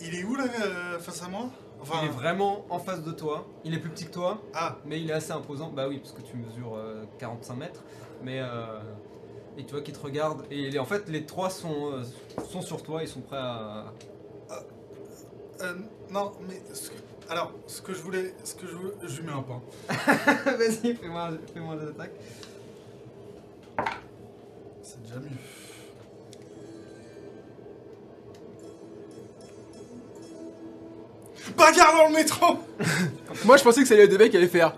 [SPEAKER 2] Il est où là, euh, face à moi Enfin,
[SPEAKER 1] Il est vraiment en face de toi. Il est plus petit que toi.
[SPEAKER 2] ah,
[SPEAKER 1] Mais il est assez imposant, bah oui, parce que tu mesures euh, 45 mètres, mais... euh, et tu vois qu'il te regarde, et les- en fait les trois sont, euh, sont sur toi, ils sont prêts à...
[SPEAKER 2] euh, non, mais ce que- alors, ce que je voulais, ce que je voulais, je lui mets un pain.
[SPEAKER 1] Vas-y, fais-moi fais des attaques.
[SPEAKER 2] C'est déjà mieux. Bagarre dans le métro
[SPEAKER 4] Moi, je pensais que ça allait être des mecs qui allaient faire.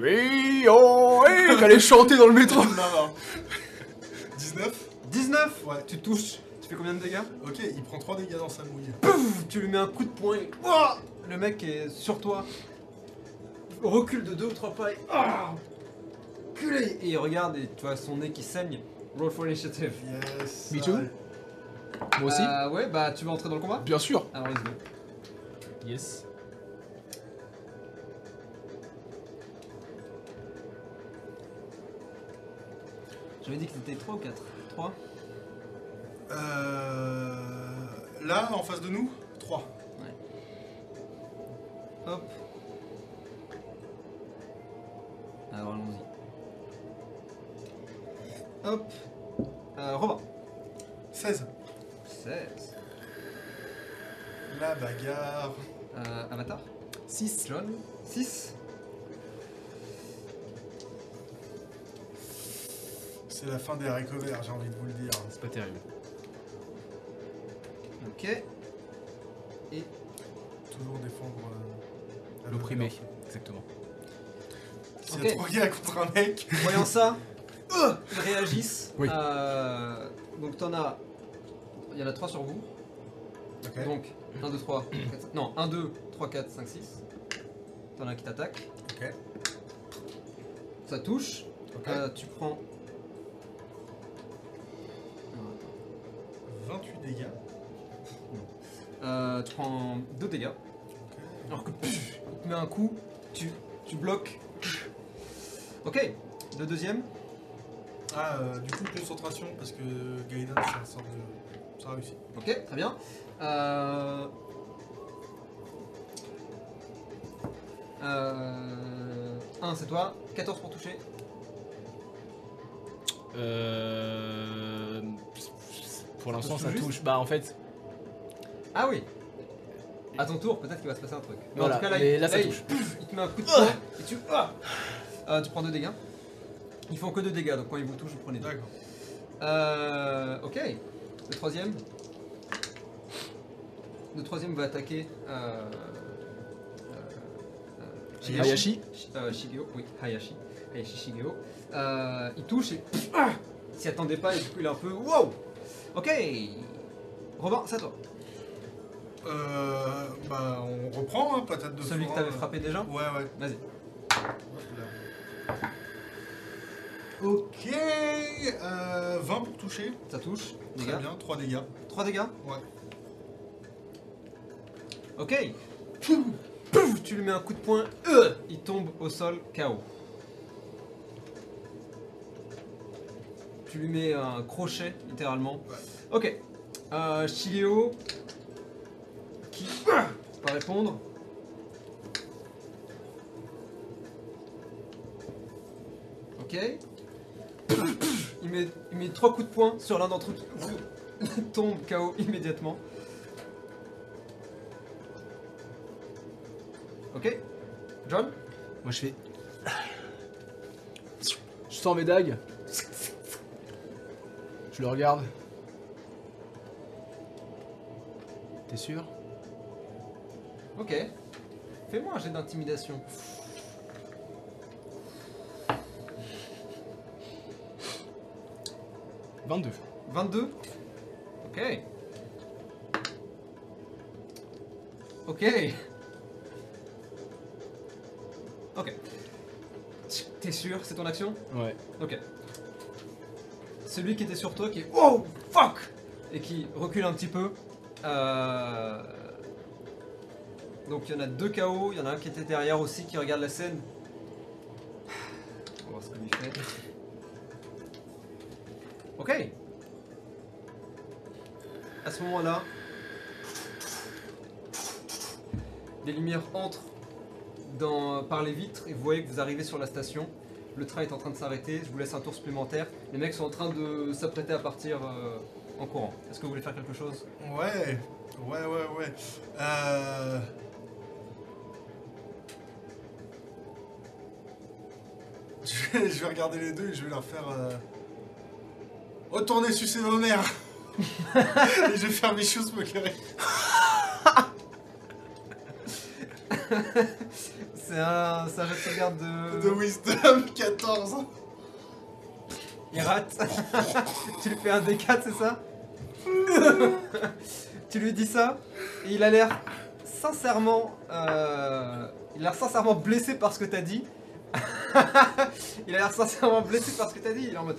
[SPEAKER 5] Oui, oh, hé, j'allais chanter dans le métro.
[SPEAKER 2] 19
[SPEAKER 1] 19
[SPEAKER 2] Ouais.
[SPEAKER 1] Tu touches, tu fais combien de dégâts
[SPEAKER 2] Ok, il prend 3 dégâts dans sa mouille.
[SPEAKER 1] Pouf Tu lui mets un coup de poing. et- Ouah le mec est sur toi. Recule de deux ou trois pas et. Ah Culé Et il regarde et tu vois son nez qui saigne. Roll for initiative.
[SPEAKER 2] Yes.
[SPEAKER 5] Me too.
[SPEAKER 2] Ouais.
[SPEAKER 5] Moi aussi
[SPEAKER 1] Ah ouais, bah tu vas entrer dans le combat
[SPEAKER 5] Bien sûr.
[SPEAKER 1] Alors let's go.
[SPEAKER 4] Yes.
[SPEAKER 1] J'avais dit que c'était 3 ou 4 3
[SPEAKER 2] Euh, Là, en face de nous, 3.
[SPEAKER 1] Hop. Alors allons-y. Hop. Euh, Robin.
[SPEAKER 2] 16.
[SPEAKER 1] 16.
[SPEAKER 2] La bagarre.
[SPEAKER 1] Euh, Avatar.
[SPEAKER 5] 6.
[SPEAKER 1] John. 6.
[SPEAKER 2] C'est la fin des haricots verts, j'ai envie de vous le dire.
[SPEAKER 4] C'est pas terrible.
[SPEAKER 1] Ok.
[SPEAKER 2] Toujours défendre euh, la
[SPEAKER 4] L'opprimé.
[SPEAKER 2] valeur.
[SPEAKER 4] Exactement.
[SPEAKER 2] S'il y
[SPEAKER 1] Ok.
[SPEAKER 2] a 3 gars contre un mec,
[SPEAKER 1] Voyant ça, eux, ils Euh, réagissent.
[SPEAKER 4] Oui.
[SPEAKER 1] Euh, donc t'en as. Il y en a 3 sur vous.
[SPEAKER 2] Ok.
[SPEAKER 1] Donc 1, 2, 3, 4, non, 1, 2, 3, 4, 5, 6. T'en as un qui t'attaque.
[SPEAKER 2] Ok.
[SPEAKER 1] Ça touche.
[SPEAKER 2] Ok.
[SPEAKER 1] Euh, tu prends.
[SPEAKER 2] 28 dégâts.
[SPEAKER 1] Euh, tu prends 2 dégâts.
[SPEAKER 2] Ok.
[SPEAKER 1] Alors que pff, il te met un coup, tu, tu bloques. Ok, le deuxième.
[SPEAKER 2] Ah, euh, du coup, concentration, parce que Gaïdan, ça sort de. Ça réussit.
[SPEAKER 1] Ok, très bien. Euh... Euh... 1, c'est toi. 14 pour toucher.
[SPEAKER 4] Euh... Pour l'instant,
[SPEAKER 1] touche
[SPEAKER 4] ça
[SPEAKER 1] juste
[SPEAKER 4] touche. Bah, en fait,
[SPEAKER 1] Ah oui À ton tour, peut-être qu'il va se passer un truc. Mais
[SPEAKER 4] Voilà,
[SPEAKER 1] en tout cas, là,
[SPEAKER 4] mais
[SPEAKER 1] il,
[SPEAKER 4] là, ça
[SPEAKER 1] il-
[SPEAKER 4] touche.
[SPEAKER 1] pouf, il te met un coup de poing et tu. ah Euh, tu prends 2 dégâts. Ils font que 2 dégâts, donc quand ils vous touchent, vous prenez 2.
[SPEAKER 2] D'accord.
[SPEAKER 1] Euh, ok. Le troisième. Le troisième va attaquer. Euh, euh, euh,
[SPEAKER 5] Hayashi.
[SPEAKER 1] Shi- euh, Shigeo, oui, Hayashi. Hayashi Shigeo. Euh, il touche et. pff, ah il s'y attendait pas et du coup il est un peu. Wow Ok Robin, c'est à toi.
[SPEAKER 2] Euh, bah, on reprend, hein, patate de
[SPEAKER 1] Celui que
[SPEAKER 2] forain,
[SPEAKER 1] t'avais
[SPEAKER 2] euh.
[SPEAKER 1] frappé déjà
[SPEAKER 2] Ouais, ouais.
[SPEAKER 1] Vas-y.
[SPEAKER 2] Ok, euh, 20 pour toucher.
[SPEAKER 1] Ça touche.
[SPEAKER 2] Très
[SPEAKER 1] Dégâts.
[SPEAKER 2] bien, 3 dégâts.
[SPEAKER 1] 3 dégâts
[SPEAKER 2] Ouais.
[SPEAKER 1] Ok. Pouf, pouf, tu lui mets un coup de poing. euh, il tombe au sol KO. Tu lui mets un crochet, littéralement. Ok. Euh, Shigeo. Qui. ah, pas répondre. Ok. Il met, il met trois coups de poing sur l'un d'entre eux qui tombe KO immédiatement. Ok. John
[SPEAKER 5] Moi je fais. Je sors mes dagues. Je le regarde. T'es sûr
[SPEAKER 1] Ok. Fais-moi un jet d'intimidation.
[SPEAKER 4] euh, 22.
[SPEAKER 1] 22 Ok. Ok. Ok. T'es sûr C'est ton action
[SPEAKER 4] Ouais.
[SPEAKER 1] Ok. Celui qui était sur toi qui est Oh fuck Et qui recule un petit peu. Euh, Donc il y en a deux KO, il y en a un qui était derrière aussi qui regarde la scène. On va voir ce qu'il fait. Ok. À ce moment-là, des lumières entrent dans, par les vitres et vous voyez que vous arrivez sur la station. Le train est en train de s'arrêter, je vous laisse un tour supplémentaire. Les mecs sont en train de s'apprêter à partir euh, en courant. Est-ce que vous voulez faire quelque chose
[SPEAKER 2] Ouais, ouais, ouais, ouais. Euh... Je vais, je vais regarder les deux et je vais leur faire. Euh... Retournez sucer vos mères Et je vais faire mes choses, me carré.
[SPEAKER 1] C'est un, c'est un jet de sauvegarde de...
[SPEAKER 2] De Wisdom 14.
[SPEAKER 1] Il rate. tu lui fais un D4, c'est ça Tu lui dis ça, et il a l'air sincèrement... euh, il a l'air sincèrement blessé par ce que t'as dit. il a l'air sincèrement blessé par ce que t'as dit. Il est en mode...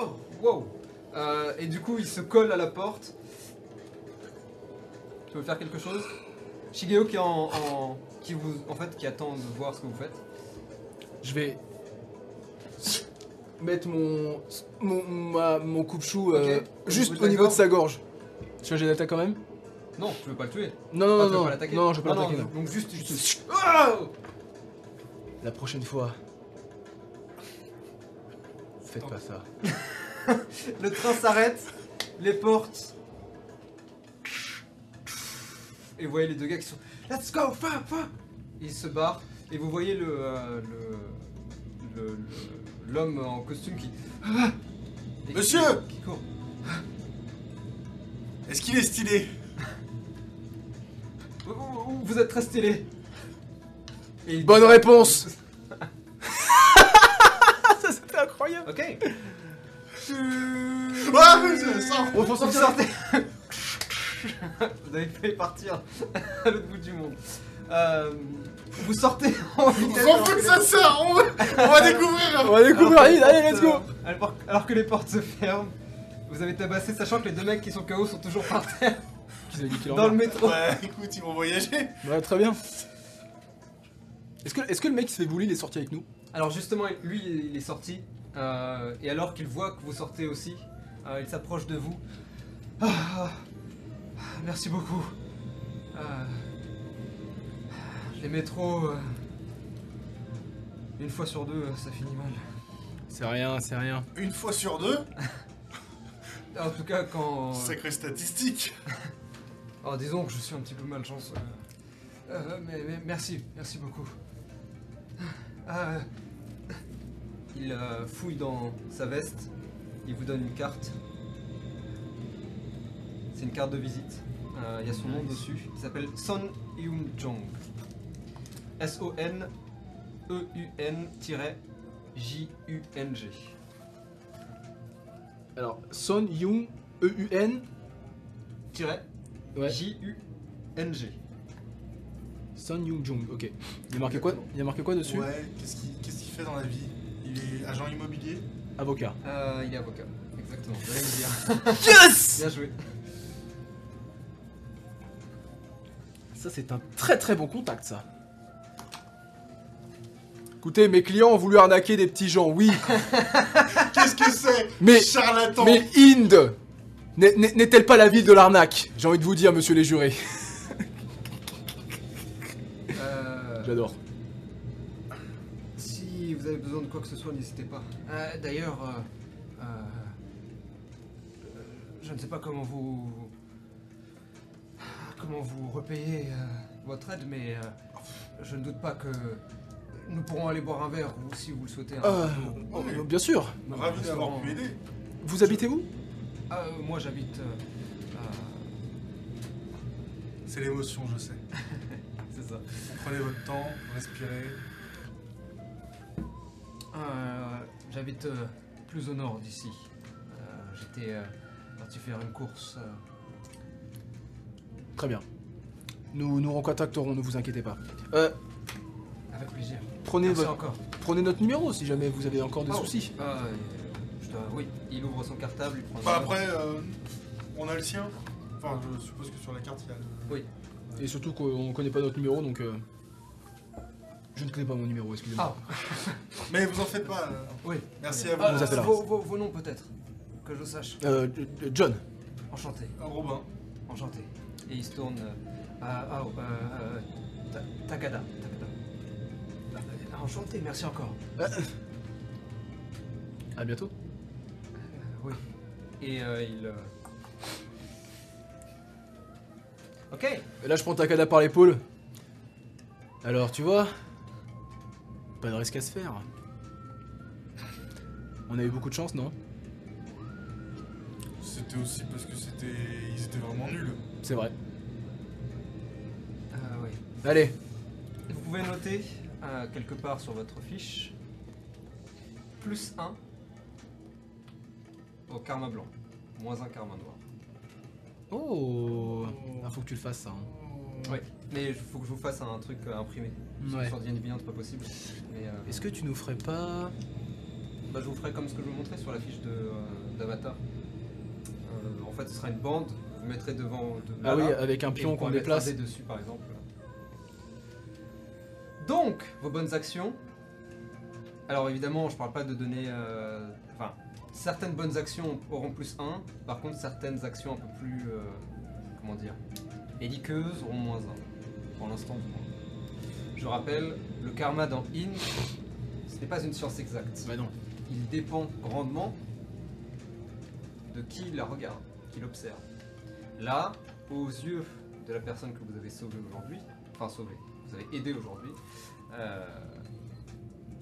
[SPEAKER 1] Oh, wow Euh, Et du coup, il se colle à la porte. Tu veux faire quelque chose Shigeo qui est en, en- qui vous en fait qui attend de voir ce que vous faites.
[SPEAKER 4] Je vais mettre mon mon, ma- mon coupe-chou euh,
[SPEAKER 1] Ok.
[SPEAKER 4] juste
[SPEAKER 1] Au
[SPEAKER 4] au
[SPEAKER 1] niveau
[SPEAKER 4] niveau
[SPEAKER 1] de
[SPEAKER 4] de sa gorge. Tu veux j'ai l'attaque quand même
[SPEAKER 1] Non, tu veux pas le tuer.
[SPEAKER 4] Non non
[SPEAKER 1] Enfin, Ah, tu
[SPEAKER 4] non
[SPEAKER 1] veux
[SPEAKER 4] non,
[SPEAKER 1] pas l'attaquer.
[SPEAKER 4] non, non, je peux pas l'attaquer. non.
[SPEAKER 1] Donc juste, juste
[SPEAKER 4] La prochaine fois. Faites pas ça.
[SPEAKER 1] Le train s'arrête, les portes. Et vous voyez les deux gars qui sont Let's go, fa, fa Ils se barrent et vous voyez le. euh, le- le- le- l'homme en costume qui. Ah Et qui-
[SPEAKER 2] Monsieur
[SPEAKER 1] qui court.
[SPEAKER 2] Est-ce qu'il est stylé
[SPEAKER 1] Vous- Vous vous êtes très stylé Et il-
[SPEAKER 4] Bonne réponse Ça c'était incroyable
[SPEAKER 1] Ok Euh.
[SPEAKER 2] Ah, je sors.
[SPEAKER 4] On pense
[SPEAKER 1] Vous
[SPEAKER 4] que ça
[SPEAKER 1] sortez Vous avez fait partir à l'autre bout du monde. Euh, vous sortez en
[SPEAKER 2] On
[SPEAKER 1] vitesse.
[SPEAKER 2] s'en fout de sa sœur, on va, on va découvrir
[SPEAKER 4] On va découvrir,
[SPEAKER 1] Alors que les
[SPEAKER 4] allez, allez, let's
[SPEAKER 1] portes,
[SPEAKER 4] go
[SPEAKER 1] euh, alors- Alors que les portes se ferment, vous avez tabassé, sachant que les deux mecs qui sont KO sont toujours par terre dans le métro.
[SPEAKER 2] Bah écoute, ils vont voyager.
[SPEAKER 4] Ouais, très bien. Est-ce que, est-ce que le mec qui se fait bully, il est sorti avec nous
[SPEAKER 1] Alors justement, lui, il est sorti, euh, et alors qu'il voit que vous sortez aussi, euh, il s'approche de vous. Ah, merci beaucoup. Euh, les métros, euh, une fois sur deux, ça finit mal.
[SPEAKER 8] C'est rien, c'est rien.
[SPEAKER 2] Une fois sur deux,
[SPEAKER 1] En tout cas, quand...
[SPEAKER 2] sacrée statistique.
[SPEAKER 1] Alors Oh, disons que je suis un petit peu malchanceux. Euh, mais, mais merci, merci beaucoup. Ah, euh, il euh, fouille dans sa veste, il vous donne une carte. C'est une carte de visite. Euh, Il y a son nom dessus. Il s'appelle Son Eun Jong. E S-O-N-E-U-N-J-U-N-G.
[SPEAKER 4] Alors, Son E Yoon, E-U-N,
[SPEAKER 1] Tiret
[SPEAKER 4] Ouais.
[SPEAKER 1] J-U-N-G.
[SPEAKER 4] Son Yoon Jung, ok. Il y a marqué quoi, il y a marqué quoi dessus
[SPEAKER 2] Ouais, qu'est-ce qu'il qu'est-ce qu'il fait dans la vie Il est agent immobilier
[SPEAKER 4] Avocat.
[SPEAKER 1] Euh, il est avocat. Exactement, je vais le dire.
[SPEAKER 4] Yes
[SPEAKER 1] Bien joué.
[SPEAKER 4] Ça, c'est un très très bon contact, ça. Écoutez, mes clients ont voulu arnaquer des petits gens, oui,
[SPEAKER 2] Qu'est-ce que c'est
[SPEAKER 4] mais,
[SPEAKER 2] Charlatan
[SPEAKER 4] mais Inde n'est- n'est- n'est-elle pas la ville de l'arnaque J'ai envie de vous dire, monsieur les jurés.
[SPEAKER 1] Euh,
[SPEAKER 4] J'adore.
[SPEAKER 1] Si vous avez besoin de quoi que ce soit, n'hésitez pas. Euh, D'ailleurs, euh, euh, euh, je ne sais pas comment vous comment vous repayez euh, votre aide, mais euh, je ne doute pas que nous pourrons aller boire un verre ou si vous le souhaitez. hein. Un
[SPEAKER 4] Euh,
[SPEAKER 1] resto
[SPEAKER 4] oh, bien sûr.
[SPEAKER 1] dans un
[SPEAKER 2] Ravi d'avoir
[SPEAKER 1] restaurant.
[SPEAKER 2] pu aider.
[SPEAKER 4] Vous habitez où
[SPEAKER 1] Ah, euh, moi, j'habite. euh, euh,
[SPEAKER 2] C'est l'émotion, je sais.
[SPEAKER 1] C'est ça.
[SPEAKER 2] Prenez votre temps, respirez.
[SPEAKER 1] Euh, J'habite euh, plus au nord d'ici. Euh, J'étais euh, parti faire une course. euh,
[SPEAKER 4] Très bien. Nous nous recontacterons, ne vous inquiétez pas. Euh,
[SPEAKER 1] Avec plaisir.
[SPEAKER 4] prenez,
[SPEAKER 1] Merci
[SPEAKER 4] votre,
[SPEAKER 1] encore.
[SPEAKER 4] prenez notre numéro si jamais vous avez encore des
[SPEAKER 1] Oh.
[SPEAKER 4] soucis.
[SPEAKER 1] Ah, euh, je dois- oui, il ouvre son cartable, il prend.
[SPEAKER 2] Enfin après, euh, on a le sien. Enfin, je suppose que sur la carte, il y a le...
[SPEAKER 1] Oui.
[SPEAKER 4] Et surtout qu'on connaît pas notre numéro, donc... euh, Je ne connais pas mon numéro, excusez-moi.
[SPEAKER 1] Ah,
[SPEAKER 2] Mais vous en faites pas. euh,
[SPEAKER 1] oui.
[SPEAKER 2] Merci à vous,
[SPEAKER 1] Ah,
[SPEAKER 4] nous appellera.
[SPEAKER 1] vos, vos- vos noms peut-être, que je sache.
[SPEAKER 4] Euh, euh, John.
[SPEAKER 1] Enchanté,
[SPEAKER 2] Robin.
[SPEAKER 1] enchanté. Et il se tourne. euh, ah, ah, oh, euh, euh, Ta- Takada, Takada. Ah, euh, Enchanté, merci encore.
[SPEAKER 4] Euh. À bientôt.
[SPEAKER 1] Euh, oui. Et euh, il. euh, Ok. Euh,
[SPEAKER 4] Et là, je prends Takada par l'épaule. Alors, tu vois, pas de risque à se faire. On a eu beaucoup de chance, non
[SPEAKER 2] C'était aussi parce que c'était, ils étaient vraiment nuls.
[SPEAKER 4] C'est vrai.
[SPEAKER 1] Euh, oui.
[SPEAKER 4] Allez,
[SPEAKER 1] Vous, pouvez noter euh, quelque part sur votre fiche plus 1 au karma blanc, moins 1 karma noir.
[SPEAKER 4] Oh Ah, Faut que tu le fasses, ça. hein.
[SPEAKER 1] Ouais, mais il faut que je vous fasse un truc euh, imprimé. Parce que
[SPEAKER 4] Ouais.
[SPEAKER 1] Sur Diane Beyond, hein, c'est pas possible. Mais euh,
[SPEAKER 4] Est-ce que tu nous ferais pas.
[SPEAKER 1] bah, je vous ferai comme ce que je vous montrais sur la fiche de, euh, d'Avatar. Euh, en fait, ce sera une bande, vous mettrez devant. de-
[SPEAKER 4] Ah oui,
[SPEAKER 1] là,
[SPEAKER 4] avec un
[SPEAKER 1] et
[SPEAKER 4] pion
[SPEAKER 1] vous
[SPEAKER 4] qu'on
[SPEAKER 1] pourrez mettre un
[SPEAKER 4] déplace.
[SPEAKER 1] dé dessus, par exemple. Donc, vos bonnes actions. Alors évidemment, je parle pas de donner. euh, Enfin, certaines bonnes actions auront plus 1. Par contre, certaines actions un peu plus. euh, comment dire Héliqueuses auront moins 1. Pour l'instant, du moins. Je rappelle, le karma dans In, ce n'est pas une science exacte.
[SPEAKER 4] Bah non.
[SPEAKER 1] Il dépend grandement de qui la regarde, qui l'observe. Là, aux yeux de la personne que vous avez sauvée aujourd'hui, enfin sauvée, vous avez aidé aujourd'hui, euh,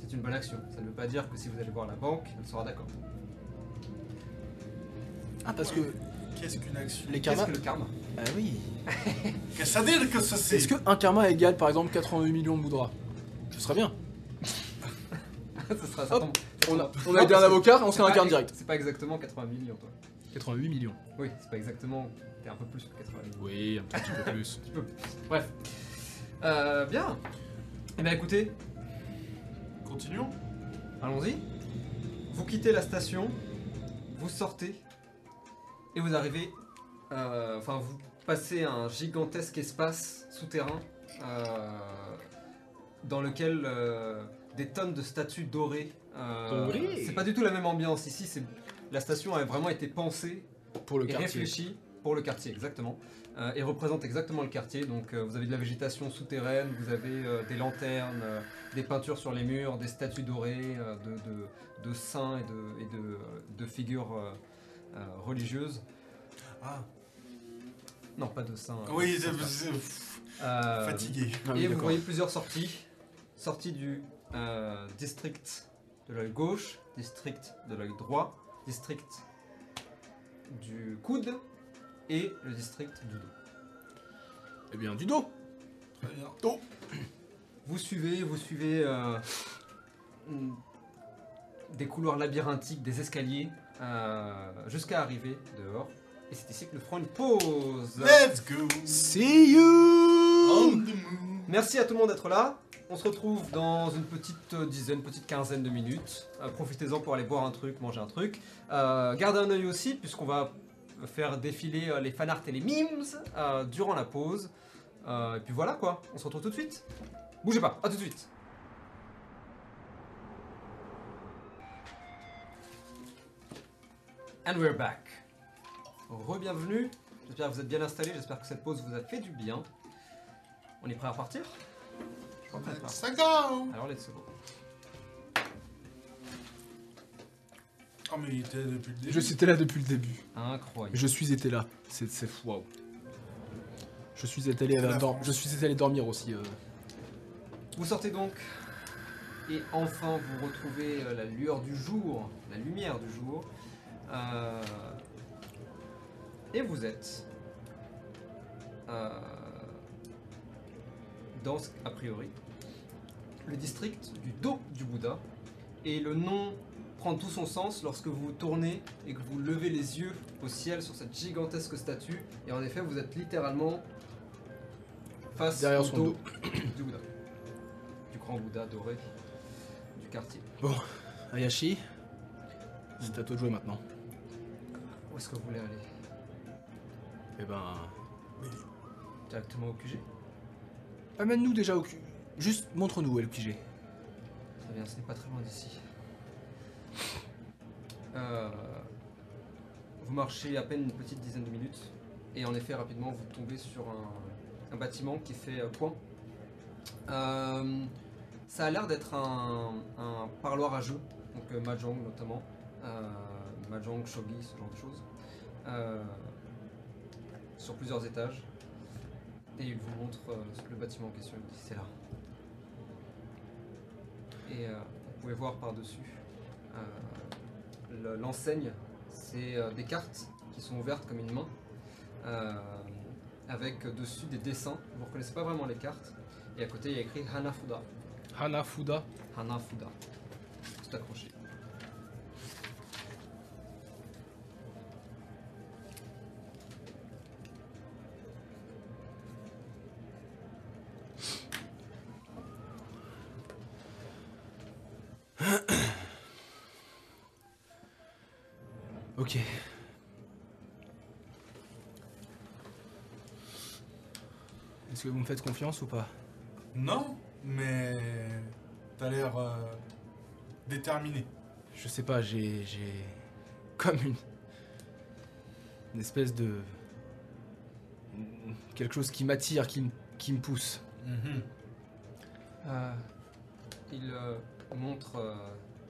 [SPEAKER 1] c'est une bonne action. Ça ne veut pas dire que si vous allez voir la banque, elle sera d'accord.
[SPEAKER 4] Ah, parce que
[SPEAKER 2] Qu'est-ce qu'une action
[SPEAKER 4] les
[SPEAKER 1] Qu'est-ce
[SPEAKER 4] karmas.
[SPEAKER 1] que le karma
[SPEAKER 4] Ah oui.
[SPEAKER 2] Qu'est-ce que ça veut dire que ça c'est
[SPEAKER 4] Est-ce que un karma égale par exemple 82 millions de boudras Ce serait bien.
[SPEAKER 1] Ce sera
[SPEAKER 4] Hop,
[SPEAKER 1] certain-
[SPEAKER 4] On a, on
[SPEAKER 1] Non,
[SPEAKER 4] a aidé un
[SPEAKER 1] parce que
[SPEAKER 4] avocat, on se
[SPEAKER 1] c'est
[SPEAKER 4] fait un
[SPEAKER 1] pas
[SPEAKER 4] carme
[SPEAKER 1] ex-
[SPEAKER 4] direct.
[SPEAKER 1] C'est pas exactement 80 millions, toi.
[SPEAKER 4] 88 Ah, millions.
[SPEAKER 1] Oui, c'est pas exactement. T'es un peu plus que 80 millions.
[SPEAKER 4] Oui, un petit peu plus.
[SPEAKER 1] Bref. Euh, bien. Eh bien écoutez,
[SPEAKER 2] Continuons.
[SPEAKER 1] allons-y. Vous quittez la station, vous sortez, et vous arrivez... euh, Enfin, vous passez un gigantesque espace souterrain euh, dans lequel euh, des tonnes de statues dorées... euh,
[SPEAKER 4] Dorées
[SPEAKER 1] c'est pas du tout la même ambiance. Ici, c'est la station a vraiment été pensée
[SPEAKER 4] Pour le
[SPEAKER 1] et
[SPEAKER 4] quartier.
[SPEAKER 1] réfléchi pour le quartier, exactement. Euh, et représente exactement le quartier. Donc euh, vous avez de la végétation souterraine, vous avez euh, des lanternes, euh, des peintures sur les murs, des statues dorées euh, de, de- de saints et de, et de, de figures euh, euh, religieuses.
[SPEAKER 2] Ah,
[SPEAKER 1] Non, pas de saints. euh,
[SPEAKER 2] oui,
[SPEAKER 1] de
[SPEAKER 2] c'est-
[SPEAKER 1] saints.
[SPEAKER 2] c'est- pff,
[SPEAKER 1] Euh,
[SPEAKER 2] fatigué.
[SPEAKER 4] Ah oui,
[SPEAKER 1] Et vous
[SPEAKER 4] d'accord.
[SPEAKER 1] voyez plusieurs sorties. Sortie du euh, district de l'œil gauche, district de l'œil droit, district du coude et le district du dos.
[SPEAKER 4] Eh bien, du dos.
[SPEAKER 2] Très bien.
[SPEAKER 1] Vous suivez, vous suivez euh, mm, des couloirs labyrinthiques, des escaliers, euh, jusqu'à arriver dehors. Et c'est ici que nous ferons une pause.
[SPEAKER 2] Let's go
[SPEAKER 4] See you
[SPEAKER 2] On the move.
[SPEAKER 1] Merci à tout le monde d'être là. On se retrouve dans une petite euh, dizaine, petite quinzaine de minutes. Euh, Profitez-en pour aller boire un truc, manger un truc. Euh, gardez un œil aussi, puisqu'on va faire défiler euh, les fanarts et les memes euh, durant la pause. Euh, et puis voilà quoi, on se retrouve tout de suite. Bougez pas, à tout de suite. And we're back. Rebienvenue. J'espère que vous êtes bien installés. J'espère que cette pause vous a fait du bien. On est prêt à partir Je crois qu'on est prêt.
[SPEAKER 2] Ça hein. go
[SPEAKER 1] Alors let's go.
[SPEAKER 2] Oh, mais il était là depuis le début.
[SPEAKER 4] Je suis été là depuis le début.
[SPEAKER 1] Incroyable.
[SPEAKER 4] Je suis été là. C'est c'est waouh. Je suis été allé,
[SPEAKER 2] C'est la
[SPEAKER 4] dor-
[SPEAKER 2] France.
[SPEAKER 4] je suis été allé dormir aussi. euh.
[SPEAKER 1] Vous sortez donc et enfin vous retrouvez euh, la lueur du jour, la lumière du jour. Euh, et vous êtes euh, dans, ce- a priori, le district du dos du Bouddha. Et le nom prend tout son sens lorsque vous vous tournez et que vous levez les yeux au ciel sur cette gigantesque statue. Et en effet, vous êtes littéralement face
[SPEAKER 4] Derrière
[SPEAKER 1] au
[SPEAKER 4] son
[SPEAKER 1] dos
[SPEAKER 4] dos.
[SPEAKER 1] du Bouddha du grand Bouddha doré du quartier.
[SPEAKER 4] Ayashi, c'est à toi de jouer maintenant.
[SPEAKER 1] Où est-ce que vous voulez aller
[SPEAKER 4] Eh ben.
[SPEAKER 1] Directement au QG
[SPEAKER 4] Amène-nous déjà au cul. Juste montre-nous où est le QG.
[SPEAKER 1] Très bien, ce n'est pas très loin d'ici. Euh, vous marchez à peine une petite dizaine de minutes et en effet rapidement vous tombez sur un, un bâtiment qui fait euh, point. Euh, ça a l'air d'être un, un parloir à jeu, donc euh, Mahjong notamment, euh, Mahjong, Shogi, ce genre de choses, euh, sur plusieurs étages. Et il vous montre euh, le bâtiment en question, il vous dit c'est là. Et euh, vous pouvez voir par-dessus euh, le- l'enseigne, c'est euh, des cartes qui sont ouvertes comme une main, euh, avec dessus des dessins. Vous ne reconnaissez pas vraiment les cartes, Et à côté, il y a écrit Hanafuda.
[SPEAKER 4] Hanafuda.
[SPEAKER 1] Hanafuda. Tout accroché.
[SPEAKER 4] Ok. Est-ce que vous me faites confiance ou pas
[SPEAKER 2] Non, mais t'as l'air euh, déterminé.
[SPEAKER 4] Je sais pas, j'ai. j'ai. comme une. une espèce de. quelque chose qui m'attire, qui, me- qui me pousse.
[SPEAKER 1] Euh, il euh, montre. euh,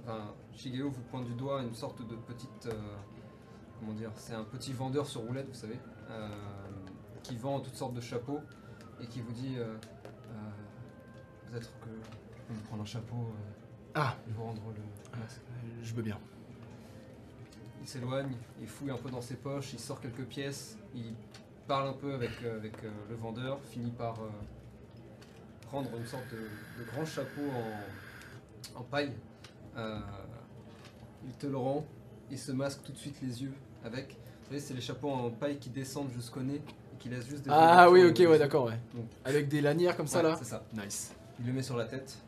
[SPEAKER 1] enfin, Shigeo vous pointe du doigt une sorte de petite. euh, comment dire C'est un petit vendeur sur roulette, vous savez, euh, qui vend toutes sortes de chapeaux et qui vous dit euh, euh, Peut-être que je peux me prendre un chapeau euh,
[SPEAKER 4] Ah.
[SPEAKER 1] et vous rendre le masque.
[SPEAKER 4] Je veux bien.
[SPEAKER 1] Il s'éloigne, il fouille un peu dans ses poches, il sort quelques pièces, il parle un peu avec, euh, avec euh, le vendeur, finit par euh, prendre une sorte de, de grand chapeau en, en paille. Euh, il te le rend, il se masque tout de suite les yeux avec. Vous savez, c'est les chapeaux en paille qui descendent jusqu'au nez et qui laissent juste des
[SPEAKER 5] Ah
[SPEAKER 1] ouvertures
[SPEAKER 5] oui,
[SPEAKER 1] au
[SPEAKER 5] ok,
[SPEAKER 1] niveau
[SPEAKER 5] ouais,
[SPEAKER 1] des yeux.
[SPEAKER 5] d'accord, ouais.
[SPEAKER 1] Donc-
[SPEAKER 5] Avec des lanières comme ça,
[SPEAKER 1] Ouais,
[SPEAKER 5] là
[SPEAKER 1] C'est ça.
[SPEAKER 4] Nice.
[SPEAKER 1] Il le met sur la tête.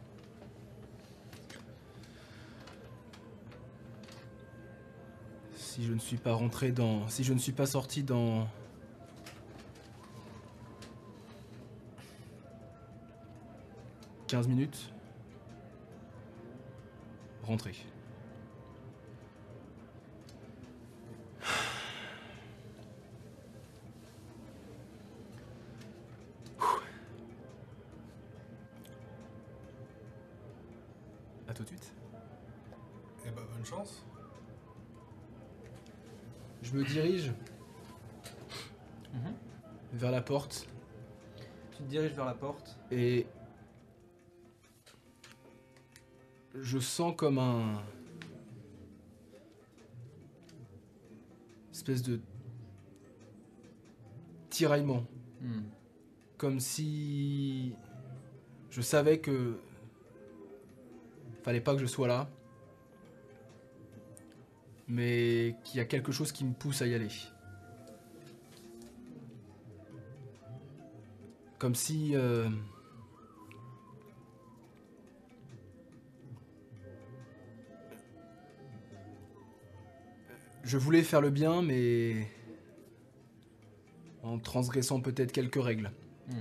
[SPEAKER 4] Si je ne suis pas rentré dans. Si je ne suis pas sorti dans. « 15 minutes. Rentrez. À tout de suite.
[SPEAKER 2] Eh bah, bonne chance.
[SPEAKER 4] Je me dirige
[SPEAKER 1] Mhm.
[SPEAKER 4] vers la porte
[SPEAKER 1] Tu te diriges vers la porte.
[SPEAKER 4] et je sens comme un espèce de tiraillement, comme si je savais que fallait pas que je sois là, mais qu'il y a quelque chose qui me pousse à y aller. Comme si. euh, Je voulais faire le bien, mais. En transgressant peut-être quelques règles.
[SPEAKER 1] Hmm.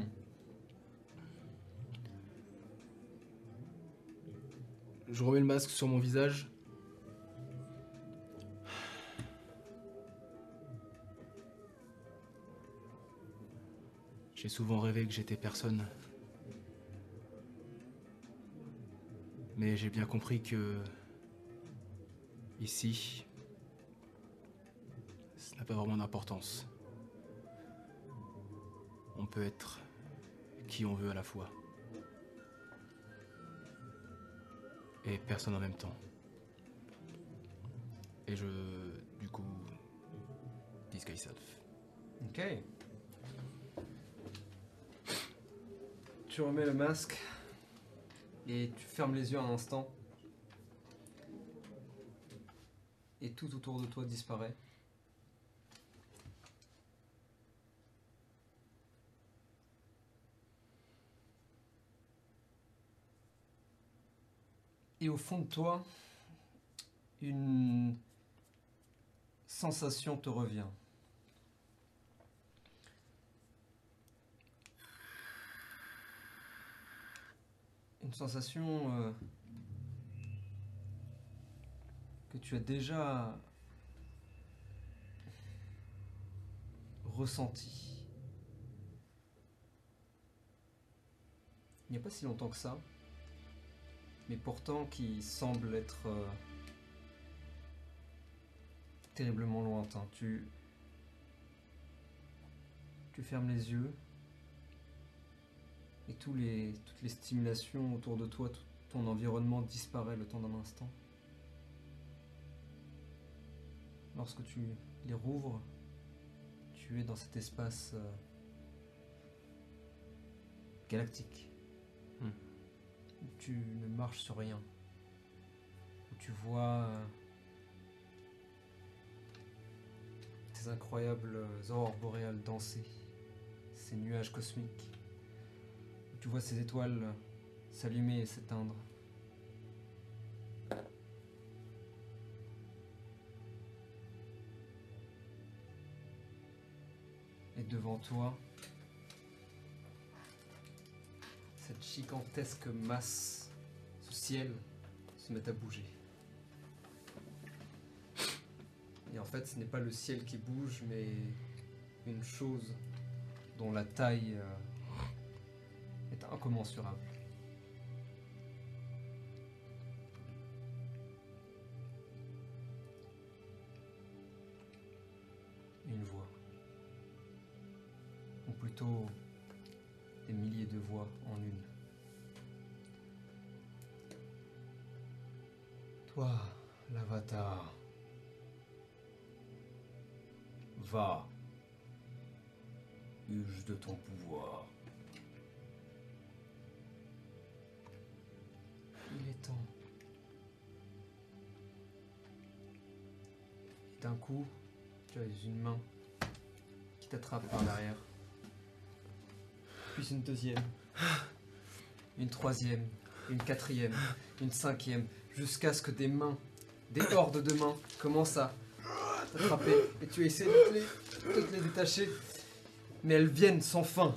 [SPEAKER 4] Je remets le masque sur mon visage. J'ai souvent rêvé que j'étais personne. Mais j'ai bien compris que ici, ça n'a pas vraiment d'importance. On peut être qui on veut à la fois. Et personne en même temps. Et je, du coup, disguise self.
[SPEAKER 1] Ok. Tu remets le masque et tu fermes les yeux un instant. Et tout autour de toi disparaît. Et au fond de toi, une sensation te revient. une sensation euh, que tu as déjà ressentie. Il n'y a pas si longtemps que ça, mais pourtant qui semble être euh, terriblement lointain. Tu, tu fermes les yeux et tous les, toutes les stimulations autour de toi, tout ton environnement disparaît le temps d'un instant. Lorsque tu les rouvres, tu es dans cet espace euh, galactique. où tu ne marches sur rien, où tu vois euh, ces incroyables euh, aurores boréales danser, ces nuages cosmiques, où tu vois ces étoiles s'allumer et s'éteindre. Et devant toi, cette gigantesque masse, ce ciel, se met à bouger. Et en fait, ce n'est pas le ciel qui bouge, mais une chose dont la taille euh, est incommensurable. Une voix. Ou plutôt des milliers de voix en une. Toi, l'avatar,
[SPEAKER 7] Va. Use de ton pouvoir.
[SPEAKER 1] il est temps. Et d'un coup, tu as une main qui t'attrape par l'arrière. Puis une deuxième. Une troisième. Une quatrième. Une cinquième. Jusqu'à ce que des mains, des hordes de mains, commencent à t'attraper. Et tu essaies de te les, de te les détacher. Mais elles viennent sans fin.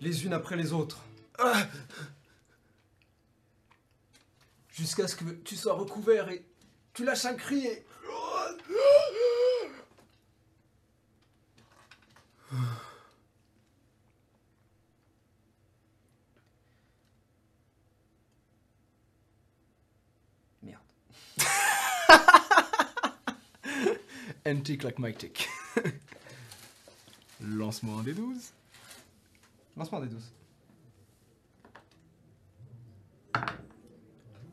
[SPEAKER 1] Les unes après les autres. Jusqu'à ce que tu sois recouvert et tu lâches un cri et... Merde.
[SPEAKER 5] Antique like my tick. Lance-moi un des 12.
[SPEAKER 1] Lancement des 12.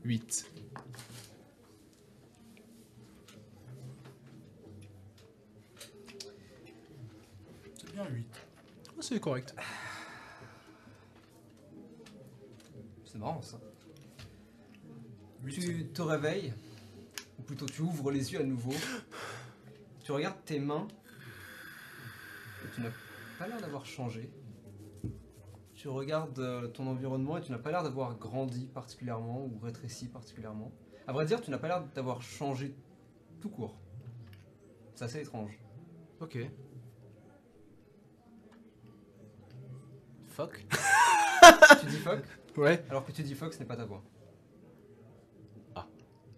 [SPEAKER 5] 8.
[SPEAKER 2] C'est bien 8.
[SPEAKER 4] Ah,
[SPEAKER 5] c'est correct.
[SPEAKER 1] C'est marrant ça.
[SPEAKER 2] 8
[SPEAKER 1] Tu te réveilles, ou plutôt tu ouvres les yeux à nouveau. Tu regardes tes mains, et tu n'as pas l'air d'avoir changé. Tu regardes euh, ton environnement et tu n'as pas l'air d'avoir grandi particulièrement ou rétréci particulièrement. À vrai dire, tu n'as pas l'air d'avoir changé tout court. C'est assez étrange.
[SPEAKER 5] Ok. Fuck.
[SPEAKER 1] tu dis fuck,
[SPEAKER 5] Ouais.
[SPEAKER 1] alors que tu dis fuck, ce n'est pas ta voix.
[SPEAKER 5] Ah.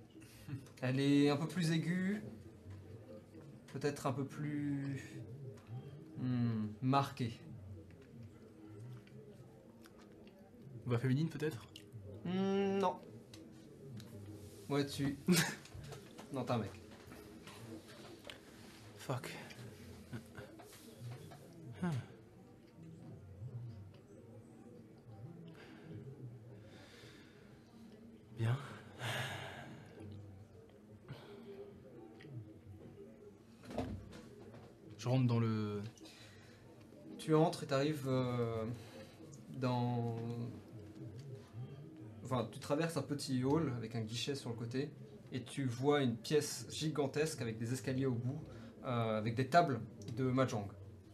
[SPEAKER 1] Elle est un peu plus aiguë, peut-être un peu plus hmm, marquée.
[SPEAKER 5] Voix féminine peut-être
[SPEAKER 1] Hmm, non. Ouais, tu. non, t'es un mec.
[SPEAKER 5] Fuck. Bien. Je rentre dans le.
[SPEAKER 1] Tu entres et t'arrives euh, dans. Enfin, tu traverses un petit hall avec un guichet sur le côté et tu vois une pièce gigantesque avec des escaliers au bout, euh, avec des tables de mahjong.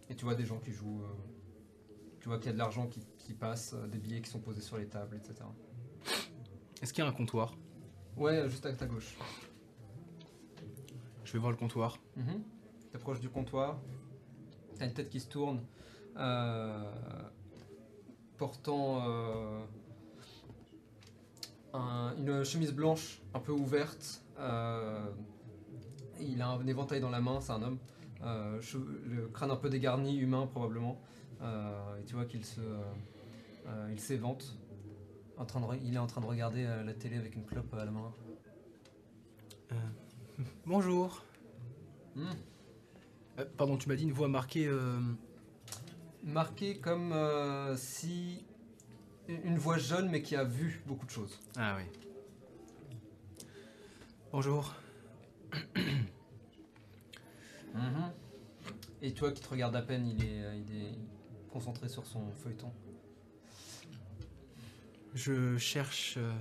[SPEAKER 1] Et tu vois des gens qui jouent. euh, tu vois qu'il y a de l'argent qui, qui passe, euh, des billets qui sont posés sur les tables, etc.
[SPEAKER 5] Est-ce qu'il y a un comptoir
[SPEAKER 1] Ouais, juste à ta gauche.
[SPEAKER 5] Je vais voir le comptoir.
[SPEAKER 1] Mhm. T'approches du comptoir, t'as une tête qui se tourne, euh, portant euh, un- une chemise blanche un peu ouverte. euh, il a un éventail dans la main, c'est un homme. euh, cheveux- le crâne un peu dégarni, humain probablement. euh, et tu vois qu'il se, euh, euh, il s'évente. En train de re- il est en train de regarder euh, la télé avec une clope à la main.
[SPEAKER 5] Bonjour.
[SPEAKER 1] Hmm.
[SPEAKER 5] Euh, pardon, tu m'as dit une voix marquée. euh,
[SPEAKER 1] marqué comme euh, si une une voix jeune mais qui a vu beaucoup de choses.
[SPEAKER 5] Ah oui. Bonjour.
[SPEAKER 1] Et toi qui te regarde à peine, il est, euh, il est concentré sur son feuilleton.
[SPEAKER 4] Je cherche euh,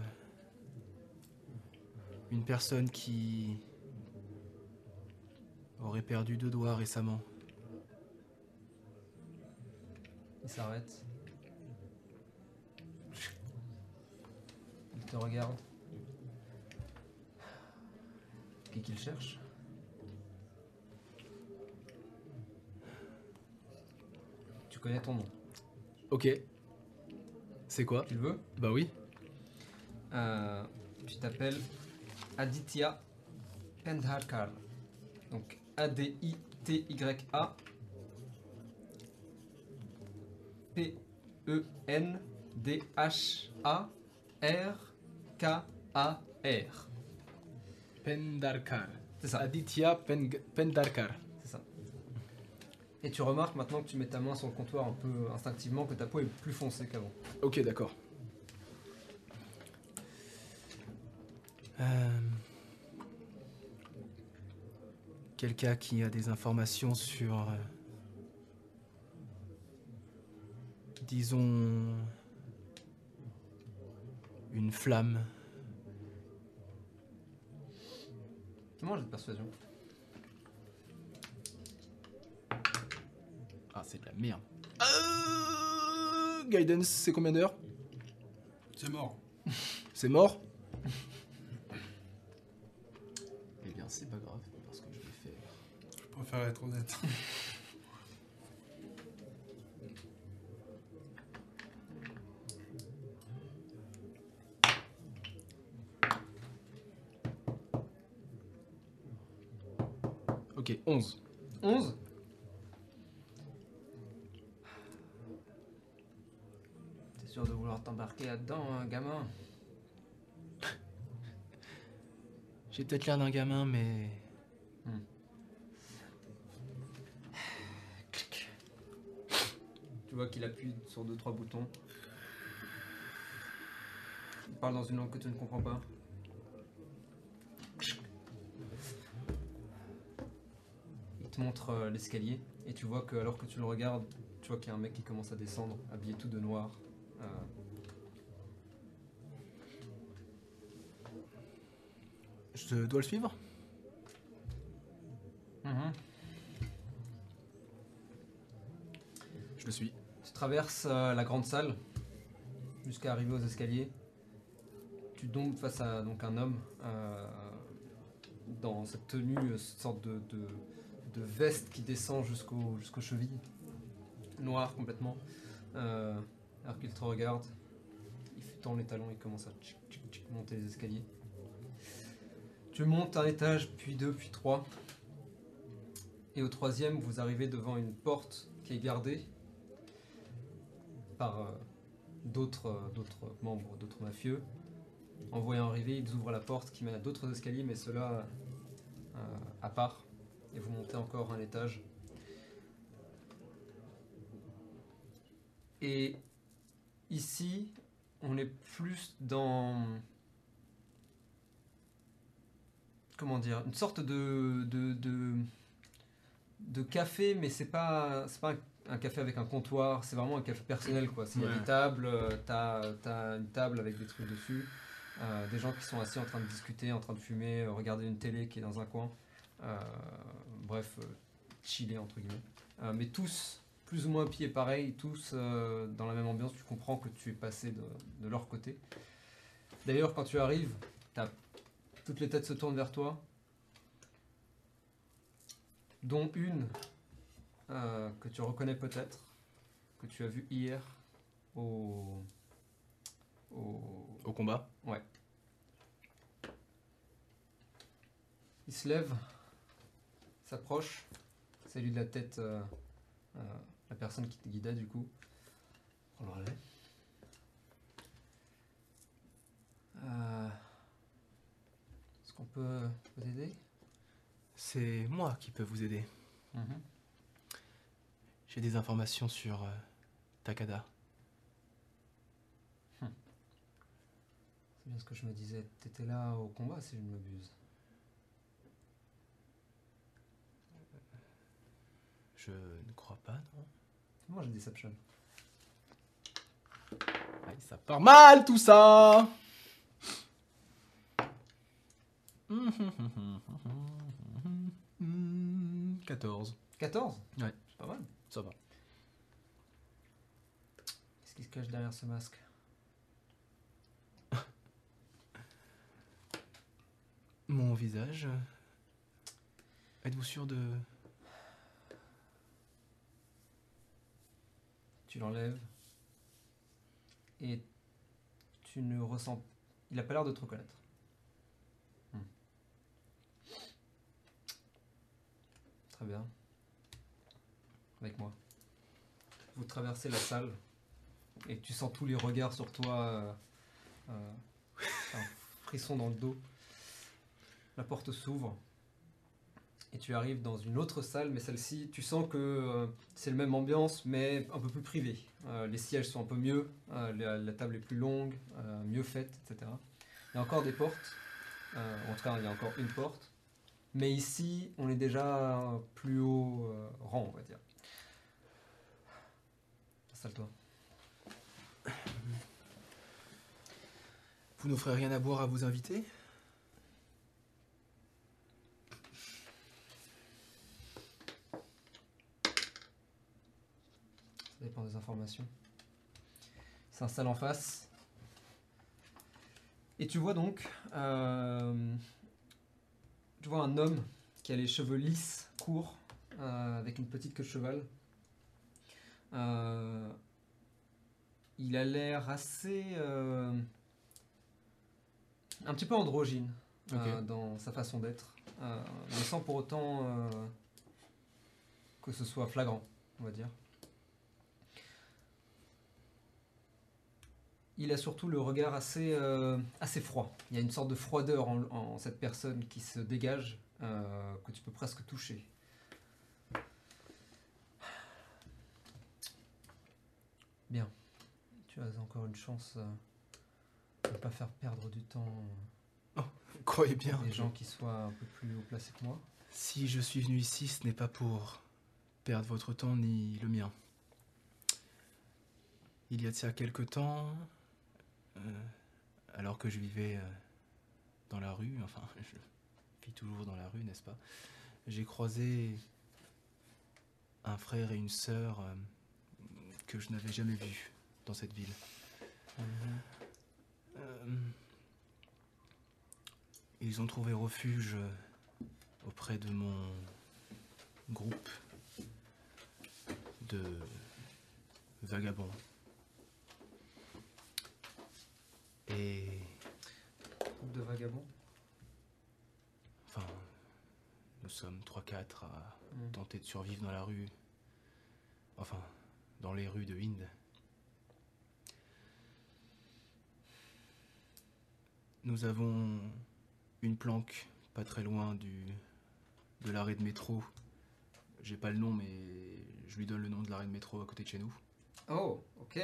[SPEAKER 4] une personne qui aurait perdu deux doigts récemment.
[SPEAKER 1] Il s'arrête. Il te regarde. Qui qu'il cherche Tu connais ton nom.
[SPEAKER 4] Ok. C'est quoi
[SPEAKER 1] Tu le veux
[SPEAKER 4] Bah oui.
[SPEAKER 1] Euh, Tu t'appelles Aditya Pendharkar. Donc A-D-I-T-Y-A E P-E-N-D-H-A-R-K-A-R.
[SPEAKER 4] Pendarkar.
[SPEAKER 1] C'est ça.
[SPEAKER 4] Aditya Peng- Pendarkar.
[SPEAKER 1] C'est ça. Et tu remarques maintenant que tu mets ta main sur le comptoir un peu instinctivement que ta peau est plus foncée qu'avant.
[SPEAKER 4] Ok, d'accord. Euh, Quelqu'un qui a des informations sur... euh, disons... Une flamme.
[SPEAKER 1] Comment j'ai de persuasion
[SPEAKER 4] Ah, c'est de la merde. Euh, Guidance, c'est combien d'heures
[SPEAKER 2] C'est mort.
[SPEAKER 4] C'est mort Eh bien, c'est pas grave, parce que je vais faire...
[SPEAKER 2] Je préfère être honnête.
[SPEAKER 4] Ok, 11.
[SPEAKER 1] 11 T'es sûr de vouloir t'embarquer là-dedans, hein, gamin
[SPEAKER 4] J'ai peut-être l'air d'un gamin, mais.
[SPEAKER 1] Hmm. Tu vois qu'il appuie sur deux trois boutons. Il parle dans une langue que tu ne comprends pas. Il te montre euh, l'escalier et tu vois que alors que tu le regardes, tu vois qu'il y a un mec qui commence à descendre, habillé tout de noir. euh,
[SPEAKER 4] Je dois le suivre
[SPEAKER 1] Mhm.
[SPEAKER 4] Je le suis.
[SPEAKER 1] Tu traverses euh, la grande salle jusqu'à arriver aux escaliers. Tu tombes face à donc un homme euh, dans cette tenue, euh, cette sorte de, de- de veste qui descend jusqu'aux jusqu'aux chevilles, noire complètement. Euh, alors qu'il te regarde, il tend les talons et commence à tchic, tchic, tchic monter les escaliers. Tu montes un étage, puis deux, puis trois. Et au troisième, vous arrivez devant une porte qui est gardée par euh, d'autres euh, d'autres membres, d'autres mafieux. En voyant arriver, ils ouvrent la porte qui mène à d'autres escaliers, mais cela euh, à part. Et vous montez encore un étage. Et ici, on est plus dans. Comment dire Une sorte de. de, de de café, mais c'est pas, c'est pas un un café avec un comptoir, c'est vraiment un café personnel quoi. C'est- Il y a
[SPEAKER 4] Ouais.
[SPEAKER 1] des tables, euh, t'as as une table avec des trucs dessus, euh, des gens qui sont assis en train de discuter, en train de fumer, euh, regarder une télé qui est dans un coin, euh, bref, euh, chiller entre guillemets. Euh, mais tous, plus ou moins pieds pareil, tous euh, dans la même ambiance, tu comprends que tu es passé de, de leur côté. D'ailleurs, quand tu arrives, t'as- toutes les têtes se tournent vers toi, dont une euh, que tu reconnais peut-être, que tu as vu hier au. au-
[SPEAKER 4] Au combat
[SPEAKER 1] Il se lève, s'approche, salue de la tête euh, euh, la personne qui te guida du coup. Prends le relais. Euh, Est-ce qu'on peut peut t'aider
[SPEAKER 4] C'est moi qui peux vous aider.
[SPEAKER 1] Mhm.
[SPEAKER 4] J'ai des informations sur euh, Takada.
[SPEAKER 1] C'est bien ce que je me disais. T'étais là au combat si je ne m'abuse.
[SPEAKER 4] Je ne crois pas, non
[SPEAKER 1] Moi j'ai Deception.
[SPEAKER 4] Aïe, Ah, ça part mal tout ça Hum, hum, hum, hum, hum, hum, hum. 14.
[SPEAKER 1] 14
[SPEAKER 4] Ouais.
[SPEAKER 1] C'est pas mal.
[SPEAKER 4] Ça va.
[SPEAKER 1] Qu'est-ce qui se cache derrière ce masque
[SPEAKER 4] Mon visage. euh, Êtes-vous sûr de.
[SPEAKER 1] Tu l'enlèves. Et tu ne ressens. Il a pas l'air de te reconnaître. Hmm. Très bien. Avec moi. Vous traversez la salle. Et tu sens tous les regards sur toi. euh, euh, un frisson dans le dos. La porte s'ouvre. Et tu arrives dans une autre salle, mais celle-ci, tu sens que euh, c'est le même ambiance, mais un peu plus privée. Euh, les sièges sont un peu mieux, euh, la, la table est plus longue, euh, mieux faite, etc. Il y a encore des portes, euh, en tout cas, il y a encore une porte, mais ici, on est déjà euh, plus haut euh, rang, on va dire. Installe-toi.
[SPEAKER 4] Vous n'offrez rien à boire à vos invités
[SPEAKER 1] Ça dépend des informations. Il s'installe en face. Et tu vois donc. euh, tu vois un homme qui a les cheveux lisses, courts, euh, avec une petite queue de cheval. Euh, il a l'air assez. euh, un petit peu androgyne euh, dans sa façon d'être. euh, mais sans pour autant euh, que ce soit flagrant, on va dire. il a surtout le regard assez, euh, assez froid. Il y a une sorte de froideur en, en cette personne qui se dégage, euh, que tu peux presque toucher. Bien. Tu as encore une chance euh, de ne pas faire perdre du temps
[SPEAKER 4] Croyez
[SPEAKER 1] à
[SPEAKER 4] bien.
[SPEAKER 1] des gens qui soient un peu plus haut placés que moi.
[SPEAKER 4] Si je suis venu ici, ce n'est pas pour perdre votre temps ni le mien. Il y a de ça quelque temps, euh, alors que je vivais euh, dans la rue, enfin, je vis toujours dans la rue, n'est-ce pas J'ai croisé un frère et une sœur euh, que je n'avais jamais vus dans cette ville. Mhm. Euh, ils ont trouvé refuge euh, auprès de mon groupe de vagabonds. Et
[SPEAKER 1] Groupe de vagabonds.
[SPEAKER 4] enfin, nous sommes 3-4 à
[SPEAKER 1] Mm.
[SPEAKER 4] tenter de survivre dans la rue. Enfin, dans les rues de Hind. Nous avons une planque pas très loin du, de l'arrêt de métro. J'ai pas le nom, mais je lui donne le nom de l'arrêt de métro à côté de chez nous.
[SPEAKER 1] Oh, ok.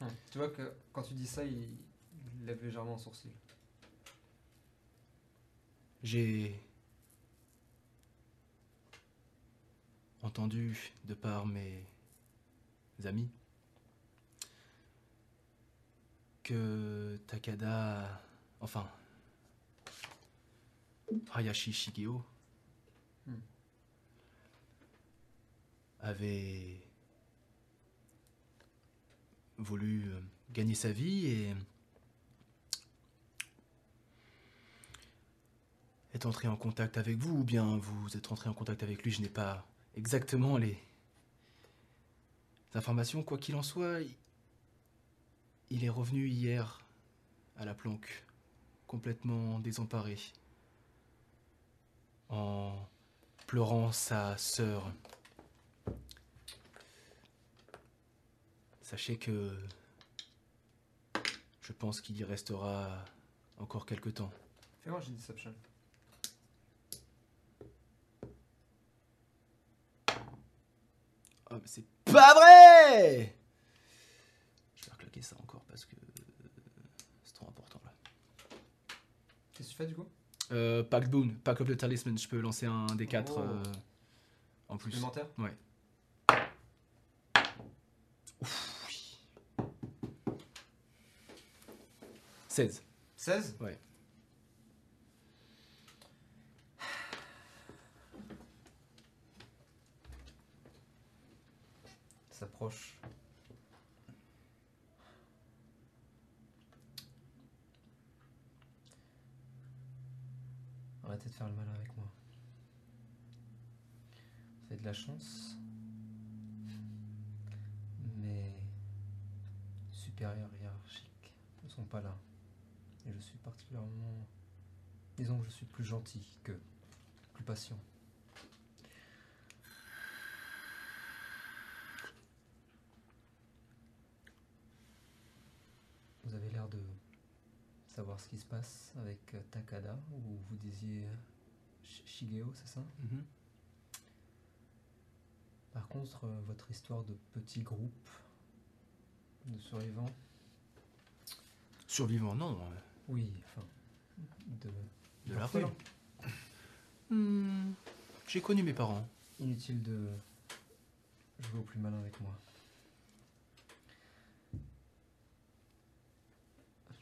[SPEAKER 1] Hmm. Tu vois que quand tu dis ça, il, il lève légèrement un sourcil.
[SPEAKER 4] J'ai entendu de par mes amis que Takada, enfin Hayashi Shigeo,
[SPEAKER 1] Hmm.
[SPEAKER 4] avait voulu euh, gagner sa vie et est entré en contact avec vous ou bien vous êtes entré en contact avec lui, je n'ai pas exactement les informations. Quoi qu'il en soit, i- il est revenu hier à la planque, complètement désemparé, en pleurant sa sœur. Sachez que je pense qu'il y restera encore quelque temps.
[SPEAKER 1] Fais-moi, j'ai Deception.
[SPEAKER 4] Oh, mais c'est pas vrai Je vais reclaquer ça encore parce que euh, c'est trop important là.
[SPEAKER 1] Qu'est-ce que tu fais du coup
[SPEAKER 4] Euh, pack Boon, Pack of the Talisman, je peux lancer un des 4
[SPEAKER 1] Oh.
[SPEAKER 4] en plus.
[SPEAKER 1] Supplémentaire
[SPEAKER 4] Ouais.
[SPEAKER 5] 16.
[SPEAKER 1] 16
[SPEAKER 5] Ouais.
[SPEAKER 1] S'approche. Arrêtez de faire le malin avec moi. Vous avez de la chance. Mes supérieurs hiérarchiques ne sont pas là. Et je suis particulièrement. Disons que je suis plus gentil que. plus patient. Vous avez l'air de savoir ce qui se passe avec euh, Takada, ou vous disiez euh, Sh- Shigeo, c'est ça Par contre, euh, votre histoire de petit groupe de survivants,
[SPEAKER 4] Survivant, non. euh,
[SPEAKER 1] oui, enfin, de
[SPEAKER 4] De la rue. Hmm, J'ai connu mes parents.
[SPEAKER 1] Inutile de jouer au plus malin avec moi.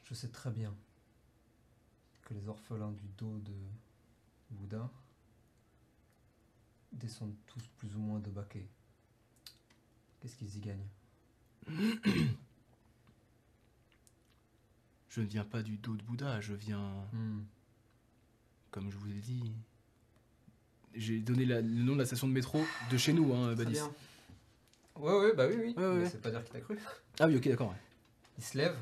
[SPEAKER 1] Je sais très bien que les orphelins du dos de Bouddha descendent tous plus ou moins de baquet. Qu'est-ce qu'ils y gagnent
[SPEAKER 4] Je ne viens pas du dos de Bouddha, je viens,
[SPEAKER 1] Hmm.
[SPEAKER 4] comme je vous ai dit. J'ai donné la- le nom de la station de métro de chez nous, hein, Badis.
[SPEAKER 1] Ouais, ouais, bah oui, oui.
[SPEAKER 4] Ouais, ouais.
[SPEAKER 1] Mais c'est pas dire qu'il t'a cru.
[SPEAKER 4] Ah oui, ok, d'accord. ouais.
[SPEAKER 1] Il se lève.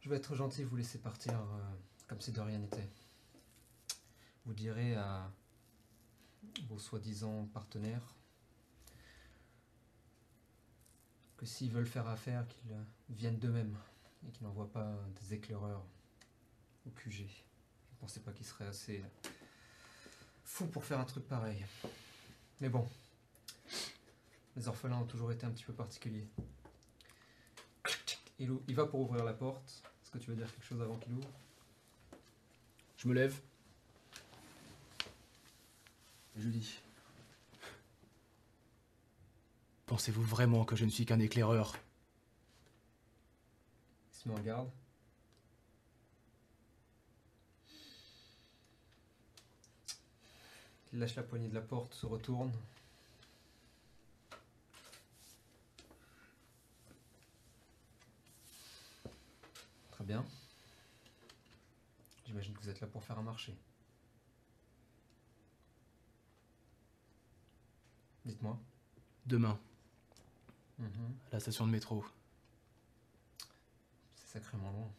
[SPEAKER 1] Je vais être gentil, vous laisser partir euh, comme si de rien n'était. Vous direz à vos soi-disant partenaires que s'ils veulent faire affaire, qu'ils euh, viennent d'eux-mêmes et qu'ils n'envoient pas des éclaireurs au QG. Je ne pensais pas qu'ils seraient assez fous pour faire un truc pareil. Mais bon, les orphelins ont toujours été un petit peu particuliers. Il, ou- il va pour ouvrir la porte. Est-ce que tu veux dire quelque chose avant qu'il ouvre
[SPEAKER 4] Je me lève. Je lui dis. Pensez-vous vraiment que je ne suis qu'un éclaireur
[SPEAKER 1] Il se met en garde. Il lâche la poignée de la porte, se retourne. Très bien. J'imagine que vous êtes là pour faire un marché. Dites-moi.
[SPEAKER 4] Demain,
[SPEAKER 1] Mhm.
[SPEAKER 4] à la station de métro,
[SPEAKER 1] C'est sacrément loin.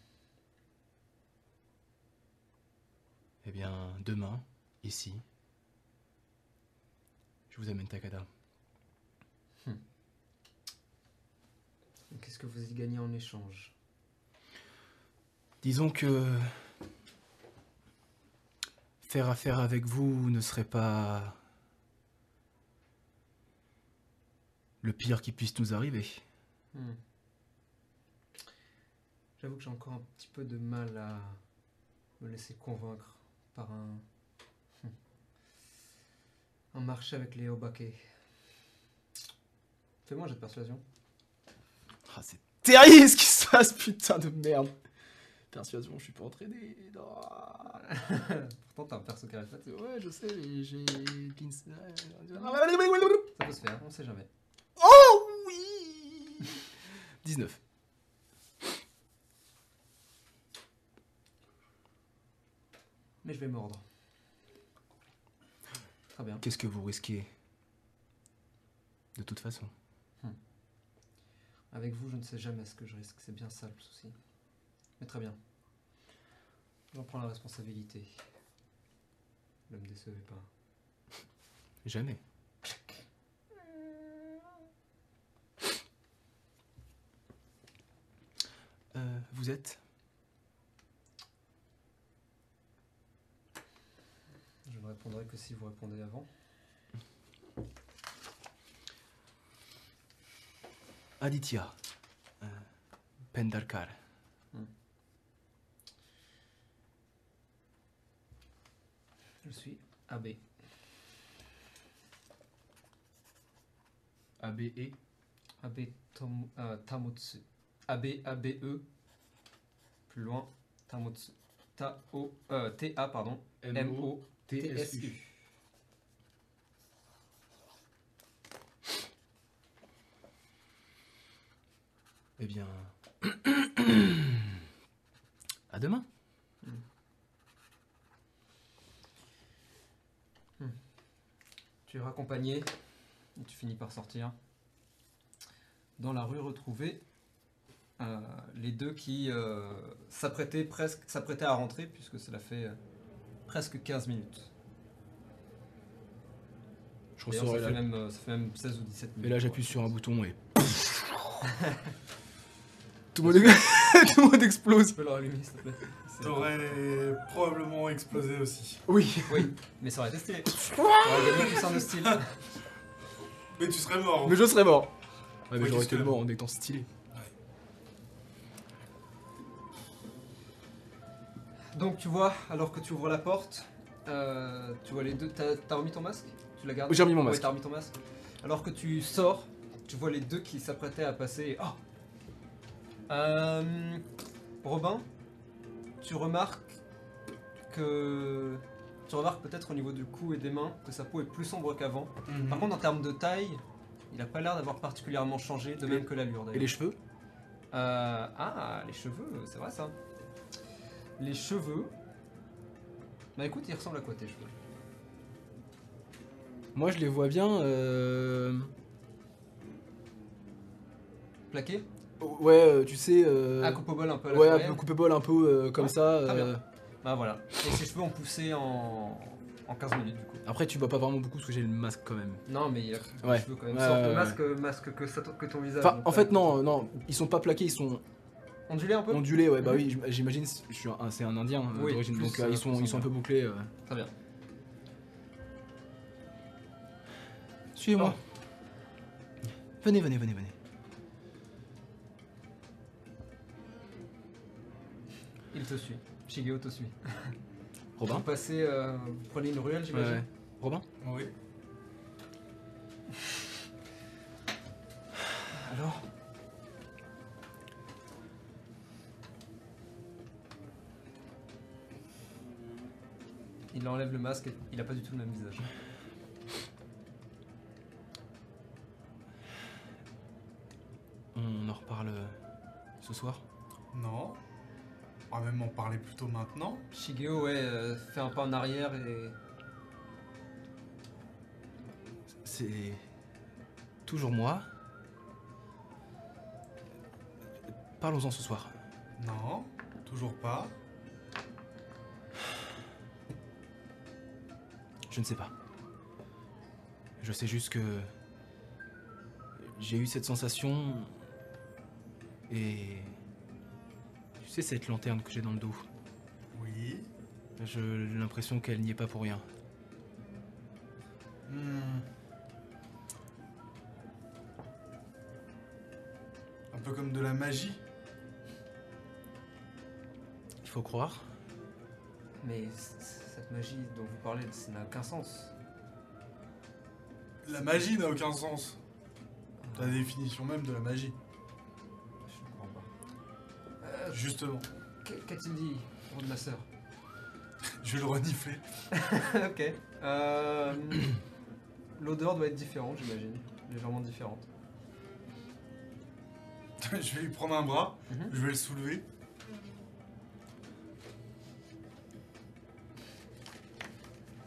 [SPEAKER 4] Eh bien, demain, ici, je vous amène Takada.
[SPEAKER 1] Et Qu'est-ce que vous y gagnez en échange
[SPEAKER 4] Disons que faire affaire avec vous ne serait pas le pire qui puisse nous arriver.
[SPEAKER 1] Hmm. J'avoue que j'ai encore un petit peu de mal à me laisser convaincre par un. Hmm. un marché avec les Obake. Fais-moi un jet de persuasion.
[SPEAKER 4] Ah, c'est terrible ce qui se passe, putain de merde. Persuasion, je suis pas entraîné. non.
[SPEAKER 1] Pourtant, t'as un perso charismatique.
[SPEAKER 4] Ouais, je sais, mais j'ai...
[SPEAKER 1] Ça peut se faire, on sait jamais.
[SPEAKER 4] Oh oui 19.
[SPEAKER 1] Mais je vais mordre. Très bien.
[SPEAKER 4] Qu'est-ce que vous risquez De toute façon.
[SPEAKER 1] Avec vous, je ne sais jamais ce que je risque. C'est bien ça le souci. Mais très bien. J'en prends la responsabilité. Ne me décevez pas.
[SPEAKER 4] Jamais. Euh, vous êtes
[SPEAKER 1] Je ne répondrai que si vous répondez avant.
[SPEAKER 4] Aditya euh, Pendarkar.
[SPEAKER 1] Je suis AB. E.
[SPEAKER 4] ABE
[SPEAKER 1] Abe Tom- euh, Tamotsu. Abe, A-B-E. E. Plus loin. Tamotsu. Ta-O, euh, T-A, pardon. M-O-T-S-U.
[SPEAKER 4] Eh bien. à demain.
[SPEAKER 1] Tu es raccompagné, et tu finis par sortir. Dans la rue retrouvée, euh, les deux qui euh, s'apprêtaient presque s'apprêtaient à rentrer, puisque cela fait euh, presque 15 minutes.
[SPEAKER 4] Je
[SPEAKER 1] D'ailleurs, ça,
[SPEAKER 4] ressors et
[SPEAKER 1] fait
[SPEAKER 4] là.
[SPEAKER 1] même, euh, ça fait même 16 ou 17 minutes.
[SPEAKER 4] Et là, j'appuie
[SPEAKER 1] ouais.
[SPEAKER 4] sur un bouton et. Tout le monde, tout le monde explose.
[SPEAKER 1] Tu peux le rallumer, s'il te plaît. C'est-
[SPEAKER 2] T'aurais probablement explosé aussi.
[SPEAKER 4] Oui.
[SPEAKER 1] Oui, mais ça aurait été stylé. T'aurais gagné plus un de style.
[SPEAKER 2] Mais tu serais mort.
[SPEAKER 4] Mais je serais mort. Ouais, mais
[SPEAKER 2] Ouais,
[SPEAKER 4] j'aurais
[SPEAKER 2] tu
[SPEAKER 4] été
[SPEAKER 2] serais
[SPEAKER 4] mort en étant stylé.
[SPEAKER 1] Donc tu vois, alors que tu ouvres la porte, euh, tu vois les deux. T'as t'as remis ton masque Tu l'as gardé
[SPEAKER 4] J'ai remis mon
[SPEAKER 1] Ouais,
[SPEAKER 4] masque.
[SPEAKER 1] t'as remis ton masque. Alors que tu sors, tu vois les deux qui s'apprêtaient à passer. Oh Euh, Robin, tu remarques que. Tu remarques peut-être au niveau du cou et des mains que sa peau est plus sombre qu'avant.
[SPEAKER 2] Mhm.
[SPEAKER 1] Par contre, en termes de taille, il a pas l'air d'avoir particulièrement changé, de même que l'allure
[SPEAKER 4] Et
[SPEAKER 1] d'ailleurs.
[SPEAKER 4] les cheveux
[SPEAKER 1] Euh, ah, les cheveux, c'est vrai ça. Les cheveux. Bah écoute, il ressemble à quoi tes cheveux
[SPEAKER 4] Moi, je les vois bien. euh,
[SPEAKER 1] Plaqués
[SPEAKER 4] Ouais, euh, tu sais. euh,
[SPEAKER 1] À coupe au bol un peu à la
[SPEAKER 4] Ouais, un
[SPEAKER 1] coréenne.
[SPEAKER 4] peu coupé bol, un peu euh, comme
[SPEAKER 1] Ouais,
[SPEAKER 4] ça.
[SPEAKER 1] très
[SPEAKER 4] euh,
[SPEAKER 1] Bah voilà. Et ses cheveux ont poussé en... en 15 minutes du coup.
[SPEAKER 4] Après, tu vois pas vraiment beaucoup parce que j'ai le masque quand même.
[SPEAKER 1] Non mais il a les
[SPEAKER 4] Ouais.
[SPEAKER 1] cheveux quand même.
[SPEAKER 4] Ouais,
[SPEAKER 1] sortent.
[SPEAKER 4] ouais,
[SPEAKER 1] le
[SPEAKER 4] ouais.
[SPEAKER 1] masque, masque que, ça- que ton visage.
[SPEAKER 4] Enfin,
[SPEAKER 1] donc
[SPEAKER 4] en
[SPEAKER 1] t'as-
[SPEAKER 4] fait, non, euh, non, ils sont pas plaqués, ils sont
[SPEAKER 1] Ondulé un peu
[SPEAKER 4] ondulés. Ouais, bah oui, j'im- j'imagine, c'est- je suis un- c'est un indien euh,
[SPEAKER 1] Oui,
[SPEAKER 4] d'origine,
[SPEAKER 1] plus,
[SPEAKER 4] donc euh,
[SPEAKER 1] euh,
[SPEAKER 4] ils sont,
[SPEAKER 1] plus
[SPEAKER 4] ils sont un peu bouclés. euh.
[SPEAKER 1] Très bien.
[SPEAKER 4] Suivez-moi. Ah. Venez, venez, venez, venez.
[SPEAKER 1] Il te suit. Shigeo te suit. Vous
[SPEAKER 4] Robin
[SPEAKER 1] passez, euh, vous prenez une ruelle j'imagine
[SPEAKER 4] Ouais. Robin
[SPEAKER 2] Oui.
[SPEAKER 4] Alors
[SPEAKER 1] Il enlève le masque et il a pas du tout le même visage.
[SPEAKER 4] On en reparle euh, ce soir
[SPEAKER 2] Non. On va même en parler plutôt maintenant.
[SPEAKER 1] Shigeo, ouais, euh, fait un pas en arrière et
[SPEAKER 4] C'est. Toujours moi. Parlons-en ce soir.
[SPEAKER 2] Non. Toujours pas.
[SPEAKER 4] Je ne sais pas. Je sais juste que j'ai eu cette sensation et tu sais cette lanterne que j'ai dans le dos.
[SPEAKER 2] Oui.
[SPEAKER 4] J'ai l'impression qu'elle n'y est pas pour rien.
[SPEAKER 2] Hmm. Un peu comme de la magie.
[SPEAKER 4] Il faut croire.
[SPEAKER 1] Mais c- cette magie dont vous parlez, ça n'a aucun sens.
[SPEAKER 2] La magie n'a aucun sens. La définition même de la magie.
[SPEAKER 1] Je ne comprends pas. Euh,
[SPEAKER 2] Justement.
[SPEAKER 1] Qu- Qu'a-t-il dit, Ron de ma sœur
[SPEAKER 2] Je vais le renifler.
[SPEAKER 1] Ok. Euh, L'odeur doit être différente, j'imagine. Légèrement différente.
[SPEAKER 2] je vais lui prendre un bras.
[SPEAKER 1] Mhm.
[SPEAKER 2] Je vais le soulever.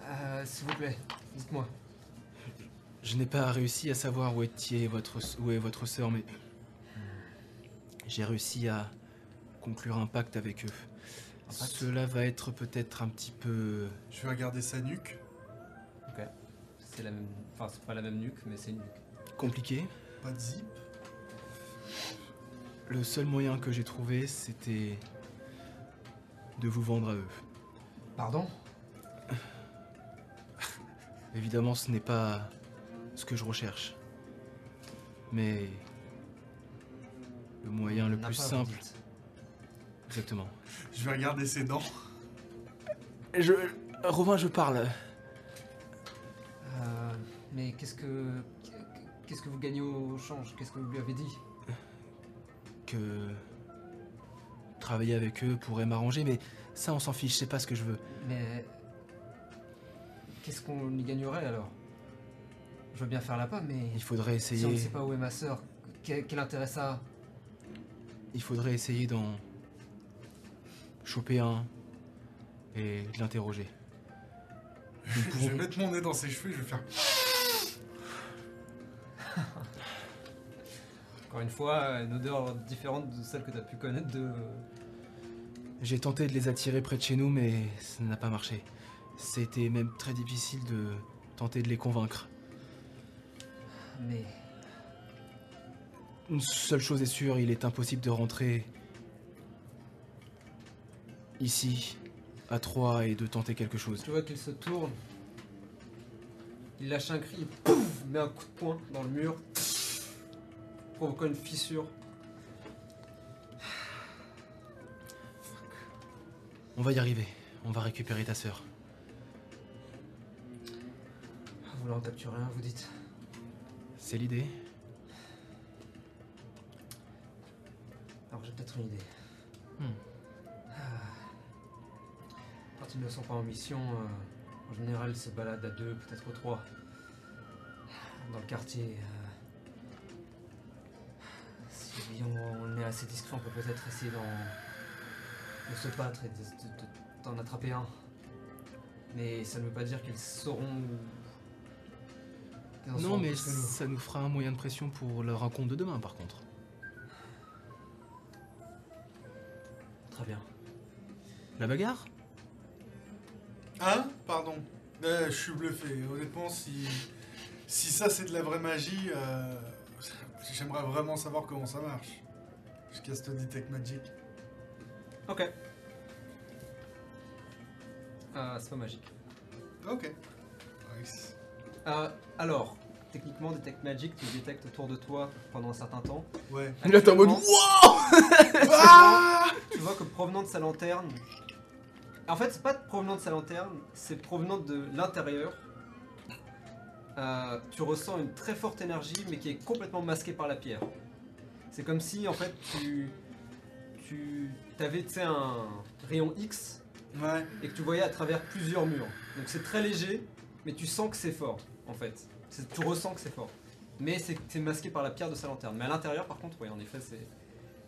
[SPEAKER 1] Euh, S'il vous plaît, dites-moi.
[SPEAKER 4] Je n'ai pas réussi à savoir où étiez votre où est votre sœur, mais j'ai réussi à conclure un pacte avec eux.
[SPEAKER 1] Un pacte
[SPEAKER 4] Cela va être peut-être un petit peu
[SPEAKER 2] Je vais regarder sa nuque.
[SPEAKER 1] C'est la même. Enfin, c'est pas la même nuque, mais c'est une nuque.
[SPEAKER 4] compliqué.
[SPEAKER 2] Pas de zip.
[SPEAKER 4] Le seul moyen que j'ai trouvé, c'était de vous vendre à eux.
[SPEAKER 1] Pardon
[SPEAKER 4] Évidemment, ce n'est pas ce que je recherche. Mais le moyen le
[SPEAKER 1] On n'a
[SPEAKER 4] plus
[SPEAKER 1] pas, vous
[SPEAKER 4] simple,
[SPEAKER 1] dites.
[SPEAKER 4] exactement.
[SPEAKER 2] Je vais regarder ses dents.
[SPEAKER 4] Je Romain, je parle.
[SPEAKER 1] Euh, mais qu'est-ce que. Qu'est-ce que vous gagnez au change Qu'est-ce que vous lui avez dit
[SPEAKER 4] Que travailler avec eux pourrait m'arranger, mais ça on s'en fiche, c'est pas ce que je veux.
[SPEAKER 1] Mais. Qu'est-ce qu'on y gagnerait alors Je veux bien faire la pomme, mais.
[SPEAKER 4] Il faudrait
[SPEAKER 1] Si on ne sait
[SPEAKER 4] essayer,
[SPEAKER 1] pas où est ma sœur, quel, quel intérêt ça a
[SPEAKER 4] il faudrait essayer d'en choper un et de l'interroger. Nous
[SPEAKER 2] Je vais
[SPEAKER 4] pourrons-
[SPEAKER 2] mettre mon nez dans ses cheveux et je vais faire.
[SPEAKER 1] Encore une fois, une odeur différente de celle que tu as pu connaître de.
[SPEAKER 4] J'ai tenté de les attirer près de chez nous, mais ça n'a pas marché. C'était même très difficile de tenter de les convaincre.
[SPEAKER 1] Mais.
[SPEAKER 4] Une seule chose est sûre, il est impossible de rentrer ici, à trois, et de tenter quelque chose.
[SPEAKER 1] Tu vois qu'il se tourne. Il lâche un cri, pouf, met un coup de poing dans le mur, provoquant une fissure.
[SPEAKER 4] On va y arriver, on va récupérer ta sœur.
[SPEAKER 1] Vous voulez Ah, en capturer un, vous dites
[SPEAKER 4] C'est l'idée
[SPEAKER 1] Alors j'ai peut-être une idée.
[SPEAKER 4] Hmm.
[SPEAKER 1] Ah. Quand ils ne sont pas en mission, euh, en général ils se baladent à deux, peut-être trois. Dans le quartier. euh, Si on, on est assez discret, on peut peut-être essayer d'en, de se battre et de- de- de- d'en attraper un. Mais ça ne veut pas dire qu'ils sauront. qu'ils en
[SPEAKER 4] Non,
[SPEAKER 1] sauront
[SPEAKER 4] mais
[SPEAKER 1] plus que nous.
[SPEAKER 4] ça nous fera un moyen de pression pour la rencontre de demain, par contre.
[SPEAKER 1] Très bien.
[SPEAKER 4] La bagarre
[SPEAKER 2] Hein Pardon. Euh, je suis bluffé. Honnêtement, si, si ça c'est de la vraie magie, euh, j'aimerais vraiment savoir comment ça marche. Je casse ton Detect Magic.
[SPEAKER 1] Ok. Ah, c'est pas magique.
[SPEAKER 2] Ok. Nice.
[SPEAKER 1] Euh, alors, techniquement, Detect Magic, tu le détectes autour de toi pendant un certain temps.
[SPEAKER 2] Ouais.
[SPEAKER 5] Là, t'es en mode,
[SPEAKER 1] Actuellement,
[SPEAKER 2] Ah
[SPEAKER 1] Tu vois que provenant de sa lanterne. En fait, c'est pas provenant de sa lanterne, c'est provenant de l'intérieur. Euh, tu ressens une très forte énergie, mais qui est complètement masquée par la pierre. C'est comme si, en fait, tu. Tu avais un rayon X
[SPEAKER 2] Ouais.
[SPEAKER 1] et que tu voyais à travers plusieurs murs. Donc c'est très léger, mais tu sens que c'est fort, en fait. C'est- Tu ressens que c'est fort. Mais c'est c'est masqué par la pierre de sa lanterne. Mais à l'intérieur, par contre, oui, en effet, c'est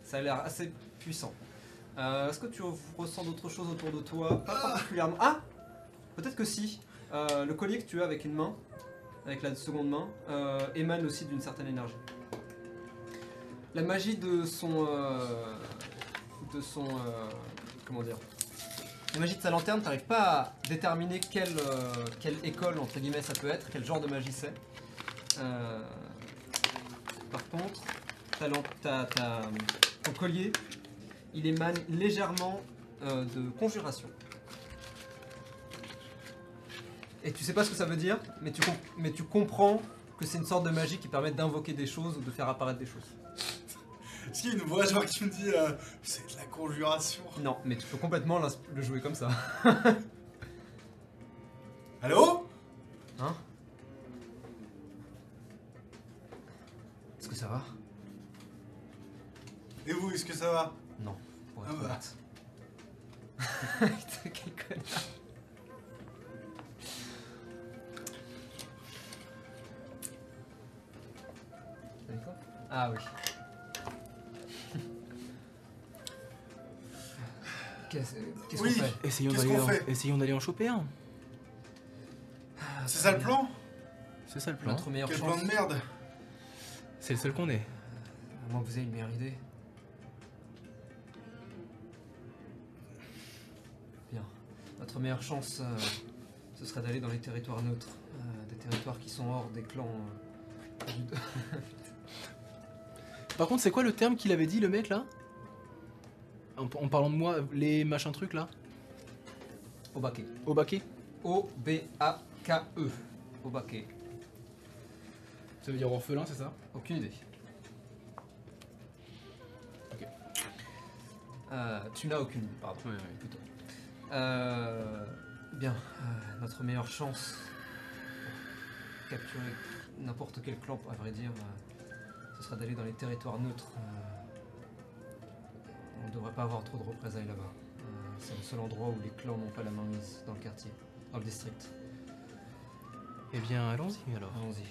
[SPEAKER 1] ça a l'air assez puissant. Euh, Est-ce que tu re- ressens d'autres choses autour de toi Pas particulièrement. Ah Peut-être que si. Euh, le collier que tu as avec une main, avec la seconde main, euh, émane aussi d'une certaine énergie. La magie de son. euh, de son. euh, comment dire la magie de sa lanterne, t'arrives pas à déterminer quelle, euh, quelle école, entre guillemets, ça peut être, quel genre de magie c'est. Euh, par contre, ta lampe- ta- ta- ton collier, il émane légèrement euh, de conjuration. Et tu sais pas ce que ça veut dire, mais tu, com- mais tu comprends que c'est une sorte de magie qui permet d'invoquer des choses ou de faire apparaître des choses.
[SPEAKER 2] Est-ce qu'il y a une voix genre qui me dit euh, c'est de la conjuration
[SPEAKER 1] Non, mais tu peux complètement l'ins- le jouer comme ça.
[SPEAKER 2] Allô
[SPEAKER 1] Hein Est-ce que ça va
[SPEAKER 2] Et vous, est-ce que ça va
[SPEAKER 1] Non, pour être
[SPEAKER 2] Ah bah.
[SPEAKER 1] honnête. Putain, Oh, ah. quel connard. T'as dit quoi Ah oui. Qu'est-ce qu'est-ce
[SPEAKER 2] Oui.
[SPEAKER 1] qu'on fait
[SPEAKER 4] Essayons
[SPEAKER 2] Qu'est-ce
[SPEAKER 4] d'aller
[SPEAKER 2] qu'on
[SPEAKER 4] en-
[SPEAKER 2] fait
[SPEAKER 4] essayons d'aller en choper un.
[SPEAKER 2] C'est Ah, ça le plan
[SPEAKER 4] C'est ça le plan.
[SPEAKER 1] Notre meilleure
[SPEAKER 2] Quel
[SPEAKER 1] chance.
[SPEAKER 2] plan de merde
[SPEAKER 4] C'est le seul qu'on ait.
[SPEAKER 1] À moins que vous ayez une meilleure idée. Bien. Notre meilleure chance, euh, ce serait d'aller dans les territoires neutres. euh, des territoires qui sont hors des clans. euh, du-
[SPEAKER 4] Par contre, c'est quoi le terme qu'il avait dit, le mec, là en, en parlant de moi, les machins trucs, là
[SPEAKER 1] Obake.
[SPEAKER 4] Au baquet
[SPEAKER 1] O-B-A-K-E. E. Obake.
[SPEAKER 4] Ça veut dire orphelin, c'est ça
[SPEAKER 1] Aucune idée.
[SPEAKER 4] Ok.
[SPEAKER 1] Euh, tu n'as aucune idée, pardon.
[SPEAKER 4] Ouais, ouais.
[SPEAKER 1] plutôt. Euh, bien, euh, notre meilleure chance pour capturer n'importe quel clan, à vrai dire, euh, ce sera d'aller dans les territoires neutres. euh, on ne devrait pas avoir trop de représailles là-bas. Euh, c'est le seul endroit où les clans n'ont pas la main mise dans le quartier, dans le district.
[SPEAKER 4] Eh bien, allons-y alors.
[SPEAKER 1] Allons-y.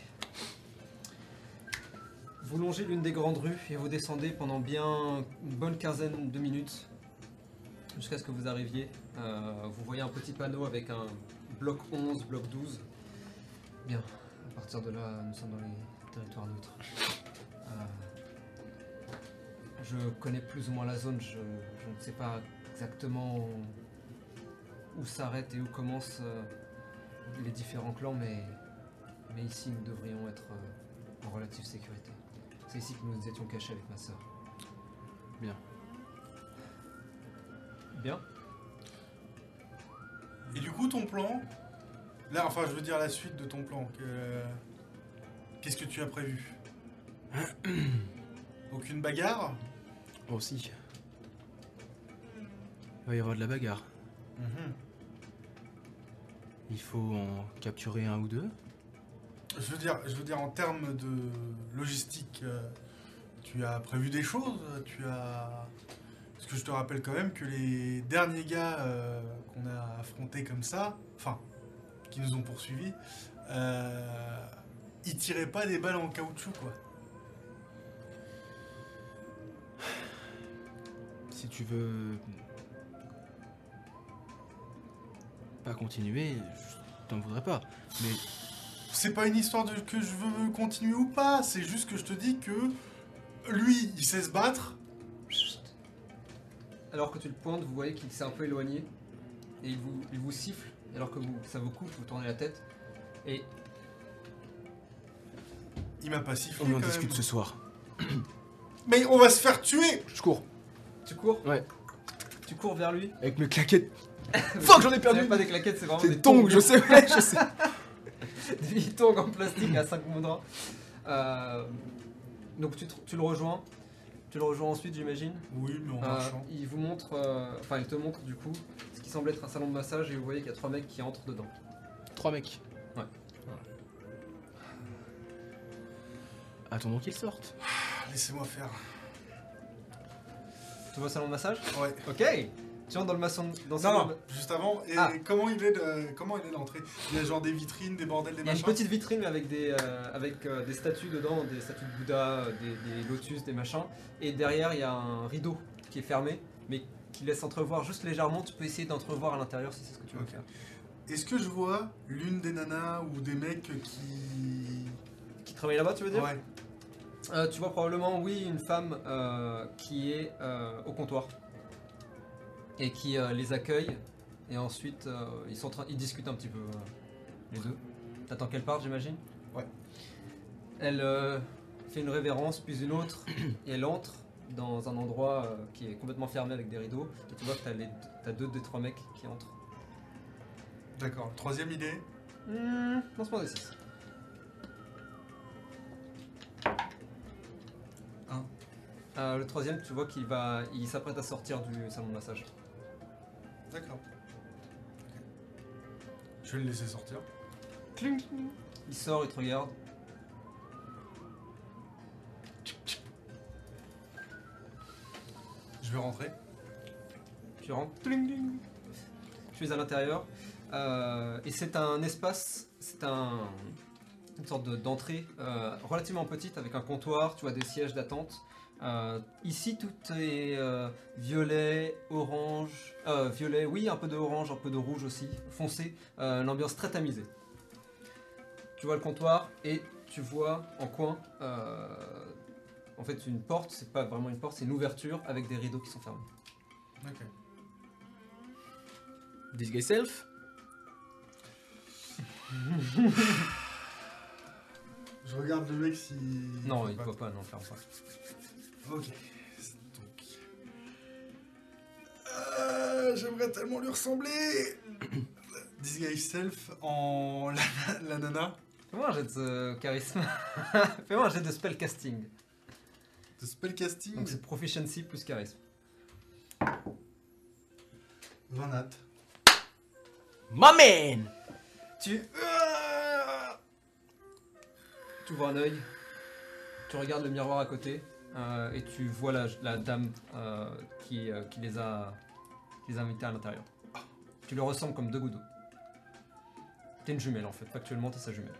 [SPEAKER 1] Vous longez l'une des grandes rues et vous descendez pendant bien une bonne quinzaine de minutes jusqu'à ce que vous arriviez. Euh, vous voyez un petit panneau avec un bloc 11, bloc 12. Bien, à partir de là, nous sommes dans les territoires neutres. Euh, je connais plus ou moins la zone, je, je ne sais pas exactement où s'arrêtent et où commencent euh, les différents clans, mais mais ici, nous devrions être euh, en relative sécurité. C'est ici que nous nous étions cachés avec ma sœur.
[SPEAKER 4] Bien.
[SPEAKER 1] Bien
[SPEAKER 2] Et du coup, ton plan Là, enfin, je veux dire la suite de ton plan. que- euh, Qu'est-ce que tu as prévu Aucune bagarre
[SPEAKER 4] Aussi. Oh, Il va y avoir de la bagarre.
[SPEAKER 2] Mhm.
[SPEAKER 4] Il faut en capturer un ou deux.
[SPEAKER 2] Je veux dire, je veux dire en termes de logistique, euh, tu as prévu des choses, tu as. Parce que je te rappelle quand même que les derniers gars euh, qu'on a affrontés comme ça, enfin, qui nous ont poursuivis, euh, ils tiraient pas des balles en caoutchouc, quoi.
[SPEAKER 4] Si tu veux pas continuer, je t'en voudrais pas. Mais
[SPEAKER 2] C'est pas une histoire de que je veux continuer ou pas, c'est juste que je te dis que lui, il sait se battre.
[SPEAKER 1] Chut. Alors que tu le pointes, vous voyez qu'il s'est un peu éloigné. Et il vous, il vous siffle. Et alors que vous, ça vous coupe, vous tournez la tête. Et
[SPEAKER 2] Il m'a pas sifflé.
[SPEAKER 4] on en
[SPEAKER 2] quand même.
[SPEAKER 4] discute ce soir.
[SPEAKER 2] Mais on va se faire tuer
[SPEAKER 5] Je cours,
[SPEAKER 1] tu cours
[SPEAKER 5] Ouais.
[SPEAKER 1] Tu cours vers lui.
[SPEAKER 5] avec mes claquettes. Fuck, j'en ai
[SPEAKER 1] C'est
[SPEAKER 5] perdu
[SPEAKER 1] même pas des claquettes, c'est vraiment
[SPEAKER 5] C'est
[SPEAKER 1] des
[SPEAKER 5] des tongs, je sais, ouais, je sais.
[SPEAKER 1] Il tombe en plastique à 5 moudras. Euh, donc tu, te- tu le rejoins. Tu le rejoins ensuite, j'imagine.
[SPEAKER 2] Oui, mais en
[SPEAKER 4] Ah.
[SPEAKER 1] Euh,
[SPEAKER 2] marchant.
[SPEAKER 1] il vous montre, euh, enfin il te montre du coup ce qui semble être un salon de massage et vous voyez qu'il y a trois mecs qui entrent dedans.
[SPEAKER 4] Trois mecs.
[SPEAKER 1] Ouais.
[SPEAKER 4] Attendons qu'ils sortent.
[SPEAKER 2] Laissez-moi faire.
[SPEAKER 1] Tu vois le salon de massage
[SPEAKER 2] Ouais.
[SPEAKER 1] Ok. Tu entres dans le maçon, dans le
[SPEAKER 2] Non,
[SPEAKER 1] salon.
[SPEAKER 2] non,
[SPEAKER 1] de-
[SPEAKER 2] juste avant, et
[SPEAKER 1] Ah.
[SPEAKER 2] comment il est de- comment il est l'entrée Il y a genre des vitrines, des bordels, des
[SPEAKER 1] Il y a une
[SPEAKER 2] machins.
[SPEAKER 1] petite vitrine avec des euh, avec euh, des statues dedans, des statues de Bouddha, euh, des, des lotus, des machins. Et derrière il y a un rideau qui est fermé, mais qui laisse entrevoir juste légèrement. Tu peux essayer d'entrevoir à l'intérieur si c'est ce que tu veux
[SPEAKER 2] Ok.
[SPEAKER 1] faire.
[SPEAKER 2] Est-ce que je vois l'une des nanas ou des mecs qui.
[SPEAKER 1] Qui travaille là-bas, tu veux dire
[SPEAKER 2] Ouais.
[SPEAKER 1] Euh, Tu vois probablement oui une femme euh, qui est euh, au comptoir et qui euh, les accueille. Et ensuite euh, ils sont en train, ils discutent un petit peu euh, les deux. T'attends qu'elle parte, j'imagine.
[SPEAKER 2] Ouais.
[SPEAKER 1] Elle euh, fait une révérence, puis une autre, et elle entre dans un endroit euh, qui est complètement fermé avec des rideaux. Et tu vois que t'as, les, t'as deux des trois mecs qui entrent.
[SPEAKER 2] D'accord. Troisième idée.
[SPEAKER 1] Hmm, lancement des 6.
[SPEAKER 2] Un.
[SPEAKER 1] Euh, le troisième, tu vois qu'il va, il s'apprête à sortir du salon de massage.
[SPEAKER 2] D'accord. Ok. Je vais le laisser sortir.
[SPEAKER 1] Il sort, il te regarde.
[SPEAKER 2] Je vais rentrer.
[SPEAKER 1] Tu rentres. Tu es à l'intérieur. euh, et c'est un espace, c'est un, une sorte de- d'entrée euh, relativement petite avec un comptoir, tu vois des sièges d'attente. Euh, ici, tout est euh, violet, orange, euh, violet, oui, un peu de orange, un peu de rouge aussi, foncé. euh, L'ambiance très tamisée. Tu vois le comptoir et tu vois en coin, euh, en fait, une porte. C'est pas vraiment une porte, c'est une ouverture avec des rideaux qui sont fermés.
[SPEAKER 2] Ok.
[SPEAKER 5] Disguise self.
[SPEAKER 2] Je regarde le mec si.
[SPEAKER 1] Non, il ne
[SPEAKER 2] pas.
[SPEAKER 1] voit pas, non, clairement pas.
[SPEAKER 2] Ok. Donc. Euh, J'aimerais tellement lui ressembler. Disguise self en la, la nana
[SPEAKER 1] Fais-moi un jet de euh, charisme. Fais-moi un jet de spell casting.
[SPEAKER 2] de spellcasting.
[SPEAKER 1] Donc c'est proficiency plus charisme.
[SPEAKER 2] 20 nat.
[SPEAKER 4] My man
[SPEAKER 1] Tu. Tu ouvres un œil, tu regardes le miroir à côté euh, et tu vois la, la dame euh, qui, euh, qui les a, qui les a invités à l'intérieur. Tu lui ressembles comme deux gouttes d'eau. T'es une jumelle en fait, factuellement t'es sa jumelle.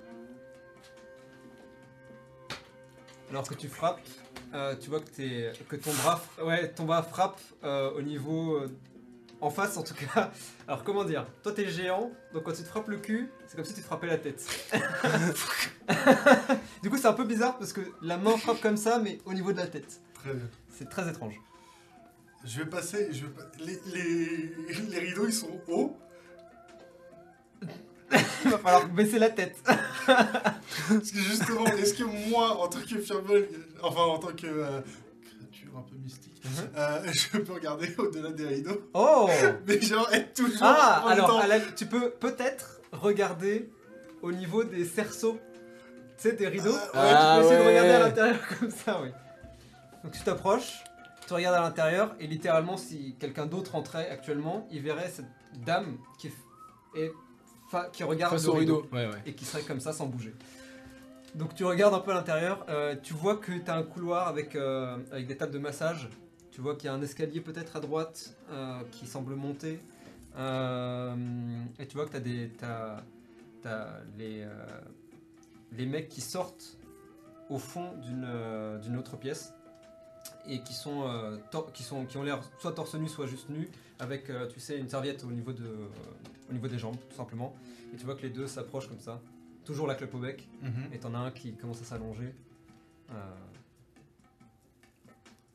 [SPEAKER 1] Alors que tu frappes, euh, tu vois que, t'es- que ton, bras, f- ouais, ton bras frappe euh, au niveau. euh, en face en tout cas. Alors comment dire Toi t'es géant, donc quand tu te frappes le cul, c'est comme si tu te frappais la tête. du coup c'est un peu bizarre parce que la main frappe comme ça, mais au niveau de la tête.
[SPEAKER 2] Très bien.
[SPEAKER 1] C'est très étrange.
[SPEAKER 2] Je vais passer. Je vais pa- les, les- les rideaux, ils sont hauts.
[SPEAKER 1] Il va falloir baisser la tête.
[SPEAKER 2] Parce que justement, est-ce que moi, en tant que Fireball, enfin en tant que euh, créature un peu mystique,
[SPEAKER 1] Mhm.
[SPEAKER 2] euh, je peux regarder au-delà des rideaux,
[SPEAKER 1] Oh
[SPEAKER 2] mais genre être toujours
[SPEAKER 1] Ah
[SPEAKER 2] en
[SPEAKER 1] Alors
[SPEAKER 2] même temps.
[SPEAKER 1] à la- tu peux peut-être regarder au niveau des cerceaux. Tu sais, des rideaux.
[SPEAKER 5] Ah
[SPEAKER 1] tu peux essayer de
[SPEAKER 5] ouais.
[SPEAKER 1] regarder à l'intérieur comme ça, oui. Donc tu t'approches, tu regardes à l'intérieur, et littéralement, si quelqu'un d'autre entrait actuellement, il verrait cette dame qui, f- est fa- qui regarde
[SPEAKER 5] Face
[SPEAKER 1] le
[SPEAKER 5] au rideau. Ouais, ouais.
[SPEAKER 1] et qui serait comme ça sans bouger. Donc tu regardes un peu à l'intérieur, euh, tu vois que tu as un couloir avec, euh, avec des tables de massage, tu vois qu'il y a un escalier peut-être à droite euh, qui semble monter, Euh, et tu vois que tu as, des, t'as- t'as les, euh, les mecs qui sortent au fond d'une euh, d'une autre pièce et qui sont, euh, tor- qui sont qui ont l'air soit torse nu soit juste nus avec euh, tu sais une serviette au niveau de au niveau des jambes tout simplement et tu vois que les deux s'approchent comme ça. Toujours la clope au bec.
[SPEAKER 2] Mhm.
[SPEAKER 1] Et t'en as un qui commence à s'allonger. Euh,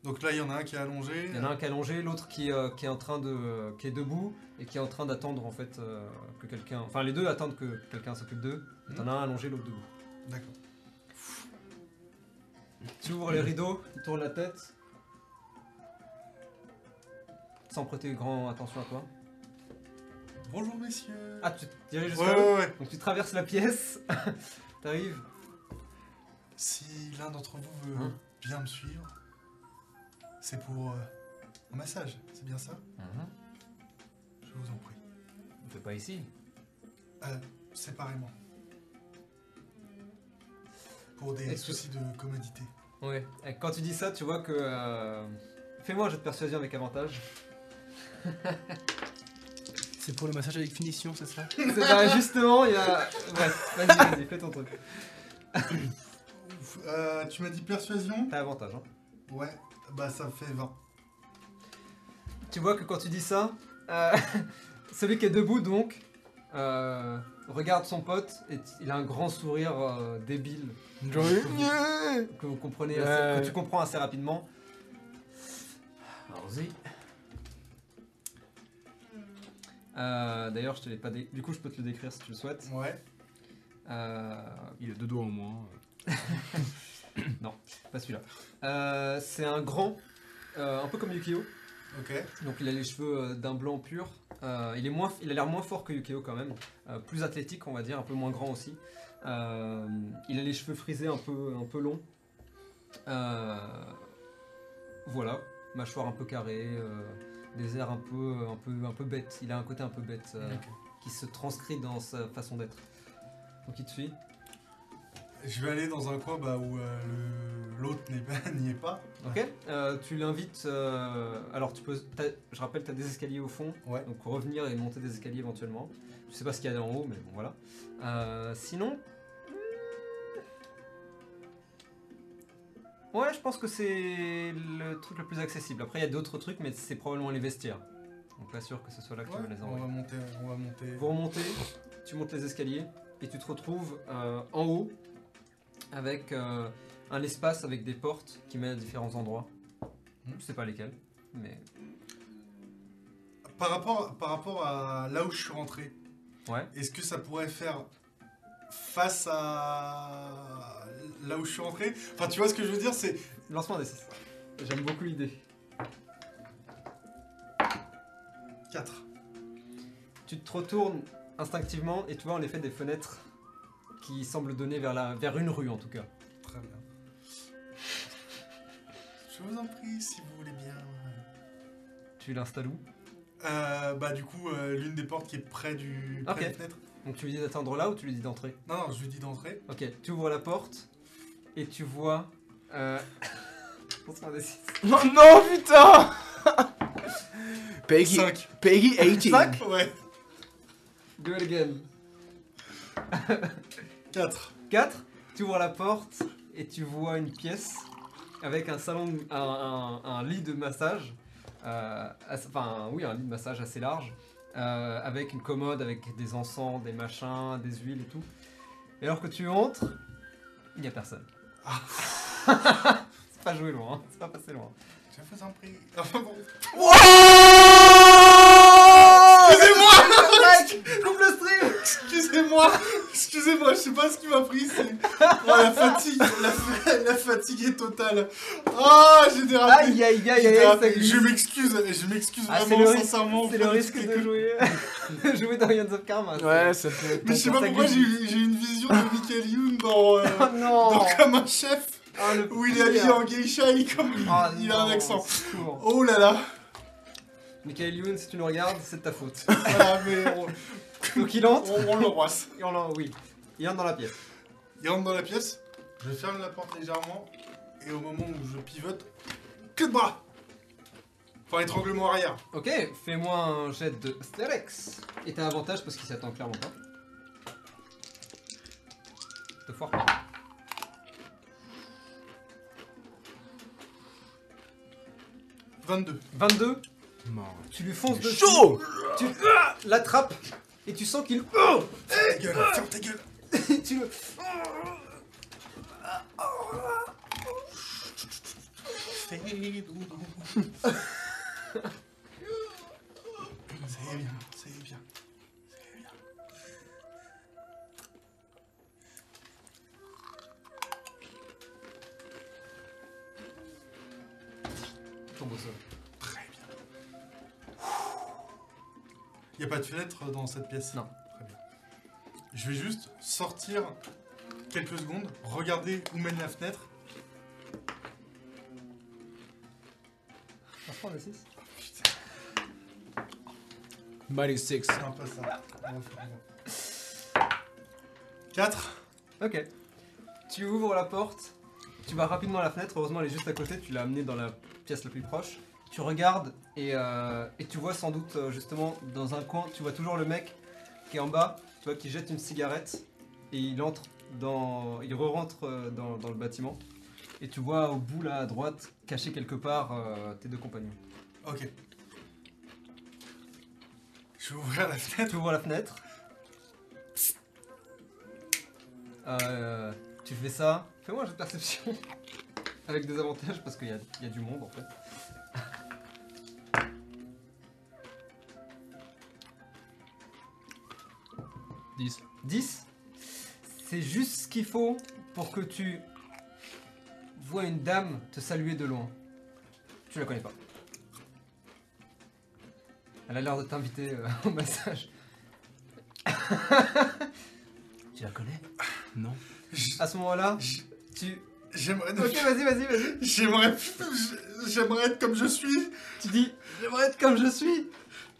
[SPEAKER 2] Donc là, il y en a un qui est allongé.
[SPEAKER 1] Il y en a un qui est allongé, l'autre qui, euh, qui est en train de, qui est debout et qui est en train d'attendre en fait euh, que quelqu'un. Enfin, les deux attendent que quelqu'un s'occupe d'eux.
[SPEAKER 7] Hmm.
[SPEAKER 1] Et T'en as un allongé, l'autre debout.
[SPEAKER 2] D'accord.
[SPEAKER 1] Tu ouvres les rideaux, tu tournes la tête. Sans prêter grand attention à toi.
[SPEAKER 2] Bonjour messieurs.
[SPEAKER 1] Ah, tu te diriges
[SPEAKER 2] ouais,
[SPEAKER 1] jusqu'à eux
[SPEAKER 2] ouais, ouais.
[SPEAKER 1] Donc tu traverses la pièce. T'arrives.
[SPEAKER 2] Si l'un d'entre vous veut
[SPEAKER 1] Hein
[SPEAKER 2] bien me suivre, c'est pour euh, un massage, c'est bien ça Je vous en prie.
[SPEAKER 7] Mhm. On fait pas ici.
[SPEAKER 2] Euh, séparément. Pour des
[SPEAKER 1] Est-ce que-
[SPEAKER 2] soucis de commodité.
[SPEAKER 1] Ouais, et quand tu dis ça, tu vois que. euh, Fais-moi un jeu de persuasion avec avantage.
[SPEAKER 4] C'est pour le massage avec finition, c'est ça
[SPEAKER 1] C'est pas- justement, il y a. Bref, vas-y, vas-y, fais ton truc.
[SPEAKER 2] Ouf, euh, tu m'as dit persuasion
[SPEAKER 1] T'as avantage, hein.
[SPEAKER 2] Ouais, bah ça fait 20.
[SPEAKER 1] Tu vois que quand tu dis ça, euh, celui qui est debout, donc, euh, regarde son pote et t- il a un grand sourire euh, débile que, vous comprenez assez-
[SPEAKER 5] Ouais.
[SPEAKER 1] que tu comprends assez rapidement.
[SPEAKER 7] Allons-y.
[SPEAKER 1] Euh, D'ailleurs, je te l'ai pas. dé- Du coup, je peux te le décrire si tu le souhaites.
[SPEAKER 2] Ouais.
[SPEAKER 1] Euh,
[SPEAKER 4] Il a deux doigts au moins.
[SPEAKER 1] pas celui-là. Euh, C'est un grand, euh, un peu comme Yukio.
[SPEAKER 2] Ok.
[SPEAKER 1] Donc il a les cheveux euh, d'un blanc pur. Euh, il, est moins, il a l'air moins fort que Yukio quand même. Euh, plus athlétique on va dire, un peu moins grand aussi. Euh, il a les cheveux frisés un peu, un peu longs. Euh, voilà, mâchoire un peu carrée, euh, des airs un peu, un, peu, un peu bête. Il a un côté un peu bête euh, qui se transcrit dans sa façon d'être. Donc il te suit.
[SPEAKER 2] Je vais aller dans un coin bah, où euh, le- l'autre n'est pas- n'y est pas.
[SPEAKER 1] Ok, Euh, tu l'invites. euh, alors, tu peux. t'as- Je rappelle, tu as des escaliers au fond.
[SPEAKER 2] Ouais.
[SPEAKER 1] Donc, revenir et monter des escaliers éventuellement. Je sais pas ce qu'il y a en haut, mais bon, voilà. Euh, sinon. hmm, Ouais, je pense que c'est le truc le plus accessible. Après, il y a d'autres trucs, mais c'est probablement les vestiaires. Donc, pas sûr que ce soit là que
[SPEAKER 2] Ouais,
[SPEAKER 1] tu vas les
[SPEAKER 2] on
[SPEAKER 1] envoyer.
[SPEAKER 2] va monter, on va monter.
[SPEAKER 1] Vous remontez, tu montes les escaliers et tu te retrouves euh, en haut avec euh, un espace avec des portes qui mènent à différents endroits.
[SPEAKER 2] Hmm.
[SPEAKER 1] Je sais pas lesquels, mais
[SPEAKER 2] Par rapport, par rapport à là où je suis rentré,
[SPEAKER 1] Ouais.
[SPEAKER 2] est-ce que ça pourrait faire face à là où je suis rentré Enfin, tu vois ce que je veux dire C'est
[SPEAKER 1] lancement des 6. J'aime beaucoup l'idée.
[SPEAKER 2] 4.
[SPEAKER 1] Tu te retournes instinctivement et tu vois en effet des fenêtres qui semblent donner vers, la, vers une rue en tout cas.
[SPEAKER 2] Très bien. Je vous en prie, si vous voulez bien.
[SPEAKER 1] Tu l'installes où
[SPEAKER 2] Euh, bah, du coup, euh, l'une des portes qui est près du.
[SPEAKER 1] Ok.
[SPEAKER 2] Près des fenêtres.
[SPEAKER 1] Donc tu lui dis d'attendre là ou tu lui dis d'entrer
[SPEAKER 2] Non, non, je lui dis d'entrer.
[SPEAKER 1] Ok, tu ouvres la porte et tu vois. Euh... je pense qu'on a des six.
[SPEAKER 5] Non, non, putain Peggy,
[SPEAKER 2] 5.
[SPEAKER 5] Peggy 18.
[SPEAKER 2] 5 Ouais.
[SPEAKER 1] Do it again.
[SPEAKER 2] 4.
[SPEAKER 1] 4, tu ouvres la porte et tu vois une pièce avec un salon, de- un, un- un lit de massage, euh, assez- enfin oui, un lit de massage assez large, euh, avec une commode, avec des encens, des machins, des huiles et tout. Et alors que tu entres, il n'y a personne. c'est pas joué loin, hein, c'est pas passé loin.
[SPEAKER 2] Je vous en prie. Enfin Ah, bon.
[SPEAKER 1] Coupe le stream
[SPEAKER 2] Excusez-moi, excusez-moi, je sais pas ce qui m'a pris, c'est... Oh, la fatigue, la, fa- la fatigue est totale. Ah, j'ai dérapé.
[SPEAKER 1] Aïe aïe aïe
[SPEAKER 2] J'ai
[SPEAKER 1] aïe,
[SPEAKER 2] dérapé.
[SPEAKER 1] ça glisse.
[SPEAKER 2] je m'excuse, je m'excuse
[SPEAKER 1] Ah, c'est
[SPEAKER 2] vraiment,
[SPEAKER 1] le risque-
[SPEAKER 2] sincèrement.
[SPEAKER 1] C'est
[SPEAKER 2] auprès
[SPEAKER 1] le
[SPEAKER 2] de
[SPEAKER 1] risque
[SPEAKER 2] toutes
[SPEAKER 1] de
[SPEAKER 2] les-
[SPEAKER 1] jouer, de jouer dans Yanns of Karma. c'est-
[SPEAKER 5] Ouais, ça fait.
[SPEAKER 2] Mais je sais pas
[SPEAKER 1] Ça
[SPEAKER 2] pourquoi j'ai
[SPEAKER 1] glisse.
[SPEAKER 2] eu j'ai eu une vision de Michael Youn dans, euh,
[SPEAKER 1] Oh non
[SPEAKER 2] dans Comme un chef,
[SPEAKER 1] Ah, le
[SPEAKER 2] où il est habillé
[SPEAKER 1] pire.
[SPEAKER 2] en geisha, il, comme-
[SPEAKER 1] Ah
[SPEAKER 2] il a un
[SPEAKER 1] non,
[SPEAKER 2] accent.
[SPEAKER 1] secours.
[SPEAKER 2] Oh là là,
[SPEAKER 1] Michael Youn, si tu nous regardes, c'est de ta faute.
[SPEAKER 2] voilà, mais on,
[SPEAKER 1] Donc il entre,
[SPEAKER 2] on- on l'embrasse.
[SPEAKER 1] et on l'en- oui. Il entre dans la pièce.
[SPEAKER 2] Il rentre dans la pièce, je ferme la porte légèrement, et au moment où je pivote, que de bras Enfin, étranglement arrière.
[SPEAKER 1] Ok, fais-moi un jet de Sterex. Et t'as un avantage parce qu'il s'attend clairement pas. Te foire pas.
[SPEAKER 2] Pff, 22.
[SPEAKER 1] 22,
[SPEAKER 4] Non.
[SPEAKER 1] tu lui fonces dessus.
[SPEAKER 5] Chaud
[SPEAKER 1] Tu euh, l'attrapes et tu sens qu'il. euh,
[SPEAKER 2] Ta gueule, ferme ta gueule
[SPEAKER 1] tu le.
[SPEAKER 2] Fais doudou. C'est bien, c'est bien.
[SPEAKER 1] Tombe au sol.
[SPEAKER 2] Très bien. Il a pas de fenêtre dans cette pièce
[SPEAKER 1] Non.
[SPEAKER 2] Très bien. Je vais juste sortir quelques secondes, regarder où mène la fenêtre.
[SPEAKER 1] Ça se prend le 6
[SPEAKER 5] Miley 6.
[SPEAKER 2] C'est un peu ça. 4.
[SPEAKER 1] Ok. Tu ouvres la porte, tu vas rapidement à la fenêtre, heureusement elle est juste à côté, tu l'as amenée dans la pièce la plus proche. Tu regardes et, euh, et tu vois sans doute euh, justement dans un coin, tu vois toujours le mec qui est en bas, tu vois qui jette une cigarette et il entre dans. il re-rentre euh, dans, dans le bâtiment. Et tu vois au bout là à droite, caché quelque part, euh, tes deux compagnons.
[SPEAKER 2] Ok. Je vais ouvrir la fenêtre.
[SPEAKER 1] Tu ouvres la fenêtre. Euh, tu fais ça. Fais-moi un jeu de perception. Avec des avantages parce qu'il y a, il y a du monde en fait.
[SPEAKER 5] Dix.
[SPEAKER 1] 10. C'est juste ce qu'il faut pour que tu vois une dame te saluer de loin. Tu la connais pas. Elle a l'air de t'inviter euh, au massage.
[SPEAKER 7] Tu la connais
[SPEAKER 4] Non.
[SPEAKER 1] À ce moment-là,
[SPEAKER 2] J-
[SPEAKER 1] tu.
[SPEAKER 2] J'aimerais
[SPEAKER 1] Ok, vas-y, vas-y, vas-y.
[SPEAKER 2] j'aimerais j'aimerais être comme je suis.
[SPEAKER 1] Tu dis, j'aimerais être comme je suis.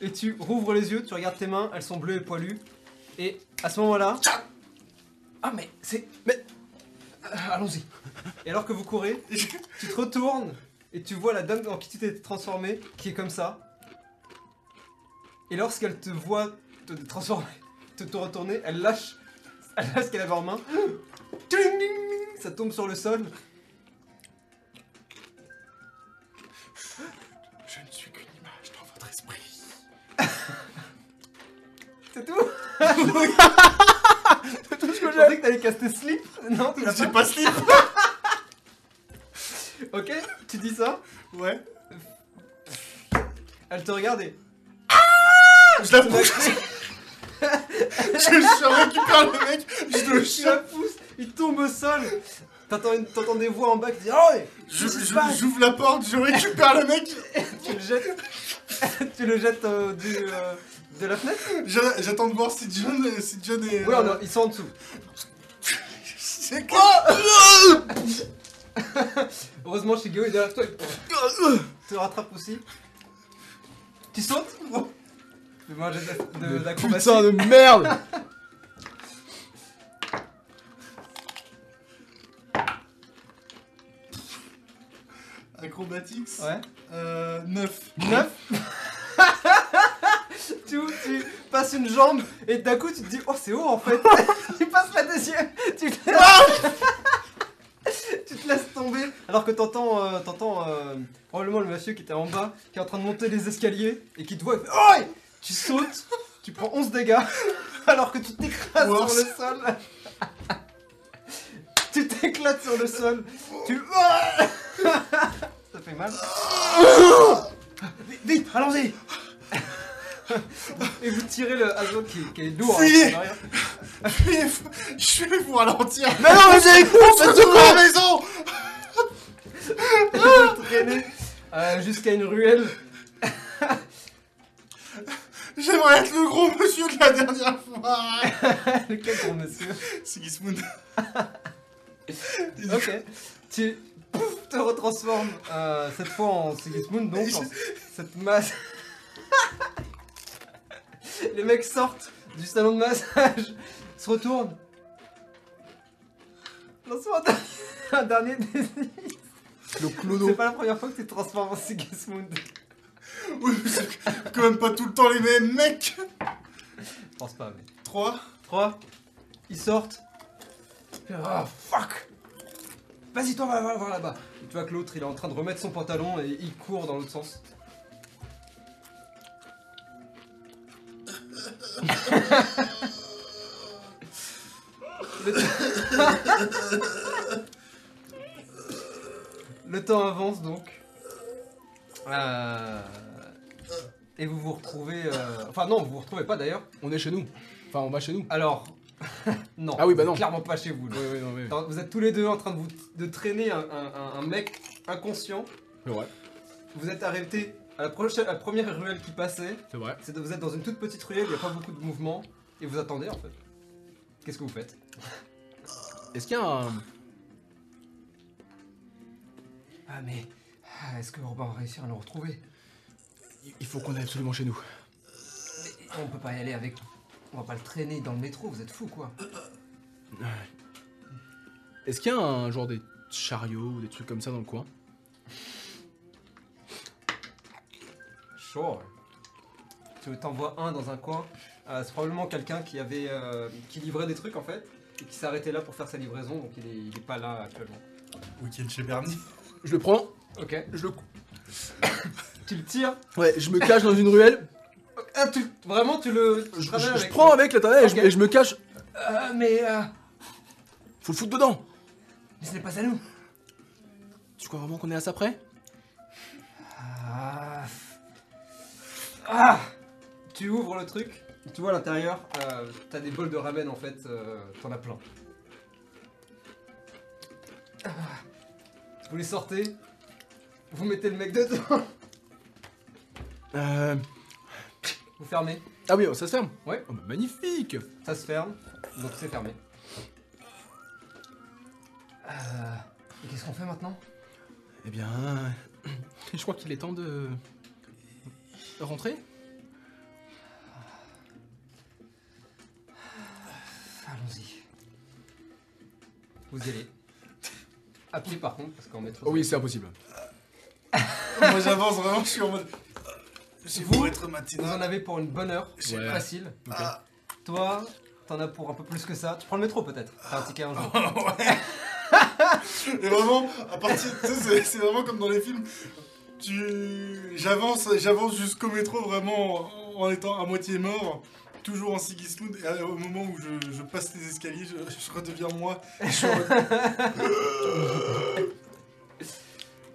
[SPEAKER 1] Et tu rouvres les yeux, tu regardes tes mains, elles sont bleues et poilues. Et à ce moment-là. Ah, mais c'est. Mais. Euh, Allons-y. Et alors que vous courez, tu te retournes et tu vois la dame en qui tu t'es transformé qui est comme ça. Et lorsqu'elle te voit te transformer, te, te retourner, elle lâche, elle lâche ce qu'elle avait en main. Tling, ding, ding, Ça tombe sur le sol.
[SPEAKER 2] Je ne suis qu'une image dans votre esprit.
[SPEAKER 1] C'est tout tout ce que Je pensais que t'allais caster Sleep Non, tu l'as
[SPEAKER 2] J'ai
[SPEAKER 1] pas
[SPEAKER 2] pas slip.
[SPEAKER 1] Ok, tu dis ça,
[SPEAKER 2] Ouais.
[SPEAKER 1] elle te regarde et...
[SPEAKER 2] Je la pousse. je, je récupère le mec. Je le
[SPEAKER 1] Tu la
[SPEAKER 2] chope.
[SPEAKER 1] pousses, il tombe au sol T'entends une- t'entends des voix en bas qui disent « Oh ouais
[SPEAKER 2] Je, je- j'ouvre la porte. Je récupère le mec.
[SPEAKER 1] Tu le jettes... tu le jettes euh, du, euh, de la fenêtre
[SPEAKER 2] Je- j'attends de voir si John, si John est.
[SPEAKER 1] Ouais, non, ils sont en dessous.
[SPEAKER 2] C'est
[SPEAKER 1] Heureusement, Shigeo est derrière toi. Il te rattrape aussi. Tu sautes Fais-moi un jet d'a- de- d'acrobatie.
[SPEAKER 5] Putain de merde
[SPEAKER 2] Acrobatics
[SPEAKER 1] Ouais.
[SPEAKER 2] euh, 9.
[SPEAKER 1] 9 tu, tu passes une jambe et d'un coup tu te dis oh c'est haut en fait tu passes la deuxième tu te laisses, tu te laisses tomber alors que t'entends euh, t'entends euh, probablement le monsieur qui était en bas qui est en train de monter les escaliers et qui te voit et fait, Oi tu sautes tu prends 11 dégâts alors que tu t'écrases sur
[SPEAKER 2] Worse.
[SPEAKER 1] le sol tu t'éclates sur le sol tu ça fait mal Vite, vite, allons-y Et vous tirez le haseau qui, qui est lourd. hein,
[SPEAKER 2] Fuyez
[SPEAKER 1] en arrière.
[SPEAKER 2] Je vais vous ralentir.
[SPEAKER 4] Mais non, mais j'ai
[SPEAKER 2] On se trouve à la maison
[SPEAKER 1] Et vous traînez euh, jusqu'à une ruelle.
[SPEAKER 2] J'aimerais être le gros monsieur de la dernière fois.
[SPEAKER 1] Quel gros monsieur.
[SPEAKER 2] Sigismund. Et du
[SPEAKER 1] Ok. Tu pouf, te retransformes euh, cette fois en Sigismund, donc en cette masse. Les mecs sortent du salon de massage, se retournent. Lance-moi un dernier- un dernier dé-
[SPEAKER 4] Le
[SPEAKER 1] C'est
[SPEAKER 4] clodo.
[SPEAKER 1] pas la première fois que tu te transformes en Sigismund.
[SPEAKER 2] Oui, mais c'est quand même pas tout le temps les mêmes mecs
[SPEAKER 1] Je pense pas, mais.
[SPEAKER 2] 3
[SPEAKER 1] 3, ils sortent. Ah fuck Vas-y toi, va, va voir là-bas. Et Tu vois que l'autre il est en train de remettre son pantalon et il court dans l'autre sens. Le, temps- Le temps avance donc. Euh, Et vous vous retrouvez... euh, Enfin non, vous vous retrouvez pas d'ailleurs.
[SPEAKER 4] On est chez nous. Enfin, on va chez nous.
[SPEAKER 1] Alors, non.
[SPEAKER 4] Ah oui, bah non.
[SPEAKER 1] Clairement pas chez vous. là.
[SPEAKER 4] Ouais, ouais, non, mais.
[SPEAKER 1] Attends, Vous êtes tous les deux en train de, vous, de traîner un, un- un- un mec inconscient.
[SPEAKER 4] C'est vrai,
[SPEAKER 1] Vous êtes arrêté à la, prochaine- la première ruelle qui passait.
[SPEAKER 4] c'est vrai.
[SPEAKER 1] C'est- Vous êtes dans une toute petite ruelle, il n'y a pas beaucoup de mouvement. Et vous attendez en fait. Qu'est-ce que vous faites
[SPEAKER 4] Est-ce qu'il y a un.
[SPEAKER 1] Ah mais... ah, Est-ce qu'on va réussir à le retrouver
[SPEAKER 4] Il faut qu'on aille absolument chez nous.
[SPEAKER 1] On peut pas y aller avec... On va pas le traîner dans le métro, vous êtes fous quoi.
[SPEAKER 4] Est-ce qu'il y a un genre des chariots ou des trucs comme ça dans le coin
[SPEAKER 1] Sure. Tu t'envoies un dans un coin. Euh, c'est probablement quelqu'un qui avait euh, qui livrait des trucs en fait et qui s'arrêtait là pour faire sa livraison, donc il est, il est pas là actuellement.
[SPEAKER 2] Week-end chez Bernie.
[SPEAKER 4] Je le prends,
[SPEAKER 1] Ok.
[SPEAKER 4] je le. cou-
[SPEAKER 1] Tu le tires.
[SPEAKER 4] Ouais, je me cache dans une ruelle.
[SPEAKER 1] Ah, tu- vraiment, tu le. tu
[SPEAKER 4] Je, je-
[SPEAKER 1] travailles
[SPEAKER 4] je
[SPEAKER 1] avec-
[SPEAKER 4] prends avec la tonnelle et je-
[SPEAKER 1] Ok.
[SPEAKER 4] et je me cache.
[SPEAKER 1] Euh, mais euh,
[SPEAKER 4] Faut le foutre dedans.
[SPEAKER 1] mais ce n'est pas à nous.
[SPEAKER 4] Tu crois vraiment qu'on est à ça près
[SPEAKER 1] Ah. Ah Tu ouvres le truc. Tu vois à l'intérieur, euh, t'as des bols de ramen en fait, euh, t'en as plein. Ah. Vous les sortez, vous mettez le mec dedans,
[SPEAKER 4] Euh.
[SPEAKER 1] vous fermez.
[SPEAKER 4] Ah oui, ça se ferme
[SPEAKER 1] Ouais.
[SPEAKER 4] Oh bah magnifique
[SPEAKER 1] Ça se ferme, donc c'est fermé. Euh, et qu'est-ce qu'on fait maintenant
[SPEAKER 4] Eh bien. Je crois qu'il est temps de. rentrer
[SPEAKER 1] Allons-y. Vous y allez. À pied par contre, parce qu'en métro.
[SPEAKER 4] Oh oui, c'est impossible.
[SPEAKER 2] Moi j'avance vraiment, je suis en mode. euh, C'est
[SPEAKER 1] Vous
[SPEAKER 2] pour être
[SPEAKER 1] Vous en
[SPEAKER 2] matinal.
[SPEAKER 1] avez pour une bonne heure, c'est
[SPEAKER 4] Ouais.
[SPEAKER 1] facile.
[SPEAKER 4] Ok.
[SPEAKER 2] Ah.
[SPEAKER 1] Toi, t'en as pour un peu plus que ça. Tu prends le métro peut-être T'as un ticket un jour.
[SPEAKER 2] Et vraiment, à partir. Tu sais, c'est- c'est vraiment comme dans les films. Tu. J'avance, j'avance jusqu'au métro vraiment en en étant à moitié mort. Toujours en Sigismund, et euh, au moment où je, je passe les escaliers, je, je redeviens moi. Et je suis en mode,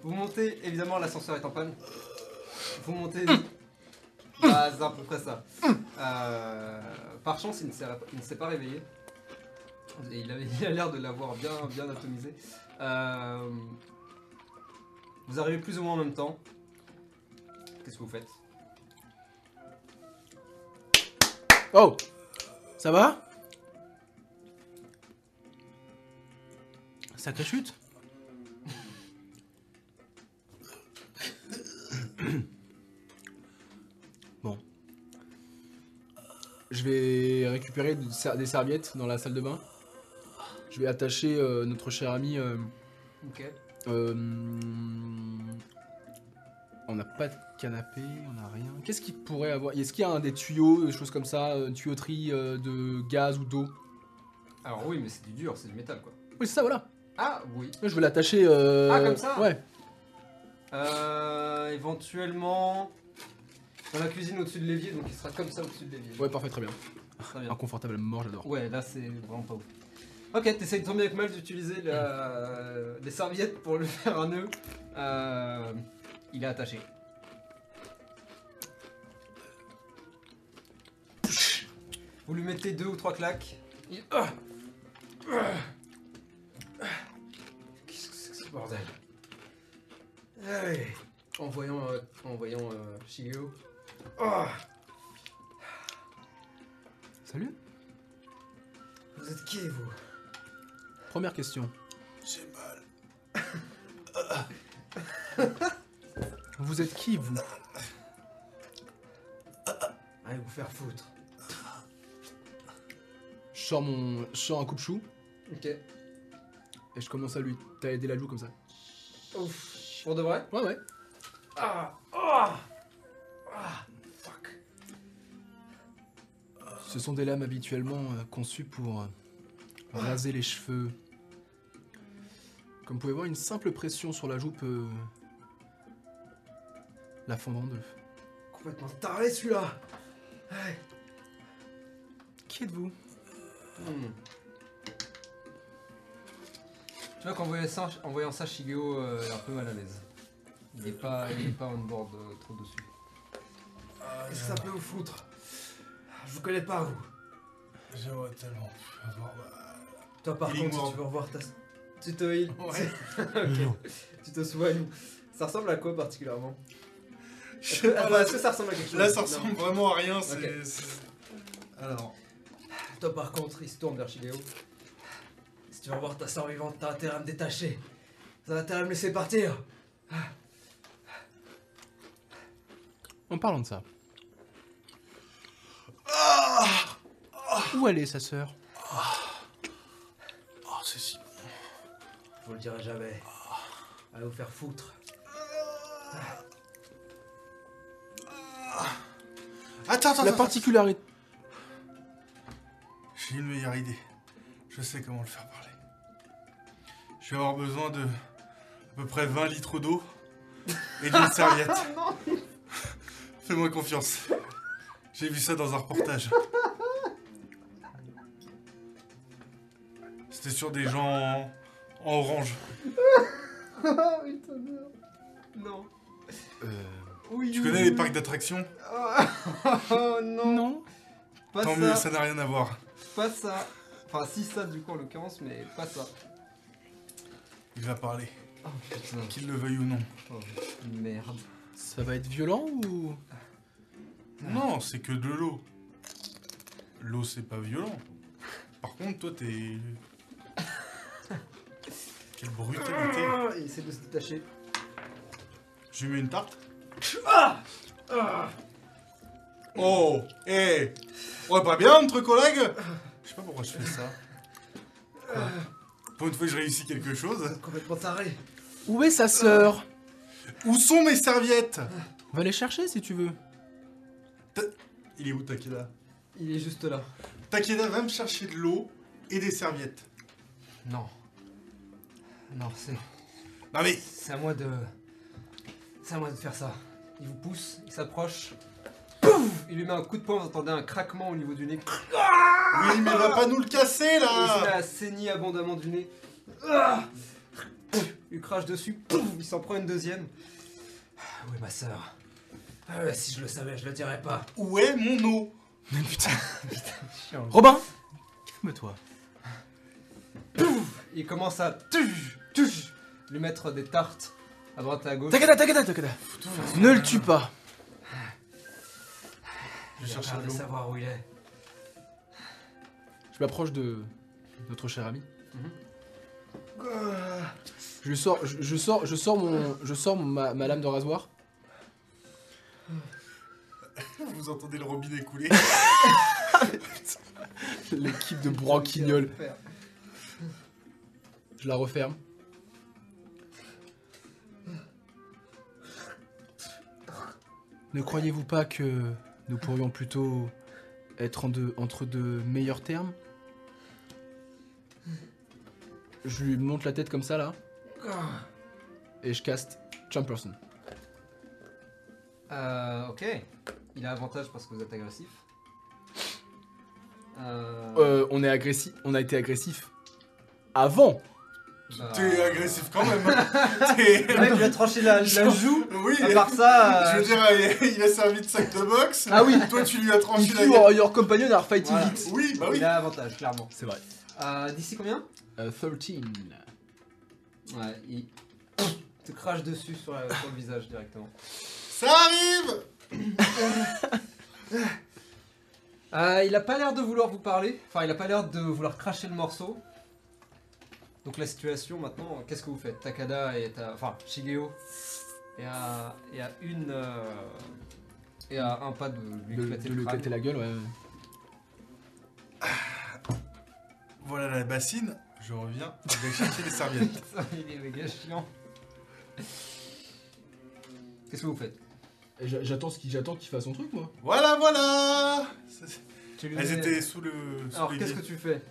[SPEAKER 1] Vous montez, évidemment, l'ascenseur est en panne. Vous montez. bah, c'est à peu près ça. Euh, par chance, il ne s'est, il ne s'est pas réveillé. Et il, avait, il a l'air de l'avoir bien, bien atomisé. Euh, vous arrivez plus ou moins en même temps. Qu'est-ce que vous faites
[SPEAKER 4] Oh Ça va Sacrée chute Bon. Je vais récupérer du- ser- des serviettes dans la salle de bain. Je vais attacher euh, notre cher ami euh,
[SPEAKER 1] Ok.
[SPEAKER 4] euh, On n'a pas de canapé, on n'a rien. Qu'est-ce qu'il pourrait avoir Est-ce qu'il y a un des tuyaux, des choses comme ça, une tuyauterie euh, de gaz ou d'eau
[SPEAKER 1] Alors oui, mais c'est du dur, c'est du métal quoi.
[SPEAKER 4] Oui, c'est ça, voilà.
[SPEAKER 1] Ah oui.
[SPEAKER 4] Je vais l'attacher. euh,
[SPEAKER 1] Ah, comme ça
[SPEAKER 4] Ouais.
[SPEAKER 1] Euh, éventuellement dans la cuisine au-dessus de l'évier, donc il sera comme ça au-dessus de l'évier.
[SPEAKER 4] Ouais, parfait, très bien.
[SPEAKER 1] Très bien.
[SPEAKER 4] Inconfortable à mort, j'adore.
[SPEAKER 1] Ouais, là c'est vraiment pas ouf. Ok, t'essayes de tomber avec mal d'utiliser la... euh, les serviettes pour lui faire un nœud. Euh, Il est attaché. Vous lui mettez deux ou trois claques. Il- Ah Ah Qu'est-ce que c'est que ce bordel Ah ouais. En voyant, euh, en voyant euh, Shigeo. Ah
[SPEAKER 4] Salut.
[SPEAKER 1] vous êtes qui vous
[SPEAKER 4] Première question.
[SPEAKER 2] J'ai mal.
[SPEAKER 4] Vous êtes qui, vous
[SPEAKER 1] Allez vous faire foutre.
[SPEAKER 4] Je sors, mon... je sors un coupe-chou
[SPEAKER 1] Ok.
[SPEAKER 4] et je commence à lui aider la joue comme ça.
[SPEAKER 1] Ouf. Pour de vrai
[SPEAKER 4] Ouais, ouais.
[SPEAKER 1] Ah, ah, ah, fuck.
[SPEAKER 4] Ce sont des lames habituellement euh, conçues pour euh, raser les cheveux. Comme vous pouvez voir, une simple pression sur la joue peut la fondre en deux.
[SPEAKER 1] Complètement taré celui-là.
[SPEAKER 4] Qui êtes-vous
[SPEAKER 1] Hmm. Tu vois qu'en voyant ça, en voyant ça, Shigeo euh, est un peu mal à l'aise. Il n'est pas, il est pas on board euh, trop dessus. Qu'est-ce que Ah, ça peut vous foutre Je vous connais pas, vous.
[SPEAKER 2] J'aimerais tellement avoir mal.
[SPEAKER 1] Toi, par
[SPEAKER 2] Il est
[SPEAKER 1] contre,
[SPEAKER 2] mort.
[SPEAKER 1] si tu veux revoir ta. Tu te heal.
[SPEAKER 2] Ouais.
[SPEAKER 1] Ok. tu te soignes. Ça ressemble à quoi particulièrement
[SPEAKER 2] Je
[SPEAKER 1] Est-ce
[SPEAKER 2] sais
[SPEAKER 1] que,
[SPEAKER 2] pas,
[SPEAKER 1] attends,
[SPEAKER 2] Ah, là,
[SPEAKER 1] est-ce que ça ressemble à quelque chose
[SPEAKER 2] là, ça
[SPEAKER 1] Non.
[SPEAKER 2] ressemble vraiment à rien. c'est-
[SPEAKER 1] Ok.
[SPEAKER 2] c'est- Alors,
[SPEAKER 1] Toi par contre, il se tourne vers Shigeo. Si tu veux voir ta soeur vivante, t'as intérêt à me détacher. T'as intérêt à me laisser partir.
[SPEAKER 9] En parlant de ça. Ah Où elle est, sa sœur
[SPEAKER 2] oh, c'est si.
[SPEAKER 1] Je vous le dirai jamais. Allez vous faire foutre.
[SPEAKER 2] Attends,
[SPEAKER 9] Ah
[SPEAKER 2] attends,
[SPEAKER 4] La
[SPEAKER 2] attends.
[SPEAKER 4] particularité.
[SPEAKER 2] J'ai une meilleure idée. Je sais comment le faire parler. Je vais avoir besoin de à peu près 20 litres d'eau et d'une serviette. Fais-moi confiance. J'ai vu ça dans un reportage. C'était sur des gens en, en orange.
[SPEAKER 1] Ah putain merde. Non.
[SPEAKER 9] Euh,
[SPEAKER 1] Oui.
[SPEAKER 2] Tu connais les parcs d'attractions
[SPEAKER 1] Oh non.
[SPEAKER 9] Non.
[SPEAKER 1] Pas
[SPEAKER 2] Tant mieux, ça n'a rien à voir.
[SPEAKER 1] Pas ça. Enfin si ça du coup en l'occurrence, mais pas ça.
[SPEAKER 2] Il va parler,
[SPEAKER 1] Oh putain.
[SPEAKER 2] qu'il le veuille ou non.
[SPEAKER 1] Oh, merde.
[SPEAKER 4] Ça va être violent ou
[SPEAKER 2] Non, c'est que de l'eau. L'eau, c'est pas violent. Par contre, toi, t'es. Quelle brutalité.
[SPEAKER 1] Ah, il essaie de se détacher.
[SPEAKER 2] Je lui mets une tarte. Oh Eh Ouais, pas bien, entre collègues Je sais pas pourquoi je fais ça. Quoi Pour une fois, je réussis quelque chose.
[SPEAKER 1] Complètement taré.
[SPEAKER 9] Où est sa sœur
[SPEAKER 2] Où sont mes serviettes
[SPEAKER 9] Va les chercher si tu veux.
[SPEAKER 2] Il est où, Takeda
[SPEAKER 1] Il est juste là.
[SPEAKER 2] Takeda, va me chercher de l'eau et des serviettes.
[SPEAKER 10] Non. Non, c'est.
[SPEAKER 2] Non, mais
[SPEAKER 10] C'est à moi de. C'est à moi de faire ça.
[SPEAKER 1] Il vous pousse, il s'approche. Pouf Il lui met un coup de poing, vous entendez un craquement au niveau du nez.
[SPEAKER 2] oui, mais va pas nous le casser
[SPEAKER 10] Ah.
[SPEAKER 1] Et il se met
[SPEAKER 2] là
[SPEAKER 1] à saigner abondamment du nez. Ah il crache dessus, pouf, il s'en prend une deuxième.
[SPEAKER 10] Où est ma sœur Ah ouais, Si je le savais, je le dirais pas.
[SPEAKER 2] Où est mon eau
[SPEAKER 9] Robin Calme-toi.
[SPEAKER 1] Il commence à tuj, tuj, lui mettre des tartes à droite et à gauche.
[SPEAKER 9] Takada, Takada, Takada Ne le tue pas
[SPEAKER 2] Je
[SPEAKER 10] Il a
[SPEAKER 2] cherche
[SPEAKER 10] peur
[SPEAKER 2] de
[SPEAKER 10] de
[SPEAKER 2] l'eau.
[SPEAKER 10] savoir où il est.
[SPEAKER 4] Je m'approche de notre cher ami. Ah.
[SPEAKER 1] Mhm.
[SPEAKER 4] Je lui sors, je, je sors, je sors mon, je sors ma, ma lame de rasoir.
[SPEAKER 2] Vous entendez le robinet couler.
[SPEAKER 4] L'équipe de branquignoles. Je la referme. Ne croyez-vous pas que nous pourrions plutôt être en deux- entre de meilleurs termes Je lui monte la tête comme ça là. Ah. Et je caste Charm Person.
[SPEAKER 1] Euh, ok. Il a avantage parce que vous êtes agressif. Euh,
[SPEAKER 4] Euh, on est agressif, on a été agressif avant.
[SPEAKER 1] bah,
[SPEAKER 2] T'es agressif quand même. hein. T'es-
[SPEAKER 1] Le mec lui a tranché la, la joue.
[SPEAKER 2] Oui,
[SPEAKER 1] À part ça, euh,
[SPEAKER 2] je veux dire, il a servi de sac de boxe.
[SPEAKER 4] Ah oui.
[SPEAKER 2] Toi, tu lui as tranché la
[SPEAKER 4] IQ
[SPEAKER 2] gueule.
[SPEAKER 4] or your companion are fighting
[SPEAKER 1] Voilà.
[SPEAKER 4] it.
[SPEAKER 2] Oui, bah oui.
[SPEAKER 1] il a avantage, clairement.
[SPEAKER 4] C'est vrai.
[SPEAKER 1] Euh, D'ici combien
[SPEAKER 4] Euh, 13.
[SPEAKER 1] Ouais, il te crache dessus sur, la- sur le visage directement.
[SPEAKER 2] Ça arrive
[SPEAKER 1] Euh, il a pas l'air de vouloir vous parler. Enfin, il a pas l'air de vouloir cracher le morceau. Donc la situation maintenant, qu'est-ce que vous faites Takada et à... Enfin, Shigeo est à, est à une... euh, est à un pas de lui
[SPEAKER 4] De,
[SPEAKER 1] éclater
[SPEAKER 4] de
[SPEAKER 1] le
[SPEAKER 4] lui
[SPEAKER 1] crâne.
[SPEAKER 4] éclater la gueule, ouais. ouais.
[SPEAKER 2] Voilà la bassine. Je reviens. Je vais chercher les serviettes.
[SPEAKER 1] il est méga chiant. Qu'est-ce que vous faites
[SPEAKER 4] Et j'a- J'attends ce qu'il- j'attends qu'il fasse son truc, moi.
[SPEAKER 2] Voilà, voilà Ça, c'est-
[SPEAKER 1] Tu lui
[SPEAKER 2] Elles
[SPEAKER 1] mets-
[SPEAKER 2] étaient sous le. sous
[SPEAKER 1] Alors
[SPEAKER 2] les
[SPEAKER 1] qu'est-ce que
[SPEAKER 2] lits.
[SPEAKER 1] tu fais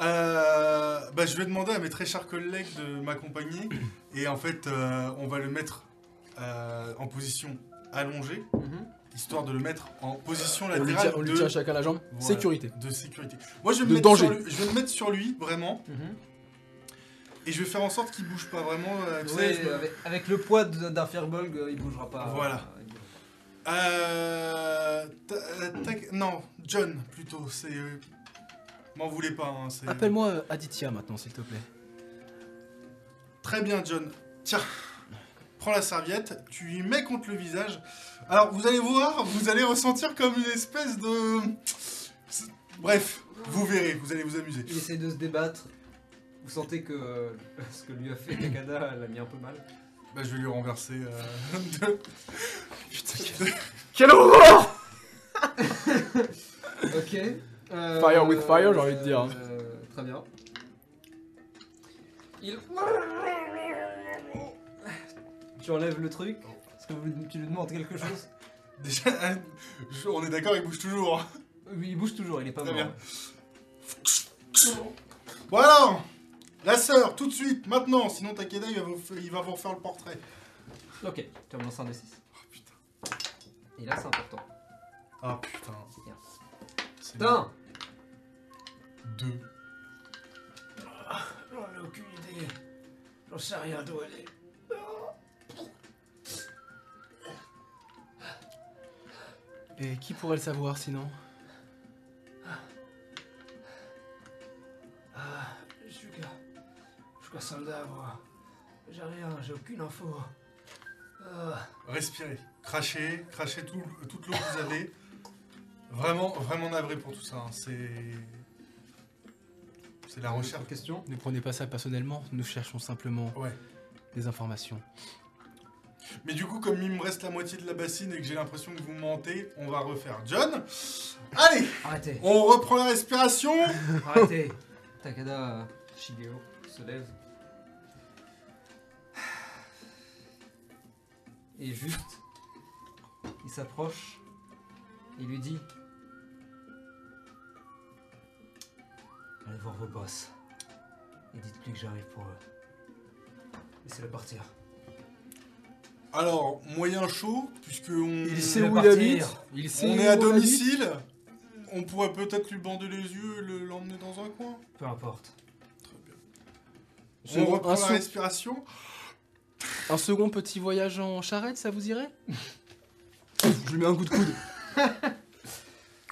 [SPEAKER 2] Euh, bah, je vais demander à mes très chers collègues de m'accompagner. Et en fait, euh, on va le mettre euh, en position allongée,
[SPEAKER 1] Mhm.
[SPEAKER 2] histoire de le mettre en position
[SPEAKER 4] On lui,
[SPEAKER 2] latérale
[SPEAKER 4] tient, on lui
[SPEAKER 2] de,
[SPEAKER 4] tient chacun la jambe.
[SPEAKER 2] Voilà.
[SPEAKER 4] Sécurité.
[SPEAKER 2] de sécurité. Moi, je vais, me
[SPEAKER 4] De
[SPEAKER 2] mettre sur
[SPEAKER 4] danger.
[SPEAKER 2] lui- je vais me mettre sur lui, vraiment.
[SPEAKER 1] Mhm.
[SPEAKER 2] Et je vais faire en sorte qu'il bouge pas vraiment. euh, tu
[SPEAKER 1] Oui,
[SPEAKER 2] sais, je me-
[SPEAKER 1] avec, avec le poids de- d'un fireball, euh, il bougera pas.
[SPEAKER 2] Voilà.
[SPEAKER 1] Euh, il bougera
[SPEAKER 2] Euh, ta- euh, tac- non, John plutôt. C'est. euh, M'en voulez pas. Hein, c'est-
[SPEAKER 4] Appelle-moi euh, Aditya maintenant, s'il te plaît.
[SPEAKER 2] Très bien, John. Tiens, prends la serviette, tu y mets contre le visage. Alors, vous allez voir, vous allez ressentir comme une espèce de. C'est- Bref, vous verrez, vous allez vous amuser.
[SPEAKER 1] pas. Il essaie de se débattre. Vous sentez que euh, ce que lui a fait Takada l'a mis un peu mal.
[SPEAKER 2] Bah, je vais lui renverser. euh, deux. Putain,
[SPEAKER 4] Quel horreur
[SPEAKER 1] Ok. euh,
[SPEAKER 4] Fire with fire, j'ai envie de dire.
[SPEAKER 1] euh, très bien. Il. Tu enlèves le truc Est-ce que vous- tu lui demandes quelque chose
[SPEAKER 2] déjà, hein, je- on est d'accord, il bouge toujours. hein.
[SPEAKER 1] Oui, il bouge toujours, il est pas
[SPEAKER 2] Très
[SPEAKER 1] mort.
[SPEAKER 2] bien. Bon, alors, la sœur, tout de suite, maintenant, sinon Takeda, il va vous, il va vous refaire le portrait.
[SPEAKER 1] Ok, tu vas me lancer un D6.
[SPEAKER 2] Oh putain.
[SPEAKER 1] Et là, c'est important.
[SPEAKER 2] Ah putain.
[SPEAKER 1] Merde.
[SPEAKER 2] C'est
[SPEAKER 1] Putain
[SPEAKER 2] Deux.
[SPEAKER 7] J'en ai aucune idée. J'en sais rien d'où elle est.
[SPEAKER 4] Et qui pourrait le savoir sinon
[SPEAKER 7] Ah, je suis qu'un. Je suis qu'un soldat, moi. J'ai rien, j'ai aucune info. Ah,
[SPEAKER 2] Respirez, crachez, crachez tout, toute l'eau que vous avez. Vraiment, vraiment navré pour tout ça. hein. C'est. C'est la recherche.
[SPEAKER 1] Question
[SPEAKER 4] Ne prenez pas ça personnellement, nous cherchons simplement
[SPEAKER 2] Ouais.
[SPEAKER 4] des informations.
[SPEAKER 2] Mais du coup, comme il me reste la moitié de la bassine et que j'ai l'impression que vous mentez, on va refaire. John Allez
[SPEAKER 1] Arrêtez
[SPEAKER 2] On reprend la respiration
[SPEAKER 1] Arrêtez Takada euh, Shigeo se lève. Et juste, il s'approche et lui dit
[SPEAKER 7] allez voir vos boss. Et dites-lui que j'arrive pour eux. Laissez-le partir.
[SPEAKER 2] Alors, moyen chaud, puisque on,
[SPEAKER 4] Il
[SPEAKER 1] Il
[SPEAKER 4] sait
[SPEAKER 1] veut
[SPEAKER 4] où il
[SPEAKER 1] partir.
[SPEAKER 4] habite Il sait
[SPEAKER 2] on
[SPEAKER 4] où
[SPEAKER 2] est à
[SPEAKER 4] habite
[SPEAKER 2] domicile, on pourrait peut-être lui bander les yeux et le- l'emmener dans un coin.
[SPEAKER 7] Peu importe.
[SPEAKER 2] On
[SPEAKER 4] Second-
[SPEAKER 2] reprend
[SPEAKER 4] un,
[SPEAKER 2] la
[SPEAKER 4] sou-
[SPEAKER 2] respiration.
[SPEAKER 4] un second petit voyage en charrette, ça vous irait Je lui mets un coup de coude.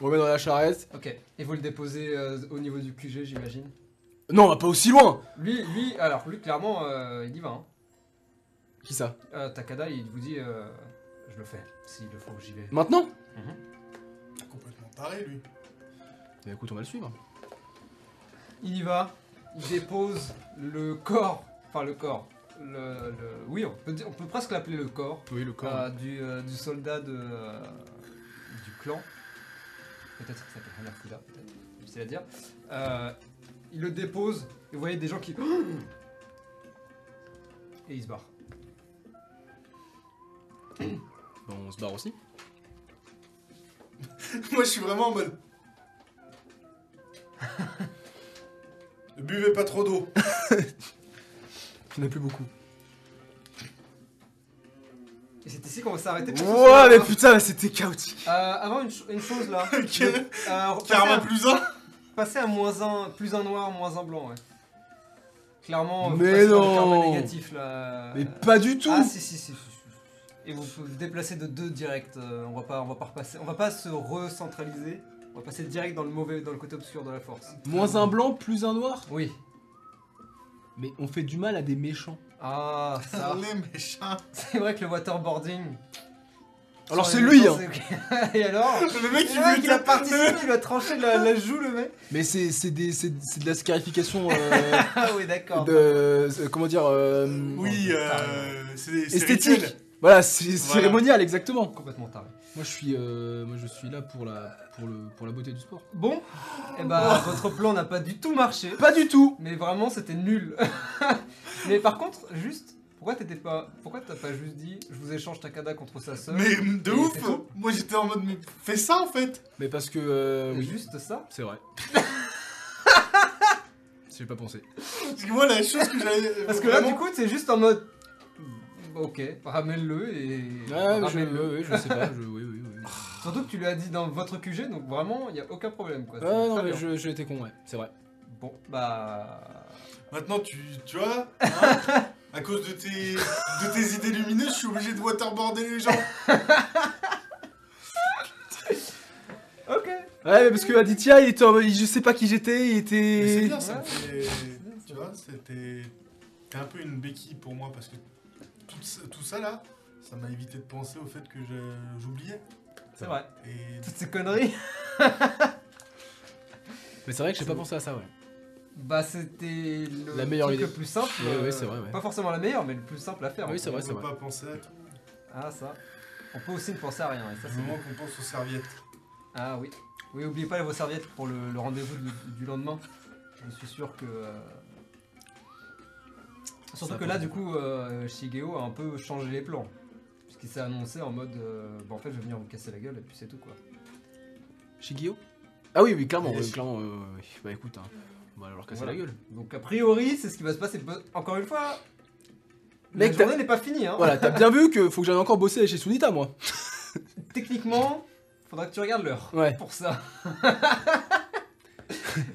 [SPEAKER 4] On remet dans la charrette.
[SPEAKER 1] Ok, et vous le déposez euh, au niveau du QG, j'imagine
[SPEAKER 4] Non, bah, pas aussi loin
[SPEAKER 1] Lui, lui, alors lui, clairement, euh, il y va. hein.
[SPEAKER 4] Qui ça
[SPEAKER 1] Euh, Takada, il vous dit euh,
[SPEAKER 7] Je le fais. S'il le faut, j'y vais.
[SPEAKER 4] Maintenant
[SPEAKER 2] Complètement taré, lui.
[SPEAKER 4] Bah écoute, on va le suivre.
[SPEAKER 1] Il y va, il dépose le corps, enfin le corps, le, le- oui, on peut, dire- on peut presque l'appeler le corps,
[SPEAKER 4] Oui, le corps.
[SPEAKER 1] euh, du, euh, du soldat de, euh, du clan. Peut-être qu'il s'appelle Hanafuda, peut-être, difficile à dire. Euh, il le dépose, et vous voyez des gens qui. Et il se barre.
[SPEAKER 4] Bon, Bah, on se barre aussi.
[SPEAKER 2] Moi, je suis vraiment en mode. Ne Buvez pas trop d'eau.
[SPEAKER 4] Il n'y en a plus beaucoup.
[SPEAKER 1] Et c'est ici qu'on va s'arrêter. pour ce
[SPEAKER 4] Wouah,
[SPEAKER 1] soir.
[SPEAKER 4] mais putain, là, c'était chaotique.
[SPEAKER 1] Euh, avant, une, cho- une chose là.
[SPEAKER 2] Ok.
[SPEAKER 1] Euh, passer
[SPEAKER 2] Karma
[SPEAKER 1] à-
[SPEAKER 2] plus un.
[SPEAKER 1] Passer à moins un, plus un noir, moins un blanc, ouais. Clairement, vous
[SPEAKER 4] Mais
[SPEAKER 1] passez dans le
[SPEAKER 4] non.
[SPEAKER 1] karma négatif là.
[SPEAKER 4] Mais pas du tout
[SPEAKER 1] Ah si si si. si, si. Et vous pouvez vous déplacer de deux direct. euh, on va pas, on va pas repasser, on va pas se recentraliser. On va passer direct dans le mauvais, dans le côté obscur de la force.
[SPEAKER 4] Moins un blanc, plus un noir
[SPEAKER 1] Oui.
[SPEAKER 4] Mais on fait du mal à des méchants.
[SPEAKER 1] Ah ça.
[SPEAKER 2] Les méchants.
[SPEAKER 1] c'est vrai que le waterboarding.
[SPEAKER 4] Alors,
[SPEAKER 1] sans
[SPEAKER 4] c'est
[SPEAKER 1] les
[SPEAKER 4] lui,
[SPEAKER 1] méchants,
[SPEAKER 4] hein.
[SPEAKER 1] c'est- Et alors
[SPEAKER 2] Le mec, il
[SPEAKER 1] Le mec,
[SPEAKER 2] veut
[SPEAKER 1] il a participé, il a tranché de la, la joue le mec.
[SPEAKER 4] Mais c'est c'est des- c'est- c'est de la scarification. euh,
[SPEAKER 1] Ah oui d'accord.
[SPEAKER 4] de, euh, comment dire euh,
[SPEAKER 2] Oui, euh, c'est des- c'est
[SPEAKER 4] Esthétique.
[SPEAKER 2] rituel.
[SPEAKER 4] Voilà, c'est
[SPEAKER 2] Voilà.
[SPEAKER 4] cérémonial, exactement.
[SPEAKER 1] Complètement taré.
[SPEAKER 4] Moi je suis, euh, moi je suis là pour la, pour le, pour la beauté du sport.
[SPEAKER 1] Bon, et bah
[SPEAKER 4] Oh.
[SPEAKER 1] votre plan n'a pas du tout marché.
[SPEAKER 4] Pas du tout.
[SPEAKER 1] Mais vraiment, c'était nul. mais par contre, juste, pourquoi t'étais pas, pourquoi t'as pas juste dit, je vous échange Takada contre sa sœur
[SPEAKER 2] Mais de
[SPEAKER 1] Et
[SPEAKER 2] ouf
[SPEAKER 1] c'est tout.
[SPEAKER 2] Moi j'étais en mode, mais fais ça en fait
[SPEAKER 4] Mais parce que, euh, oui,
[SPEAKER 1] Juste ça.
[SPEAKER 4] c'est vrai. J'y ai pas pensé.
[SPEAKER 2] Parce que moi la chose que j'avais.
[SPEAKER 1] Parce que là,
[SPEAKER 2] vraiment-
[SPEAKER 1] du coup, c'est juste en mode, ok, ramène-le et
[SPEAKER 4] Ouais, mais Ah, je,
[SPEAKER 1] ramène-le.
[SPEAKER 4] ouais, ouais, je sais pas. je- oui, oui, oui. oui.
[SPEAKER 1] Surtout que tu lui as dit dans votre QG, donc vraiment, il y a aucun problème, quoi. C'est
[SPEAKER 4] Ouais, Ah, non,
[SPEAKER 1] très
[SPEAKER 4] mais
[SPEAKER 1] bien.
[SPEAKER 4] je- j'ai été con, ouais, c'est vrai.
[SPEAKER 1] Bon, bah,
[SPEAKER 2] Maintenant tu, tu vois, hein, à cause de tes, de tes idées lumineuses, je suis obligé de waterboarder les gens.
[SPEAKER 1] ok.
[SPEAKER 4] Ouais, mais parce que Aditya, il était en mode- il- je sais pas qui j'étais,
[SPEAKER 2] Mais
[SPEAKER 4] il
[SPEAKER 2] C'est
[SPEAKER 4] était.
[SPEAKER 2] bien, ça me
[SPEAKER 1] Ouais.
[SPEAKER 2] fait. Tu vois, c'était. T'es un peu une béquille pour moi parce que tout ça, tout ça là, ça m'a évité de penser au fait que je- j'oubliais.
[SPEAKER 1] C'est vrai.
[SPEAKER 2] Et
[SPEAKER 1] Toutes ces conneries.
[SPEAKER 4] Mais c'est vrai que j'ai pas pensé à ça, ouais.
[SPEAKER 1] Bah, c'était le
[SPEAKER 4] La meilleure
[SPEAKER 1] truc
[SPEAKER 4] idée.
[SPEAKER 1] le plus simple.
[SPEAKER 4] Ouais,
[SPEAKER 1] euh,
[SPEAKER 4] ouais, c'est vrai, ouais.
[SPEAKER 1] Pas forcément la meilleure, mais le plus simple à faire.
[SPEAKER 4] Ah oui,
[SPEAKER 1] en
[SPEAKER 4] c'est
[SPEAKER 1] fait.
[SPEAKER 4] vrai,
[SPEAKER 2] on
[SPEAKER 4] c'est
[SPEAKER 2] peut
[SPEAKER 4] vrai.
[SPEAKER 2] pas penser à tout.
[SPEAKER 1] Ah, ça. On peut aussi ne penser à rien, et ça,
[SPEAKER 2] Du
[SPEAKER 1] c'est bon.
[SPEAKER 2] moment qu'on pense aux serviettes.
[SPEAKER 1] Ah oui. Oui, oubliez pas vos serviettes pour le, le rendez-vous du, du lendemain. Je suis sûr que. euh, Surtout
[SPEAKER 4] Ça
[SPEAKER 1] que là,
[SPEAKER 4] peut-
[SPEAKER 1] du coup, euh, Shigeo a un peu changé les plans. Puisqu'il s'est annoncé en mode. euh, bah, en fait, je vais venir vous casser la gueule et puis c'est tout quoi.
[SPEAKER 4] Shigio Ah oui, oui, clairement,
[SPEAKER 2] Yes.
[SPEAKER 4] oui, clairement. euh, oui. Bah écoute, hein, on va leur casser
[SPEAKER 1] Voilà.
[SPEAKER 4] la gueule.
[SPEAKER 1] Donc, a priori, c'est ce qui va se passer. Pe- Encore une fois,
[SPEAKER 4] Mec,
[SPEAKER 1] la
[SPEAKER 4] t'as-
[SPEAKER 1] journée n'est pas finie. Hein.
[SPEAKER 4] Voilà, t'as bien vu que faut que j'aille encore bosser chez Sunita, moi.
[SPEAKER 1] Techniquement, faudra que tu regardes l'heure
[SPEAKER 4] Ouais.
[SPEAKER 1] pour ça.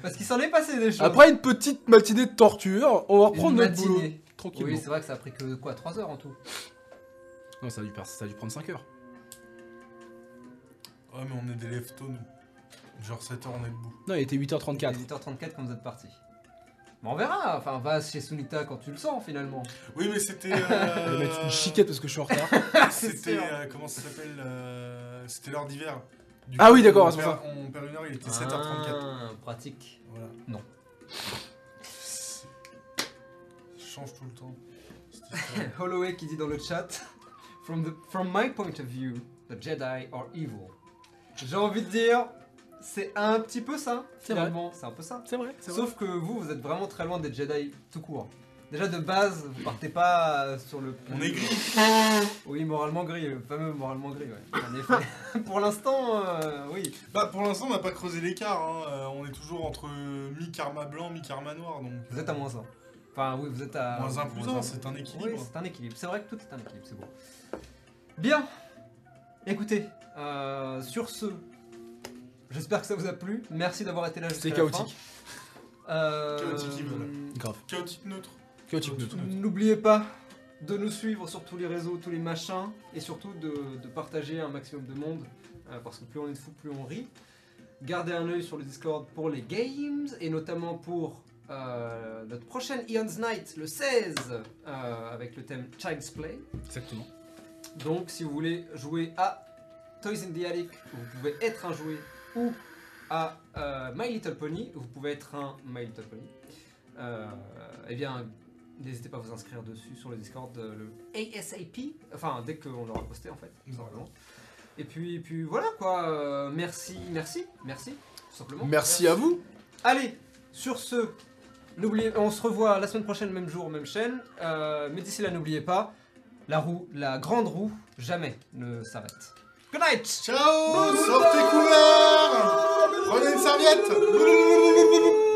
[SPEAKER 1] Parce qu'il s'en est passé des choses.
[SPEAKER 4] Après une petite matinée de torture, on va
[SPEAKER 1] Une
[SPEAKER 4] reprendre notre boulot.
[SPEAKER 1] matinée.
[SPEAKER 4] Tranquillement.
[SPEAKER 1] Oui, c'est vrai que ça a pris que quoi 3 heures en tout
[SPEAKER 4] non, ça a, dû, par- ça a dû prendre 5 heures.
[SPEAKER 2] Ouais, mais on est des lève nous. Genre 7 heures, on est debout.
[SPEAKER 4] Non, il était
[SPEAKER 1] Il est
[SPEAKER 4] 8h34.
[SPEAKER 1] 8h34 quand vous êtes parti. Mais on verra, enfin va chez Sunita quand tu le sens finalement.
[SPEAKER 2] Oui, mais c'était.
[SPEAKER 4] Je
[SPEAKER 2] euh,
[SPEAKER 4] vais mettre une chiquette parce que je suis en retard.
[SPEAKER 2] C'était.
[SPEAKER 1] sûr.
[SPEAKER 2] euh, comment ça s'appelle euh, C'était l'heure d'hiver. Du
[SPEAKER 4] Ah
[SPEAKER 2] coup,
[SPEAKER 4] oui, d'accord,
[SPEAKER 2] on
[SPEAKER 4] c'est
[SPEAKER 2] perd- On perd une heure, il était 7h34.
[SPEAKER 1] Ah, pratique.
[SPEAKER 2] Voilà.
[SPEAKER 1] Non.
[SPEAKER 2] Ça change tout le temps. cette histoire.
[SPEAKER 1] Holloway qui dit dans le chat From, the- from my point of view, the Jedi are evil. J'ai envie de dire, c'est un petit peu ça
[SPEAKER 4] C'est vrai.
[SPEAKER 1] finalement, c'est un peu ça.
[SPEAKER 4] C'est vrai, c'est vrai.
[SPEAKER 1] Sauf que vous, vous êtes vraiment très loin des Jedi tout court. Déjà de base, vous partez pas euh, sur le. Ah.
[SPEAKER 2] on est gris.
[SPEAKER 1] Oui, moralement gris, le fameux moralement gris, ouais. En effet. Pour l'instant, euh, oui.
[SPEAKER 2] Bah, pour l'instant, on n'a pas creusé l'écart. hein. Euh, on est toujours entre euh, mi-karma blanc, mi-karma noir. Donc, euh,
[SPEAKER 1] Vous êtes à moins 1. Enfin, oui, vous êtes à.
[SPEAKER 2] Moins un plus un, c'est un
[SPEAKER 1] Oui,
[SPEAKER 2] équilibre.
[SPEAKER 1] c'est un équilibre. C'est vrai que tout est un équilibre, c'est bon. Bien Écoutez, euh, sur ce, j'espère que ça vous a plu. Merci d'avoir été là jusqu'à
[SPEAKER 4] C'était
[SPEAKER 1] la
[SPEAKER 4] chaotique.
[SPEAKER 1] fin. Euh,
[SPEAKER 2] Chaotique, evil.
[SPEAKER 4] Grave.
[SPEAKER 2] Chaotique neutre.
[SPEAKER 4] Chaotique neutre.
[SPEAKER 1] N'oubliez pas de nous suivre sur tous les réseaux, tous les machins, et surtout de, de partager un maximum de monde, euh, parce que plus on est de fous, plus on rit. Gardez un œil sur le Discord pour les games, et notamment pour euh, notre prochaine Eon's Night, le 16, euh, avec le thème Child's Play.
[SPEAKER 4] Exactement.
[SPEAKER 1] Donc, si vous voulez jouer à Toys in the Attic, vous pouvez être un jouet, ou à euh, My Little Pony, vous pouvez être un My Little Pony. Euh, eh bien, n'hésitez pas à vous inscrire dessus sur le Discord, euh, le ASAP, enfin dès qu'on l'aura posté en fait, tout simplement. Et puis, et puis voilà quoi, euh, merci, merci, merci, tout simplement.
[SPEAKER 4] Merci à vous.
[SPEAKER 1] Allez, sur ce, n'oubliez, on se revoit la semaine prochaine, même jour, même chaîne. Euh, mais d'ici là, n'oubliez pas, La roue, la grande roue, jamais ne s'arrête. Good night
[SPEAKER 2] Ciao Sors tes couleurs Prenez une serviette